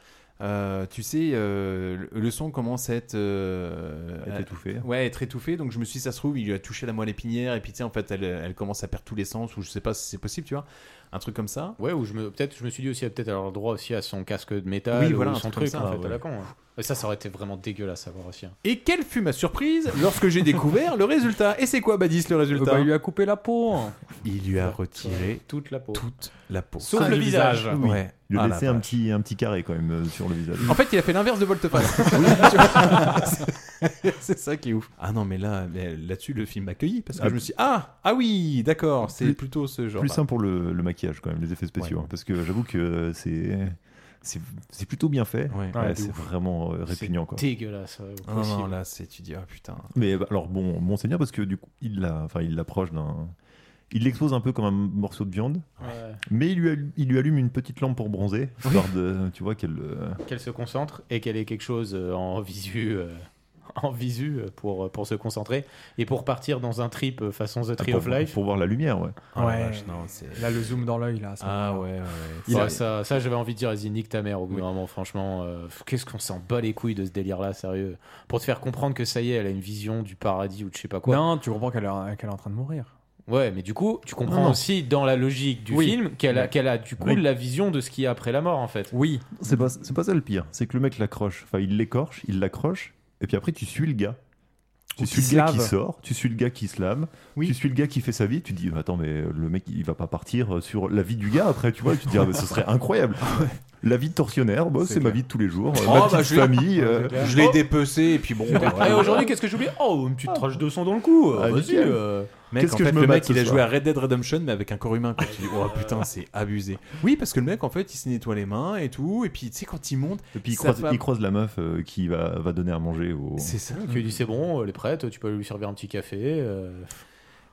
euh, tu sais, euh, le le son commence à être, euh,
Être
à-
étouffé.
Ouais, être étouffé. Donc je me suis, dit, ça se trouve, il lui a touché la moelle épinière et puis tu sais, en fait, elle, elle commence à perdre tous les sens ou je sais pas si c'est possible, tu vois, un truc comme ça.
ah, Ouais, ou je me, peut-être, je me suis dit aussi, elle a peut-être avoir le droit aussi à son casque de métal
Oui,
ou
voilà, un
son
truc comme
truc
ça,
en fait,
ouais.
à la con. hein. Et ça, ça aurait été vraiment dégueulasse à voir aussi. hein.
Et quelle fut ma surprise lorsque j'ai découvert le résultat Et c'est quoi, Badis, le résultat
Euh, bah, il lui
a coupé la peau.
Il lui a retiré
toute la peau.
Toute la peau.
Sauf le visage.
Oui.
Ouais.
Il a
Ah,
laissé
la
un petit, un petit carré quand même euh, sur le visage.
En fait, il a fait l'inverse de Volteface. c'est ça qui est ouf. Ah non, mais là, mais là-dessus, le film m'a cueilli parce que
Ah.
je me suis dit, ah, ah oui, d'accord, c'est plutôt ce genre.
Plus simple pour le, le maquillage quand même, les effets spéciaux. hein, parce que j'avoue que c'est. C'est c'est plutôt bien fait.
Ouais.
Ouais,
Ouais, de
c'est
ouf.
vraiment euh, répugnant. Quoi.
Dégueulasse. ouais, au
Non, non,
possible.
là, c'est tu dis, ah putain.
Mais bah, alors bon, bon c'est bien parce que du coup, il la- enfin, il l'approche d'un. Il l'expose un peu comme un morceau de viande,
Ouais.
mais il lui, allu- il lui allume une petite lampe pour bronzer, histoire de, tu vois qu'elle. euh,
Qu'elle se concentre et qu'elle ait quelque chose euh, en visu. euh, En visu euh, pour, euh, pour se concentrer et pour partir dans un trip euh, façon The Tree
pour,
of Life.
pour voir la lumière, ouais.
Ah, la vache, non, c'est-
Là, le zoom dans l'œil, là. à ce
Ah
moment-là.
ouais, ouais, ouais.
Il
Ouais,
a... ça, ça j'avais envie de dire, vas-y, nique ta mère au bout d'un moment, franchement. euh, Qu'est-ce qu'on s'en bat les couilles de ce délire-là, sérieux Pour te faire comprendre que ça y est, elle a une vision du paradis ou de je sais pas quoi.
Non, tu comprends qu'elle est qu'elle est en train de mourir.
Ouais, mais du coup, tu comprends
Non, non.
aussi dans la logique du
Oui.
film qu'elle a, qu'elle a du coup
Oui.
la vision de ce qu'il y a après la mort, en fait.
Oui.
C'est pas, c'est pas ça le pire, c'est que le mec l'accroche. Enfin, il l'écorche, il l'accroche, et puis après, tu suis le gars. Tu
Ou
suis
qui
le gars
se
qui
lave.
sort, tu suis le gars qui se lave, tu suis le gars qui fait sa vie, tu dis, attends, mais le mec, il va pas partir sur la vie du gars après, tu vois, tu te dis, ah, mais ce serait incroyable. La vie de tortionnaire, bah, c'est ma vie de tous les jours,
Oh,
ma
bah,
petite
je l'ai-
famille. euh,
Je l'ai dépecé et puis bon.
Ah, Et aujourd'hui, qu'est-ce que j'oublie Oh, une
Ah.
petite trache de sang dans le cou euh,
Ah,
Vas-y
nickel.
euh.
Mec,
Qu'est-ce
en
que
fait,
je me
le
mate
mec,
ce
il a
soir
joué à Red Dead Redemption, mais avec un corps humain. Quoi. Tu dis, oh putain, c'est abusé. Oui, parce que le mec, en fait, il se nettoie les mains et tout. Et puis, tu sais, quand il monte.
Et puis il
sa
croise,
femme-
il croise la meuf euh, qui va, va donner à manger au.
C'est ça.
Tu lui dis, c'est bon, elle est prête, tu peux lui servir un petit café. euh.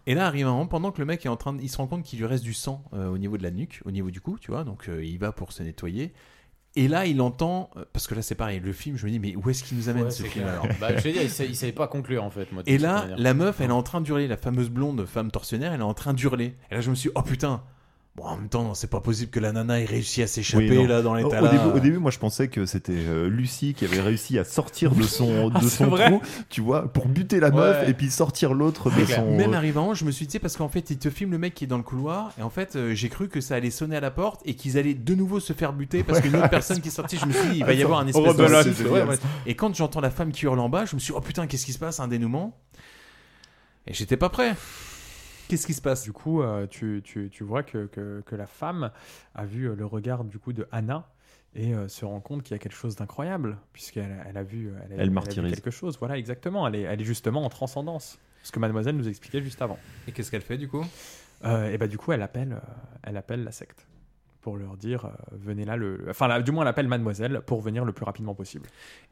Et là arrive un moment pendant que le mec est en train de, il se rend compte qu'il lui reste du sang euh, au niveau de la nuque, au niveau du cou, tu vois. Donc euh, il va pour se nettoyer. Et là, il entend euh, parce que là c'est pareil, le film, je me dis mais où est-ce qu'il nous amène
Ouais,
ce
c'est
film
clair.
alors
Bah, je veux dire, il, sa- il savait pas conclure, en fait. Moi, de
Et
toute
là,
manière.
la meuf, elle est en train d'hurler, la fameuse blonde femme tortionnaire, elle est en train d'hurler. Et là, je me suis dit, oh putain. Bon, en même temps, non, c'est pas possible que la nana ait réussi à
Oui,
s'échapper
non.
là euh. dans les
au, au début, au début, moi, je pensais que c'était euh, Lucie qui avait réussi à sortir de son, de
Ah, c'est
son
vrai
trou, tu vois, pour buter la meuf
Ouais.
et puis sortir l'autre de
C'est clair.
son.
Même arrivant, je me suis dit, tu sais, parce qu'en fait, ils te filment le mec qui est dans le couloir, et en fait, euh, j'ai cru que ça allait sonner à la porte et qu'ils allaient de nouveau se faire buter parce qu'une autre personne qui est sortie, je me suis dit, il va y avoir un espèce
Oh, bah là,
de.
c'est génial.
Et quand j'entends la femme qui hurle en bas, je me suis dit, oh putain, qu'est-ce qui se passe, un dénouement Et j'étais pas prêt. Qu'est-ce qui se passe
Du coup, euh, tu, tu- tu vois que, que- que la femme a vu euh, le regard du coup de Anna et euh, se rend compte qu'il y a quelque chose d'incroyable puisqu'elle a- elle a vu euh, elle
Elle
a, elle a vu
martyrise.
quelque chose. Voilà, exactement. Elle est, elle est justement en transcendance, ce que Mademoiselle nous expliquait juste avant.
Et qu'est-ce qu'elle fait du coup
Et bah du coup, elle appelle, euh, elle appelle la secte pour leur dire euh, venez là le, enfin là, du moins elle appelle Mademoiselle pour venir le plus rapidement possible.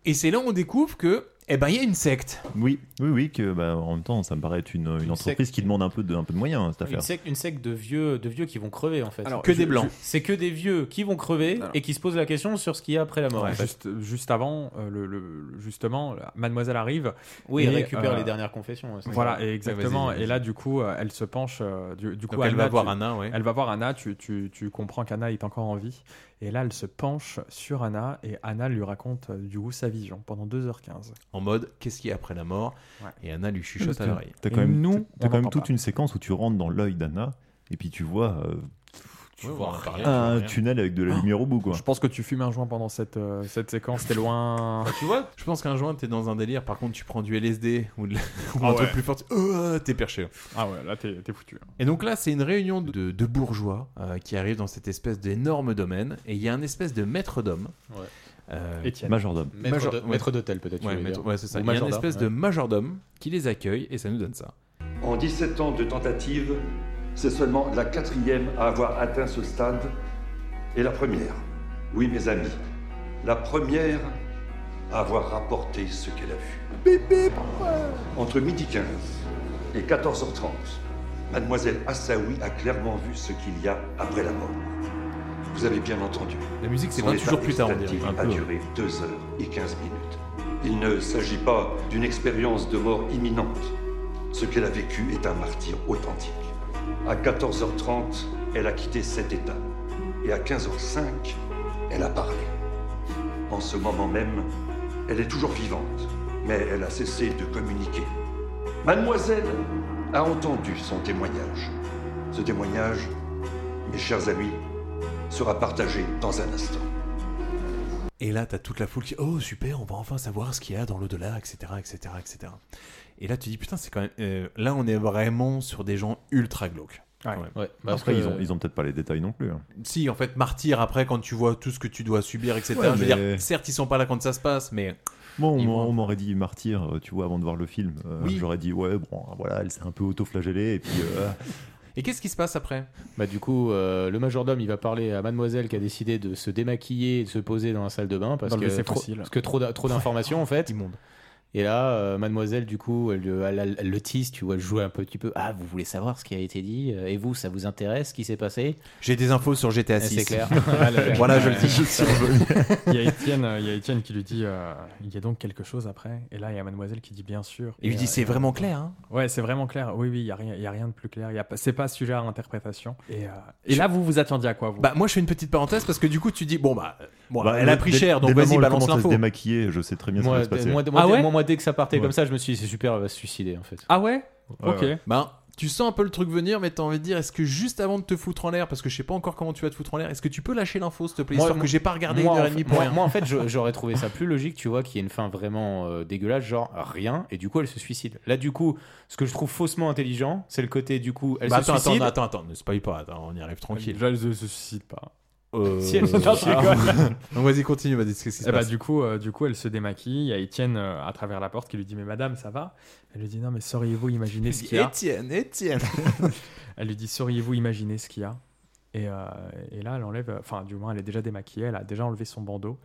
Et c'est là où on découvre que, eh ben, il y a une secte.
Oui, oui, oui, que bah, en même temps, ça me paraît être une, une entreprise qui demande un peu de, un peu de moyens, hein, cette
Une
affaire.
secte, une secte de vieux, de vieux qui vont crever en fait.
Alors, Que je- des blancs. je-
C'est que des vieux qui vont crever et qui se posent la question sur ce qu'il y a après la mort. en fait.
juste, juste avant, euh, le, le- justement, la- Mademoiselle arrive.
Oui,
et,
elle récupère
euh,
les dernières confessions, ouais, c'est
Voilà,
ça.
et
Ouais,
exactement.
vas-y, vas-y.
Et là, du coup, euh, elle se penche. euh, du, du coup,
Donc elle va voir
tu-
Anna, ouais.
Elle va voir Anna. Tu, tu, tu comprends qu'Anna est encore en vie. Et là, elle se penche sur Anna et Anna lui raconte euh, du coup sa vision pendant 2h15.
En mode, qu'est-ce qu'il y a après la mort Et Anna lui chuchote à
T'as
l'oreille.
t'as quand même, t'as quand même toute une séquence où tu rentres dans l'œil d'Anna et puis tu vois. euh,
Tu vois
un tunnel avec de
Ah.
la lumière au bout quoi.
Je pense que tu fumes un joint pendant cette, euh, cette séquence, t'es loin.
tu vois Je pense qu'un joint, t'es dans un délire. Par contre, tu prends du LSD ou, de la- ou
Ah
un
ouais.
truc plus fort. tu- Euh, t'es perché.
Ah ouais, là t'es t'es foutu.
Et donc là, c'est une réunion de, de bourgeois euh, qui arrivent dans cette espèce d'énorme domaine. Et il y a un espèce de maître d'homme.
Ouais.
Euh,
Étienne.
Majordome.
Maître
Major-
d'hô-
ouais.
maître d'hôtel, peut-être, tu
Ouais,
voulais
maître-
dire.
ouais, c'est ça.
Ou
Il y a une
majordome,
espèce
ouais.
de majordome qui les accueille et ça nous donne ça.
En 17 ans de tentatives, c'est seulement la quatrième à avoir atteint ce stade et la première, oui mes amis, la première à avoir rapporté ce qu'elle a vu. Entre midi 15 et 14h30, mademoiselle Assaoui a clairement vu ce qu'il y a après la mort. Vous avez bien entendu.
La musique, c'est
Son
28 jours
état
plus tard, on dirait.
extatique
Un
a
peu.
duré 2 heures et 15 minutes. Il ne s'agit pas d'une expérience de mort imminente. Ce qu'elle a vécu est un martyr authentique. À 14h30, elle a quitté cet état. Et à 15h05, elle a parlé. En ce moment même, elle est toujours vivante, mais elle a cessé de communiquer. Mademoiselle a entendu son témoignage. Ce témoignage, mes chers amis, sera partagé dans un instant.
Et là, t'as toute la foule qui Oh, super, on va enfin savoir ce qu'il y a dans l'au-delà, etc., etc., etc. Et là, tu dis Putain, c'est quand même. euh, là, on est vraiment sur des gens ultra glauques.
Ouais. Ouais,
parce
Après,
que-
ils ont, ils ont peut-être pas les détails non plus. hein.
Si, en fait, martyr après, quand tu vois tout ce que tu dois subir, etc.
Ouais,
je veux
mais-
dire, certes, ils sont pas là quand ça se passe, mais.
Moi, on m'a- on m'aurait dit martyr, euh, tu vois, avant de voir le film. Euh,
Oui.
J'aurais dit, ouais, bon, voilà, elle s'est un peu auto-flagellée. Et puis, euh,
Et qu'est-ce qui se passe après
Bah du coup, euh, le majordome, il va parler à mademoiselle qui a décidé de se démaquiller et de se poser dans la salle de bain parce
Dans
que
le WC
trop,
fossile.
parce que trop, d'in- trop d'informations en fait. Et là, euh, mademoiselle, du coup, elle, le- elle- elle- elle le tease, tu vois, elle joue un petit peu. Ah, vous voulez savoir ce qui a été dit euh, Et vous, ça vous intéresse ce qui s'est passé
J'ai des infos sur GTA
Eh,
6.
C'est clair.
Ah, voilà, je le dis.
il y a Étienne, euh, il y a Étienne qui lui dit euh, il y a donc quelque chose après. Et là, il y a Mademoiselle qui dit bien sûr.
Il lui dit,
euh,
C'est
et-
vraiment clair, hein
Ouais, c'est vraiment clair. Oui, oui, il y a rien, il y a rien de plus clair. Il y a pas- c'est pas sujet à interprétation. Et, euh, et là, vous vous attendiez à quoi vous
Bah, moi, je fais une petite parenthèse parce que du coup, tu dis Bon, bah, bon,
bah,
elle a
dès-
pris
dès-
cher,
dès
donc
le moment
vas-y,
où elle
balance
commence à se
l'info.
démaquiller, je sais très bien ce
Moi,
qui va se
dès-
passer.
moi, moi,
Ah
dès-
ouais
moi, moi, dès que ça partait
Ouais.
comme ça, je me suis dit, c'est super, elle va se suicider en fait.
Ah ouais
Ouais.
Ben, tu sens un peu le truc venir, mais t'as envie de dire est-ce que juste avant de te foutre en l'air, parce que je sais pas encore comment tu vas te foutre en l'air, est-ce que tu peux lâcher l'info, s'il te plaît, histoire que j'ai pas regardé
moi,
une heure
en
et
fait-
demie pour
moi-
rien
moi, en fait, je- j'aurais trouvé ça plus logique, tu vois, qu'il y ait une fin vraiment euh, dégueulasse, genre rien, et du coup, elle se suicide. Là, du coup, ce que je trouve faussement intelligent, c'est le côté, du coup, elle
Bah,
se
attends,
suicide.
attends, attends, attends, ne spoil pas, attends, on y arrive tranquille.
Déjà, elle se suicide pas.
Euh,
Si, elle se
euh,
suicide,
ah.
quoi.
Donc vas-y, continue, vas-y, qu'est-ce qui se
Eh bah,
passe
du coup, euh, du coup, elle se démaquille. Il y a Étienne euh, à travers la porte qui lui dit mais Madame, ça va Elle lui dit non mais sauriez-vous imaginer ce qu'il y a
Étienne, Étienne.
Elle lui dit sauriez-vous imaginer ce qu'il y a et, euh, et là, elle enlève, euh, enfin, du moins, elle est déjà démaquillée, elle a déjà enlevé son bandeau.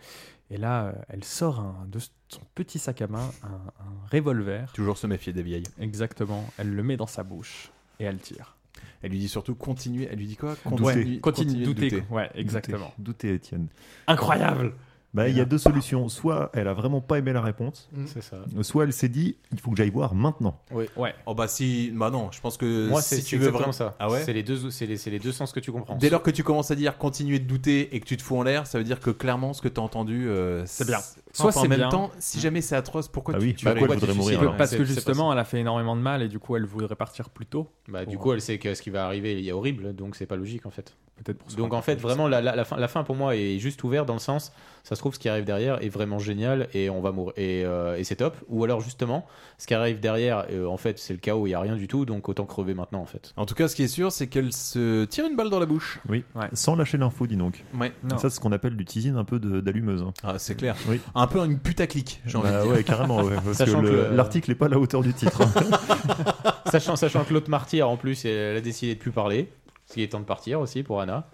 Et là, euh, elle sort un- de son petit sac à main un, un revolver.
Toujours se méfier des vieilles.
Exactement. Elle le met dans sa bouche et elle tire.
Elle lui dit surtout continuer, elle lui dit quoi
Douter. Continue,
de
douter, quoi. Ouais, exactement.
Douter, Étienne.
Incroyable
Bah, il y a deux solutions. Soit elle a vraiment pas aimé la réponse,
Mm. C'est ça.
soit elle s'est dit il faut que j'aille voir maintenant.
Ouais.
Oh bah si, bah non, je pense que
Moi, c'est
si
c'est
tu veux
exactement
vraiment
ça.
Ah ouais.
c'est les deux, c'est les, c'est les deux sens que tu comprends.
Dès lors que tu commences à dire continuer de douter et que tu te fous en l'air, ça veut dire que clairement ce que t'as entendu, euh,
C'est bien.
Soit
Enfin,
c'est en même
bien.
temps, si jamais c'est atroce, pourquoi tu, tu
Bah,
aurais-
quoi,
pourquoi
tu
tu
suicides
suicides
Parce
Ouais,
que
c'est- c'est pas
justement, elle a fait énormément de mal et du coup, elle voudrait partir plus tôt.
Bah, du
Pour-
coup, elle sait que ce qui va arriver est horrible, donc c'est pas logique en fait.
Peut-être pour ça
Donc
qu'on
en fait, vraiment, la, la- la fin, la fin pour moi est juste ouverte dans le sens, ça se trouve, ce qui arrive derrière est vraiment génial et on va mourir et, euh, et c'est top. Ou alors justement, ce qui arrive derrière, euh, en fait, c'est le chaos, il y a rien du tout, donc autant crever maintenant en fait.
En tout cas, ce qui est sûr, c'est qu'elle se tire une balle dans la bouche.
Oui. Sans lâcher l'info, dis donc.
Ouais.
Et Ça, c'est ce qu'on appelle du teasing un peu de- d'allumeuse. hein.
Ah, c'est clair.
Oui.
Un peu une putaclic, j'ai envie
Bah
de dire.
ouais, carrément. ouais, parce
Sachant
que
que euh,
le-
le-
l'article n'est pas à la hauteur du titre. hein.
sachant, sachant que l'autre martyr en plus, elle a décidé de plus parler, parce qu'il est temps de partir aussi pour Anna.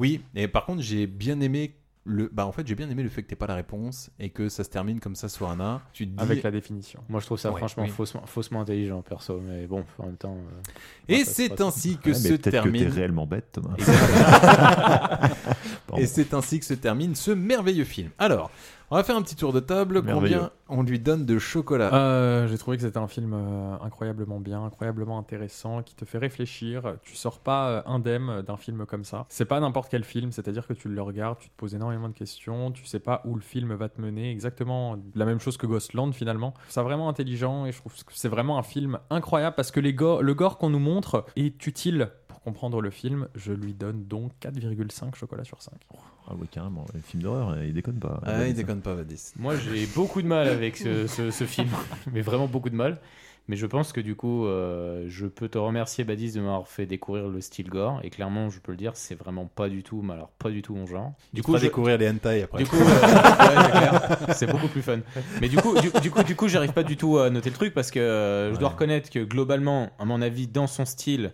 Oui, et par contre, j'ai bien aimé le. Bah, en fait, j'ai bien aimé le fait que t'aies pas la réponse et que ça se termine comme ça sur Anna. Tu te dis-
Avec la définition.
Moi, je trouve ça
Ouais,
franchement
oui.
faussement, faussement intelligent perso, mais bon, en même temps. euh,
Et
moi, ça,
c'est
pas ça.
ainsi que
Ouais, mais
se
peut-être que
termine.
t'es réellement bête, Thomas. Pardon.
Et c'est ainsi que se termine ce merveilleux film. Alors, on va faire un petit tour de table.
Merveilleux. Ah,
Combien on lui donne de chocolat Ah,
Euh, J'ai trouvé que c'était un film euh, incroyablement bien, incroyablement intéressant, qui te fait réfléchir. Tu sors pas euh, indemne d'un film comme ça. C'est pas n'importe quel film, c'est-à-dire que tu le regardes, tu te poses énormément de questions, tu sais pas où le film va te mener. Exactement la même chose que Ghostland finalement. C'est vraiment intelligent et je trouve que c'est vraiment un film incroyable parce que les go- le gore qu'on nous montre est utile pour comprendre le film. Je lui donne donc 4,5 chocolats sur 5.
Ah ouais, carrément. Le film d'horreur, il déconne pas.
Ah, il déconne pas, Vadis.
Moi, j'ai beaucoup de mal avec ce, ce- ce film, mais vraiment beaucoup de mal. Mais je pense que du coup, euh, je peux te remercier, Badis, de m'avoir fait découvrir le style gore. Et clairement, je peux le dire, c'est vraiment pas du tout, mais alors pas du tout mon genre.
Tu feras découvrir les hentai après.
Du coup, euh, ouais, c'est clair. c'est beaucoup plus fun. Mais du coup, du, du coup, du coup, j'arrive pas du tout à noter le truc parce que euh, je dois reconnaître que globalement, à mon avis, dans son style,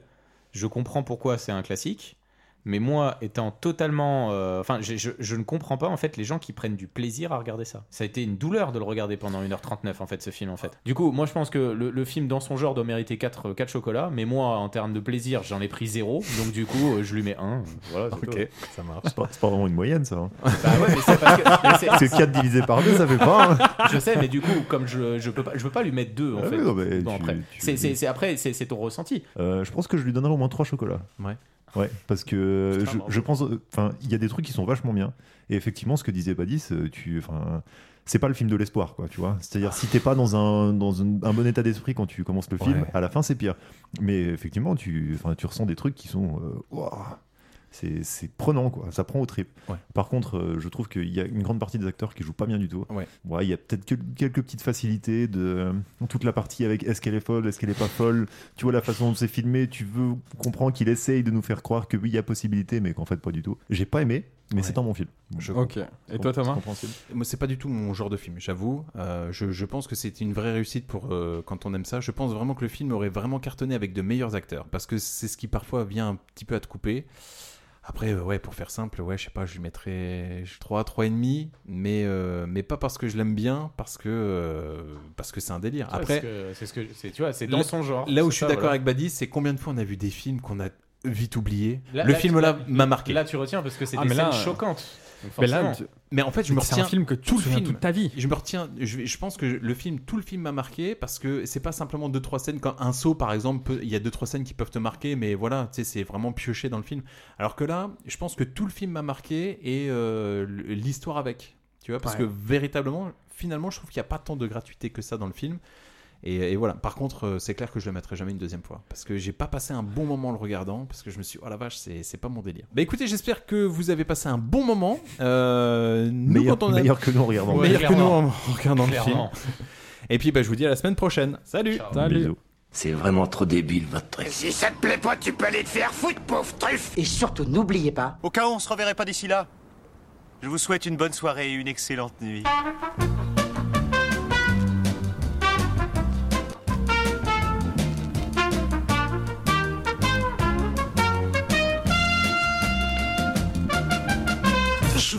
je comprends pourquoi c'est un classique. Mais moi, étant totalement, euh, enfin, j'ai- je, je ne comprends pas en fait les gens qui prennent du plaisir à regarder ça. Ça a été une douleur de le regarder pendant 1h39 en fait, ce film en fait. Du coup, moi, je pense que le, le film dans son genre doit mériter 4, chocolats, mais moi, en termes de plaisir, j'en ai pris zéro. Donc du coup, euh, je lui mets un. Voilà. c'est tout.
ça marche.
C'est pas, c'est pas vraiment une moyenne, ça. hein.
ouais, mais c'est parce que- mais c'est-
Parce que 4 divisé par 2, ça fait pas. hein.
Je sais, mais du coup, comme je, je peux pas, je peux pas lui mettre deux en
Ah
fait.
oui, non, mais
Bon,
tu-
après,
tu-
c'est, c'est- c'est- après, c'est, c'est ton ressenti.
Euh, je pense que je lui donnerai au moins 3 chocolats.
Ouais.
Ouais, parce que
Putain,
je,
bravo.
je pense. euh, Enfin, il y a des trucs qui sont vachement bien. Et effectivement, ce que disait Badis, euh, tu. Enfin. C'est pas le film de l'espoir, quoi, tu vois. C'est-à-dire, si t'es pas dans, un, dans un, un bon état d'esprit quand tu commences le film,
Ouais.
à la fin, c'est pire. Mais effectivement, tu, enfin, tu ressens des trucs qui sont. euh, Ouah. c'est c'est prenant, quoi. Ça prend au trip.
Ouais.
Par contre, euh, je trouve qu'il y a une grande partie des acteurs qui jouent pas bien du tout.
Ouais.
il y a peut-être quel- quelques petites facilités de euh, toute la partie avec est-ce qu'elle est folle, est-ce qu'elle est pas folle. Tu vois la façon dont c'est filmé, tu veux comprendre qu'il essaye de nous faire croire que oui, il y a possibilité, mais qu'en fait pas du tout. J'ai pas aimé, mais c'est un bon film.
Ok. Et toi, Thomas
Moi, c'est pas du tout mon genre de film, j'avoue. Euh, je, je pense que c'est une vraie réussite pour euh, quand on aime ça. Je pense vraiment que le film aurait vraiment cartonné avec de meilleurs acteurs, parce que c'est ce qui parfois vient un petit peu à te couper. Après, euh, ouais, pour faire simple, ouais, je sais pas, je lui mettrais 3, 3,5, mais, euh, mais pas parce que je l'aime bien, parce que euh, parce que c'est un délire.
Parce
Après,
que c'est ce que- c'est- tu vois, c'est dans
là-
son genre.
Là où je
C'est
suis
ça,
d'accord
voilà.
avec Badi, c'est combien de fois on a vu des films qu'on a vite oubliés.
Là-
le
là,
film
tu-
là m'a marqué.
Là, tu retiens parce que c'est
Ah,
des
mais là,
scènes choquantes. Donc
Mais là,
forcément.
tu- mais en fait, je me retiens tout le film.
ta vie.
Je me retiens. Je, vais- je pense que le film, tout le film m'a marqué parce que c'est pas simplement deux trois scènes. Quand un saut, par exemple, peut- il y a deux trois scènes qui peuvent te marquer, mais voilà, tu sais, c'est vraiment pioché dans le film. Alors que là, je pense que tout le film m'a marqué et euh, l'histoire avec. Tu vois, parce
Ouais.
que véritablement, finalement, je trouve qu'il n'y a pas tant de gratuité que ça dans le film. Et, et voilà. Par contre, euh, c'est clair que je le mettrai jamais une deuxième fois parce que j'ai pas passé un bon moment en le regardant parce que je me suis dit, oh la vache, c'est c'est pas mon délire. Bah écoutez, j'espère que vous avez passé un bon moment. Euh, nous,
Meilleur-
quand on a-
meilleur que nous en regardant.
Meilleur
Ouais,
que nous en
clairement.
en regardant le film.
Clairement.
Et puis bah, je vous dis à la semaine prochaine. Salut.
C'est vraiment trop débile votre truc.
Si ça te plaît pas, tu peux aller te faire foutre, pauvre truffe
Et surtout, n'oubliez pas.
Au cas où on se reverrait pas d'ici là, je vous souhaite une bonne soirée et une excellente nuit.
Je